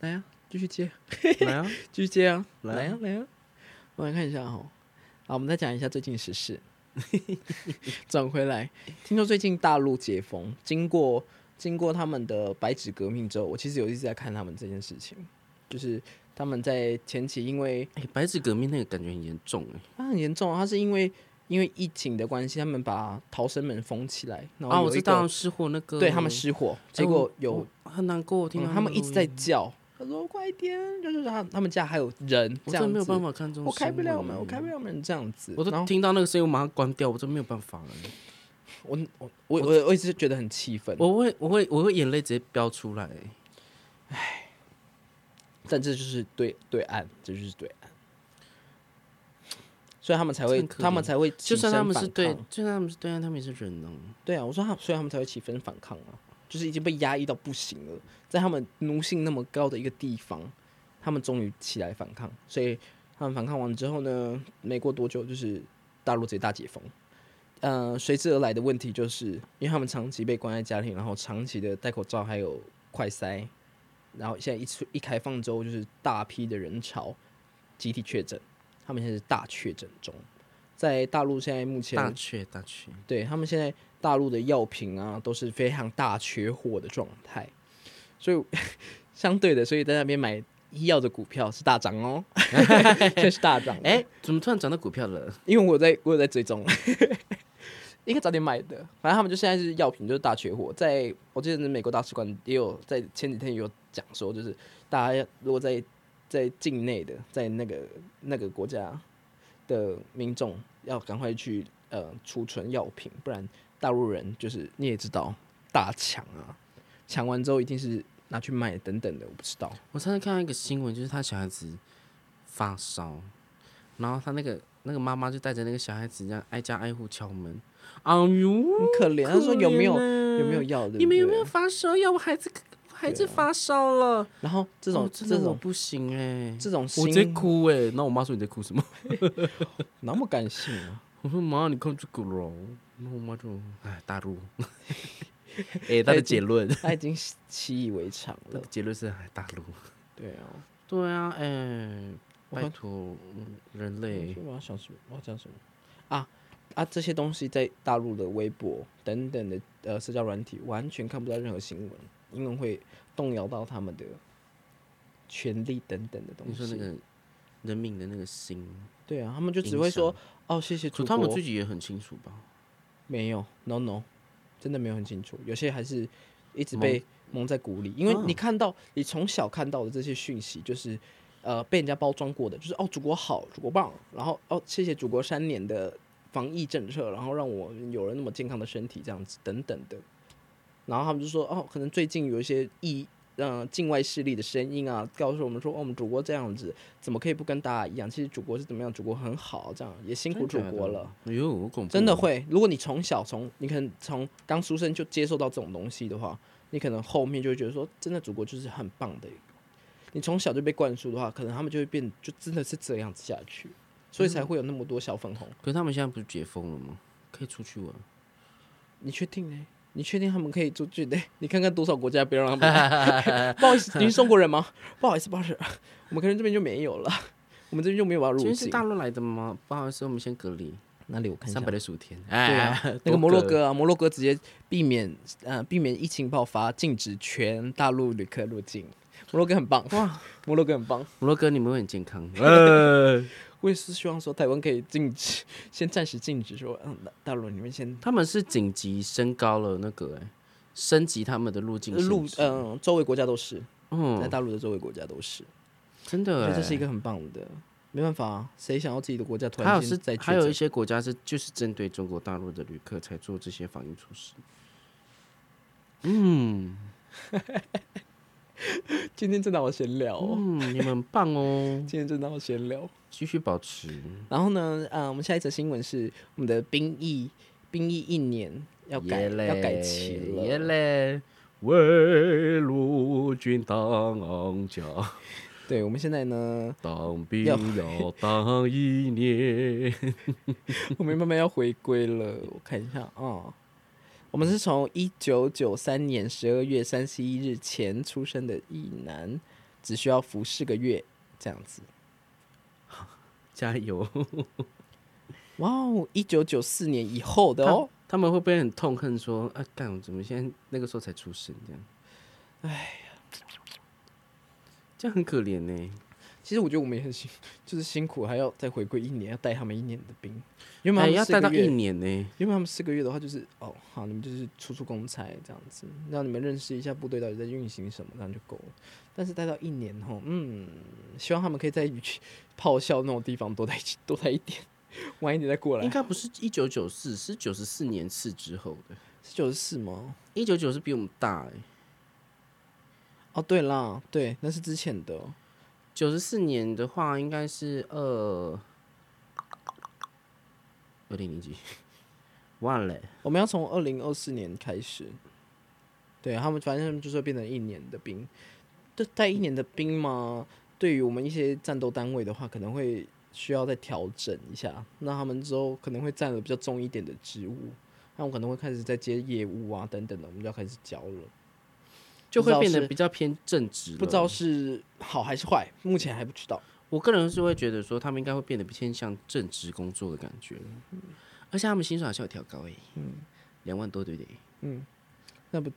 Speaker 2: 来呀、继续接，
Speaker 1: 来啊，
Speaker 2: 继续接啊，
Speaker 1: 来啊
Speaker 2: 来呀、来呀、我来看一下哈、好，我们再讲一下最近时事。 转回来，听说最近大陆解封，经过经过他们的白纸革命之后，我其实有一直在看他们这件事情，就是他们在前期因为
Speaker 1: 哎、白纸革命那个感觉很严重哎、
Speaker 2: 它很严重啊，它是因为因为疫情的关系，他们把逃生门封起来，然后
Speaker 1: 啊，
Speaker 2: 有
Speaker 1: 我
Speaker 2: 一
Speaker 1: 知
Speaker 2: 个
Speaker 1: 道失火那个，
Speaker 2: 对他们失火，结
Speaker 1: 我
Speaker 2: 果有、
Speaker 1: 我很难过，我听
Speaker 2: 嗯
Speaker 1: 到
Speaker 2: 他们一直在
Speaker 1: 那个
Speaker 2: 叫，他说快点，就是他他们家还有人
Speaker 1: 我
Speaker 2: 这
Speaker 1: 真的
Speaker 2: 样
Speaker 1: 没有
Speaker 2: 子，
Speaker 1: 办法看这种，
Speaker 2: 我开不了门，我开不。了门这样子，
Speaker 1: 我
Speaker 2: 然
Speaker 1: 都
Speaker 2: 后
Speaker 1: 听到那个声音，我马上关掉，我真没有办法了。
Speaker 2: 我我我我我一直觉得很气愤，
Speaker 1: 我会，我会，我会眼泪直接飙出来。欸
Speaker 2: 但这就是对对岸，这就是对岸，所以他们才会
Speaker 1: 真可
Speaker 2: 他们
Speaker 1: 怜
Speaker 2: 才会
Speaker 1: 就
Speaker 2: 起
Speaker 1: 算
Speaker 2: 身
Speaker 1: 他们
Speaker 2: 反
Speaker 1: 是对
Speaker 2: 抗，
Speaker 1: 就算他们是对岸，他们也是人哦、
Speaker 2: 对啊，我说他，所以他们才会起身反抗啊，就是已经被压抑到不行了，在他们奴性那么高的一个地方，他们终于起来反抗，所以他们反抗完之后呢，没过多久就是大陆直接大解封。呃，随之而来的问题就是，因为他们长期被关在家庭，然后长期的戴口罩，还有快筛，然后现在一出一开放之后，就是大批的人潮集体确诊，他们现在是大确诊中。在大陆现在目前
Speaker 1: 大缺大缺，
Speaker 2: 对他们现在大陆的药品啊都是非常大缺货的状态，所以 相对的，所以在那边买医药的股票是大涨哦， 这是大涨。哎、
Speaker 1: 哎、怎么突然讲到股票了？
Speaker 2: 因为我有在我有在追踪， 应该早点买的。反正他们就现在是药品就是大缺货，在我记得美国大使馆也有在前几天也有讲说，就是大家要如果在在境内的在那个那个国家的民众要赶快去呃储存药品，不然大陆人就是你也知道大抢啊，抢完之后一定是拿去卖等等的，我不知道。
Speaker 1: 我上次看到一个新闻，就是他小孩子发烧，然后他那个那个妈妈就带着那个小孩子这样挨家挨户敲门，哎呦，
Speaker 2: 很可怜，他说有没有
Speaker 1: 可怜啊
Speaker 2: 有没有药？对不
Speaker 1: 你们有
Speaker 2: 对
Speaker 1: 没有发烧药？我孩子我孩子发烧了，
Speaker 2: 然后这种、
Speaker 1: 哦真
Speaker 2: 这
Speaker 1: 的我
Speaker 2: 种
Speaker 1: 不行哎、
Speaker 2: 这种
Speaker 1: 我
Speaker 2: 新
Speaker 1: 直接哭哎、然后我妈说你在哭什么？
Speaker 2: 那么感性啊？
Speaker 1: 我说妈，你看这个了。然后我妈就哎大陆， 哎、她的结论，
Speaker 2: 他已经习习以为常
Speaker 1: 她
Speaker 2: 了
Speaker 1: 的。结论是哎大陆。
Speaker 2: 对啊，
Speaker 1: 对啊，哎、
Speaker 2: 我
Speaker 1: 拜托，嗯人类
Speaker 2: 我要想什么？我要讲什么？啊啊，这些东西在大陆的微博等等的呃社交软体完全看不到任何新闻，因为会动摇到他们的权利等等的东
Speaker 1: 你
Speaker 2: 西。
Speaker 1: 说那个人民的那个心，
Speaker 2: 对啊，他们就只会说哦，谢谢
Speaker 1: 可
Speaker 2: 祖
Speaker 1: 他
Speaker 2: 国。
Speaker 1: 们自己也很清楚吧？
Speaker 2: 没有，no no，真的没有很清楚。有些还是一直
Speaker 1: 蒙嗯
Speaker 2: 被蒙在鼓里，因为你看到、你从小看到的这些讯息，就是呃被人家包装过的，就是哦祖国好，祖国棒，然后哦谢谢祖国三年的防疫政策，然后让我有了那么健康的身体，这样子等等的。然后他们就说哦，可能最近有一些异。呃，境外势力的声音啊，告诉我们说，哦，我们祖国这样子，怎么可以不跟大家一样？其实祖国是怎么样，祖国很好，这样也辛苦祖
Speaker 1: 真的假
Speaker 2: 国
Speaker 1: 的
Speaker 2: 了。。
Speaker 1: 哎呦，我恐怖
Speaker 2: 真的
Speaker 1: 哦，
Speaker 2: 会。如果你从小从你可能从刚出生就接受到这种东西的话，你可能后面就会觉得说，真的祖国就是很棒的。你从小就被灌输的话，可能他们就会变，就真的是这样子下去，所以才会有那么多小粉红。
Speaker 1: 可是他们现在不是解封了吗？可以出去玩。
Speaker 2: 你确定呢？你确定他们可以出去的？ 你看看多少国家不要让他们来？ 不好意思，你是中国人吗？不好意思，不好意思， 我们可能这边就没有了， 我们这边就没有要入
Speaker 1: 今天是
Speaker 2: 境。
Speaker 1: 大陆来的吗？不好意思，我们先隔离
Speaker 2: 哪里我看一下啊
Speaker 1: 三百。六十五天。
Speaker 2: 对
Speaker 1: 哎，
Speaker 2: 啊，那个摩洛哥啊，摩洛哥直接避免呃避免疫情爆发，禁止全大陆旅客入境。摩洛哥很棒哇， 摩洛哥很棒。
Speaker 1: 摩洛哥，你们会很健 康。
Speaker 2: 我也是希望说台湾可以禁止，先暂时禁止说，嗯，大大陆你们先
Speaker 1: 他们是紧急升高了那个、哎，升级他们的路径限
Speaker 2: 入
Speaker 1: 制。
Speaker 2: 嗯、周围国家都是，在
Speaker 1: 嗯，
Speaker 2: 大陆的周围国家都是，
Speaker 1: 真
Speaker 2: 所
Speaker 1: 的、
Speaker 2: 以
Speaker 1: 哎
Speaker 2: 这是一个很棒的。没办法、啊，谁想要自己的国家突
Speaker 1: 还
Speaker 2: 然
Speaker 1: 有
Speaker 2: 间
Speaker 1: 是
Speaker 2: 在
Speaker 1: 还有一些国家是就是针对中国大陆的旅客才做这些防疫措施。
Speaker 2: 今天真的好闲聊、哦，
Speaker 1: 嗯，你们很棒哦，
Speaker 2: 今天真的好闲聊。
Speaker 1: 继续保持。
Speaker 2: 然后呢，呃，我们下一则新闻是我们的兵役，兵役一年要改
Speaker 1: 耶嘞
Speaker 2: 要改期了。
Speaker 1: 耶嘞，为陆军当家，
Speaker 2: 对，我们现在呢，
Speaker 1: 当兵
Speaker 2: 要
Speaker 1: 要当一年。
Speaker 2: 我们慢慢要回归了。我看一下啊、我们是从一九九三年十二月三十一日前出生的役男，只需要服四个月这样子。
Speaker 1: 加油！
Speaker 2: 哇哦，一九九四年以后的哦，
Speaker 1: 他们会不会很痛恨说啊？干，我怎么现在那个时候才出生这样？哎呀，这样很可怜呢、
Speaker 2: 其实我觉得我们也很辛， 就是辛苦，还要再回归一年，要带他们一年的兵。原本
Speaker 1: 哎，
Speaker 2: 他
Speaker 1: 要
Speaker 2: 们四
Speaker 1: 待
Speaker 2: 个
Speaker 1: 到一
Speaker 2: 月，
Speaker 1: 年呢、
Speaker 2: 原本他们四个月的话，就是哦，好，你们就是出出公差这样子，让你们认识一下部队到底在运行什么，这样就够了。但是待到一年后，嗯，希望他们可以在与炮校那种地方多待 一多待一点，晚一点再过来
Speaker 1: 应。该不是一九九四，是九十四年次之后的。
Speaker 2: 是九十四吗？
Speaker 1: 一九九是比我们大哎、
Speaker 2: 哦，对啦，对，那是之前的哦。
Speaker 1: 九十四年的话应该是二二零零几，忘了欸、
Speaker 2: 我们要从二零二四年开始，对他们，反正他们就是会变成一年的兵。这带一年的兵吗？对于我们一些战斗单位的话，可能会需要再调整一下。那他们之后可能会占了比较重一点的职务，那我可能会开始在接业务啊等等的，我们就要开始教了。
Speaker 1: 就会变
Speaker 2: 不知道
Speaker 1: 得
Speaker 2: 是
Speaker 1: 比较偏正直了。
Speaker 2: 不知道是好还是坏，目前还不知道。
Speaker 1: 我个人是会觉得说，他们应该会变得偏向正职工作的感觉，
Speaker 2: 嗯
Speaker 1: 而且他们薪水好像有调高诶、嗯，两万多对不对？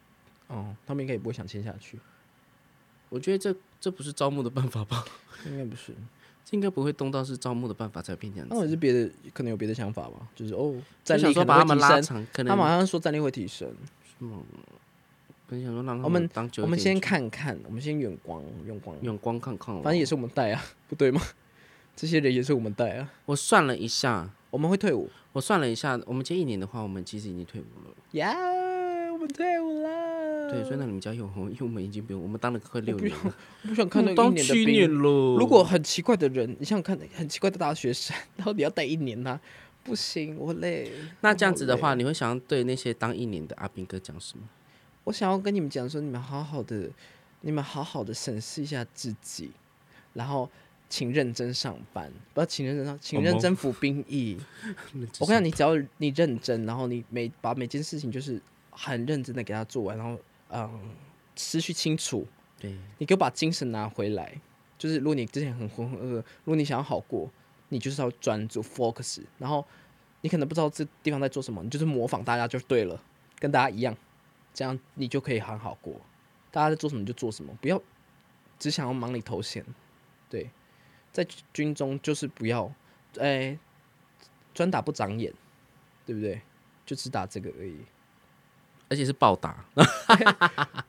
Speaker 2: 哦，他们应该也不会想签下去，
Speaker 1: 我觉得这这不是招募的办法吧？
Speaker 2: 应该不是。
Speaker 1: 这应该不会动到是招募的办法才变这样
Speaker 2: 他们
Speaker 1: 子。
Speaker 2: 是别的，可能有别的想法吧，就是哦，
Speaker 1: 我
Speaker 2: 战
Speaker 1: 想
Speaker 2: 力
Speaker 1: 说
Speaker 2: 可
Speaker 1: 把他
Speaker 2: 能
Speaker 1: 们
Speaker 2: 会
Speaker 1: 拉
Speaker 2: 提升。
Speaker 1: 长，可
Speaker 2: 他
Speaker 1: 能
Speaker 2: 马上说战力会提升，
Speaker 1: 本想说让他
Speaker 2: 我们
Speaker 1: 当久
Speaker 2: 我们先看看，我们先远光远光，
Speaker 1: 用光看看。
Speaker 2: 反正也是我们带啊， 不对吗？这些人也是我们带啊，
Speaker 1: 我算了一下，
Speaker 2: 我们会退伍
Speaker 1: 我算了一下，我们接一年的话，我们其实已经退伍了。
Speaker 2: 呀我们退伍啦。
Speaker 1: 对，所以那你们加油哦，因为我们已经不用，我们当了快六年了，
Speaker 2: 我不想看那
Speaker 1: 我
Speaker 2: 个一
Speaker 1: 当
Speaker 2: 年的
Speaker 1: 嗯七
Speaker 2: 兵
Speaker 1: 年。了。
Speaker 2: 如果很奇怪的人，你想想看，很奇怪的大学生， 然后你要带一年呐、不行，我累。
Speaker 1: 那这样子的
Speaker 2: 我好
Speaker 1: 话，
Speaker 2: 累，哦
Speaker 1: 你会想要对那些当一年的阿兵哥讲什么？
Speaker 2: 我想要跟你们讲说，你们好好的，你们好好的审视一下自己，然后请认真上班，不要请认真上，请认真服兵役。我跟你讲，你只要你认真，然后你每把每件事情就是很认真的给他做完，然后嗯，思绪清楚，
Speaker 1: 对，
Speaker 2: 你给我把精神拿回来。就是如果你之前很浑浑噩噩，如果你想要好过，你就是要专注 focus，然后你可能不知道这地方在做什么，你就是模仿大家就对了，跟大家一样，这样你就可以很好过。大家在做什么你就做什么，不要只想要忙里偷闲。对，在军中就是不要，哎、专打不长眼，对不对？就只打这个而已。
Speaker 1: 而且是暴打。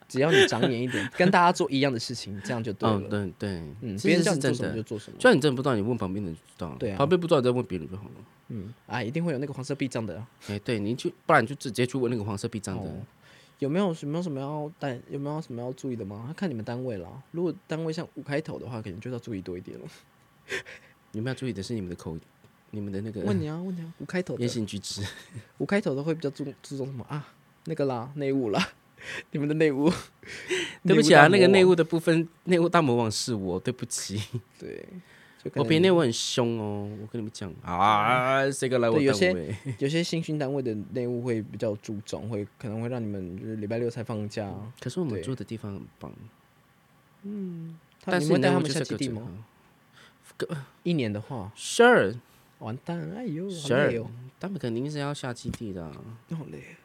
Speaker 2: 只要你长眼一点，跟大家做一样的事情，这样就对了。
Speaker 1: 嗯，对对，
Speaker 2: 嗯，
Speaker 1: 其
Speaker 2: 别人
Speaker 1: 实是
Speaker 2: 叫你做
Speaker 1: 真
Speaker 2: 什么就
Speaker 1: 的。
Speaker 2: 做什么。
Speaker 1: 虽然你真的不知道，你问旁边的人就知道了。
Speaker 2: 对啊
Speaker 1: 旁边不知道你再问别人就好了。
Speaker 2: 嗯，啊，一定会有那个黄色臂章的。啊
Speaker 1: 哎，对，你就不然你就直接去问那个黄色臂章的。
Speaker 2: 哦有没有有没有什么要但有没有什么要注意的吗？看你们单位啦。如果单位像五开头的话，可能就要注意多一点了。
Speaker 1: 你们要注意的是你们的口，你们的那个
Speaker 2: 问你啊，问你啊，五开头
Speaker 1: 言
Speaker 2: 的，
Speaker 1: 行举 止。
Speaker 2: 五开头的会比较注注重什么啊？那个啦，内务啦， 你们的内务。
Speaker 1: 对不起啊，那个内
Speaker 2: 务
Speaker 1: 务的部分，内务大魔王是我，对不起，
Speaker 2: 大魔王对，就可
Speaker 1: 我
Speaker 2: 能
Speaker 1: 比内务很凶哦，我跟你们讲啊，谁敢来我
Speaker 2: 对有
Speaker 1: 单
Speaker 2: 些
Speaker 1: 位？
Speaker 2: 有些新训单位的内务会比较注重，会可能会让你们就是礼拜六才放假。
Speaker 1: 可是我们
Speaker 2: 对
Speaker 1: 住的地方很棒，
Speaker 2: 他
Speaker 1: 但
Speaker 2: 你
Speaker 1: 是
Speaker 2: 们会带
Speaker 1: 内
Speaker 2: 他
Speaker 1: 务
Speaker 2: 们
Speaker 1: 就是
Speaker 2: 下
Speaker 1: 个
Speaker 2: 基地
Speaker 1: 整
Speaker 2: 吗？
Speaker 1: 合
Speaker 2: 一年的话，
Speaker 1: ？Sure，
Speaker 2: 完蛋，哎呦，好
Speaker 1: Sure
Speaker 2: 累哦，
Speaker 1: 他们肯定是要下基地的啊、
Speaker 2: 好累。哦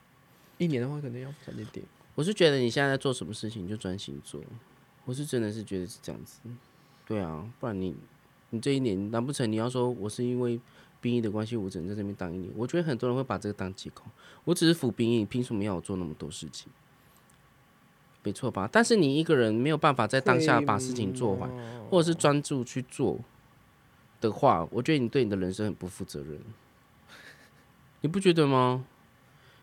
Speaker 2: 一年的话，可能要早点点。
Speaker 1: 我是觉得你现在在做什么事情，你就专心做。我是真的是觉得是这样子，对啊，不然你你这一年，难不成你要说我是因为兵役的关系，我只能在这边当一年？我觉得很多人会把这个当借口。我只是服兵役，凭什么要我做那么多事情？没错吧？但是你一个人没有办法在当下把事情做完，
Speaker 2: 哦
Speaker 1: 或者是专注去做的话，我觉得你对你的人生很不负责任，你不觉得吗？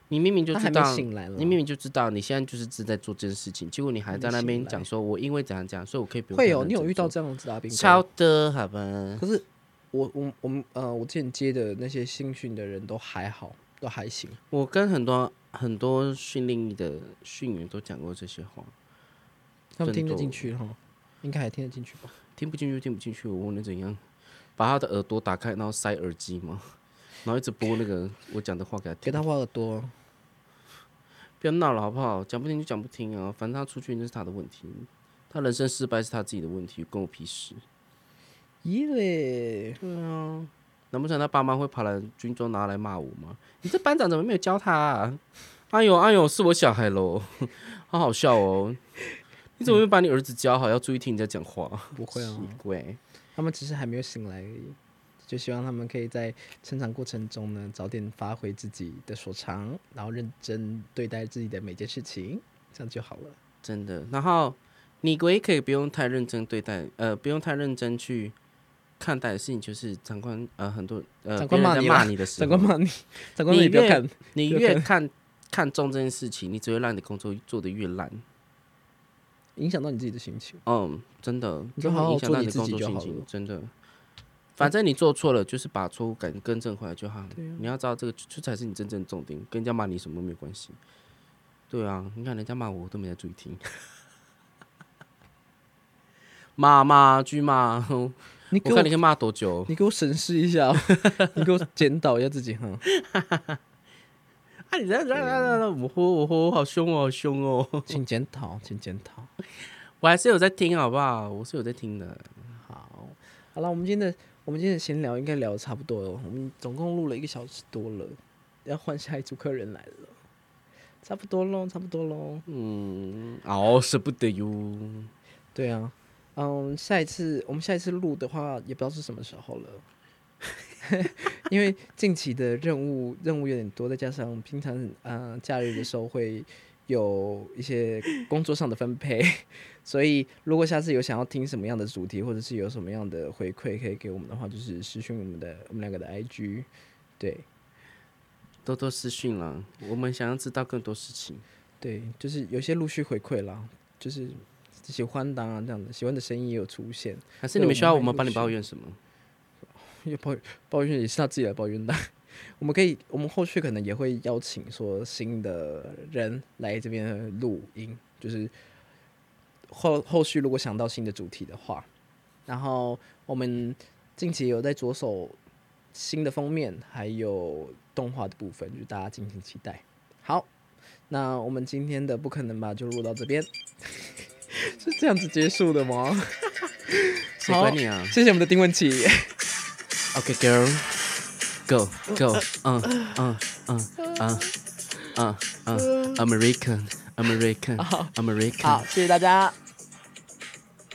Speaker 1: 你明明就
Speaker 2: 他
Speaker 1: 知
Speaker 2: 还没
Speaker 1: 道，
Speaker 2: 醒来了，
Speaker 1: 你明明就知道你现在就是正在做这件事情，结果你还在那边讲说，我因为怎样讲，所以我可以不用
Speaker 2: 会
Speaker 1: 这
Speaker 2: 有
Speaker 1: 样
Speaker 2: 你有遇到
Speaker 1: 做
Speaker 2: 这样子的阿兵哥
Speaker 1: 超的好吧？
Speaker 2: 可是我我我们呃，我之前接的那些新训的人都还好，都还行。
Speaker 1: 我跟很多很多训练营的训员都讲过这些话，
Speaker 2: 他们
Speaker 1: 真
Speaker 2: 听得
Speaker 1: 多
Speaker 2: 进去哈，应该还听得进去吧？
Speaker 1: 听不进去就听不进去，我能怎样？把他的耳朵打开，然后塞耳机吗？然后一直播那个我讲的话给他
Speaker 2: 给
Speaker 1: 听，
Speaker 2: 他挖耳朵，
Speaker 1: 不要闹了好不好？讲不听就讲不听啊，反正他出去那是他的问题，他人生失败是他自己的问题，关我屁事。
Speaker 2: 耶嘞！
Speaker 1: 难不成他爸妈会跑来军中拿来骂我吗？你这班长怎么没有教他、啊？哎呦哎呦，是我小孩喽，好好笑哦！你怎么没把你儿子教好？要注意听人家讲话。
Speaker 2: 不会啊，
Speaker 1: 奇怪，
Speaker 2: 他们只是还没有醒来而已。就希望他们可以在成长过程中呢，早点发挥自己的所长，然后认真对待自己的每件事情，这样就好了。
Speaker 1: 真的。然后你唯一可以不用太认真对待，呃，不用太认真去看待的事情，就是长官呃很多呃
Speaker 2: 长官
Speaker 1: 别人
Speaker 2: 骂
Speaker 1: 在
Speaker 2: 你啦
Speaker 1: 骂你的时
Speaker 2: 长
Speaker 1: 候，
Speaker 2: 官骂你，长官骂你不要
Speaker 1: 你越
Speaker 2: 看，
Speaker 1: 你越看看重这件事情，你只会让你的工作做得越烂。
Speaker 2: 影响到你自己的心情。
Speaker 1: 嗯，真的，
Speaker 2: 你
Speaker 1: 就
Speaker 2: 就
Speaker 1: 会
Speaker 2: 好好
Speaker 1: 影响
Speaker 2: 做
Speaker 1: 到
Speaker 2: 你
Speaker 1: 的
Speaker 2: 自
Speaker 1: 工
Speaker 2: 己
Speaker 1: 作
Speaker 2: 就
Speaker 1: 心
Speaker 2: 好
Speaker 1: 情
Speaker 2: 了，
Speaker 1: 真的。反正你做错了，就是把错误改更正回来就好了。你要知道这个，这才是你真正的重点，跟人家骂你什么没有关系。对啊，你看人家骂我，我都没在注意听。骂骂去骂，
Speaker 2: 你给
Speaker 1: 我
Speaker 2: 我
Speaker 1: 看你可以骂多久？
Speaker 2: 你给我审视一 下、哦，你给我检讨一下自己哈。
Speaker 1: 啊，你这这这这，这我吼我吼，我好凶哦，好凶哦！
Speaker 2: 请检讨，请检讨。
Speaker 1: 我还是有在听，好不好？我是有在听的。
Speaker 2: 好，好了，我们今天的我们今天的闲聊应该聊的差不多了，我们总共录了一个小时多了，要换下一组客人来了，差不多喽，差不多喽。
Speaker 1: 嗯，哦，舍不得哟。
Speaker 2: 对啊，嗯，下一次我们下一次录的话，也不知道是什么时候了。 因为近期的任务任务有点多，再加上平常呃假日的时候会有一些工作上的分配， 所以如果下次有想要听什么样的主题，或者是有什么样的回馈可以给我们的话，就是私讯我们的我们两个的 IG，对
Speaker 1: 多多私讯啦，我们想要知道更多事情。
Speaker 2: 对，就是有些陆续回馈啦，就是喜欢的、啊、这样的，喜欢的声音也有出现，
Speaker 1: 还是你们需要
Speaker 2: 对
Speaker 1: 我
Speaker 2: 我
Speaker 1: 们
Speaker 2: 们会
Speaker 1: 帮你
Speaker 2: 陆续
Speaker 1: 抱怨什么？
Speaker 2: 要抱怨抱怨也是他自己来抱怨的。 我们可以，我们后续可能也会邀请说新的人来这边录音，就是后后续如果想到新的主题的话，然后我们近期有在着手新的封面，还有动画的部分，就大家敬请期待。好，那我们今天的不可能吧就录到这边， 是这样子结束的吗？
Speaker 1: 谁管你啊
Speaker 2: 谢谢我们的丁文琪。
Speaker 1: ？OK girl。Go go，嗯嗯嗯嗯嗯嗯，American American
Speaker 2: 好
Speaker 1: American，
Speaker 2: 好，谢谢大家，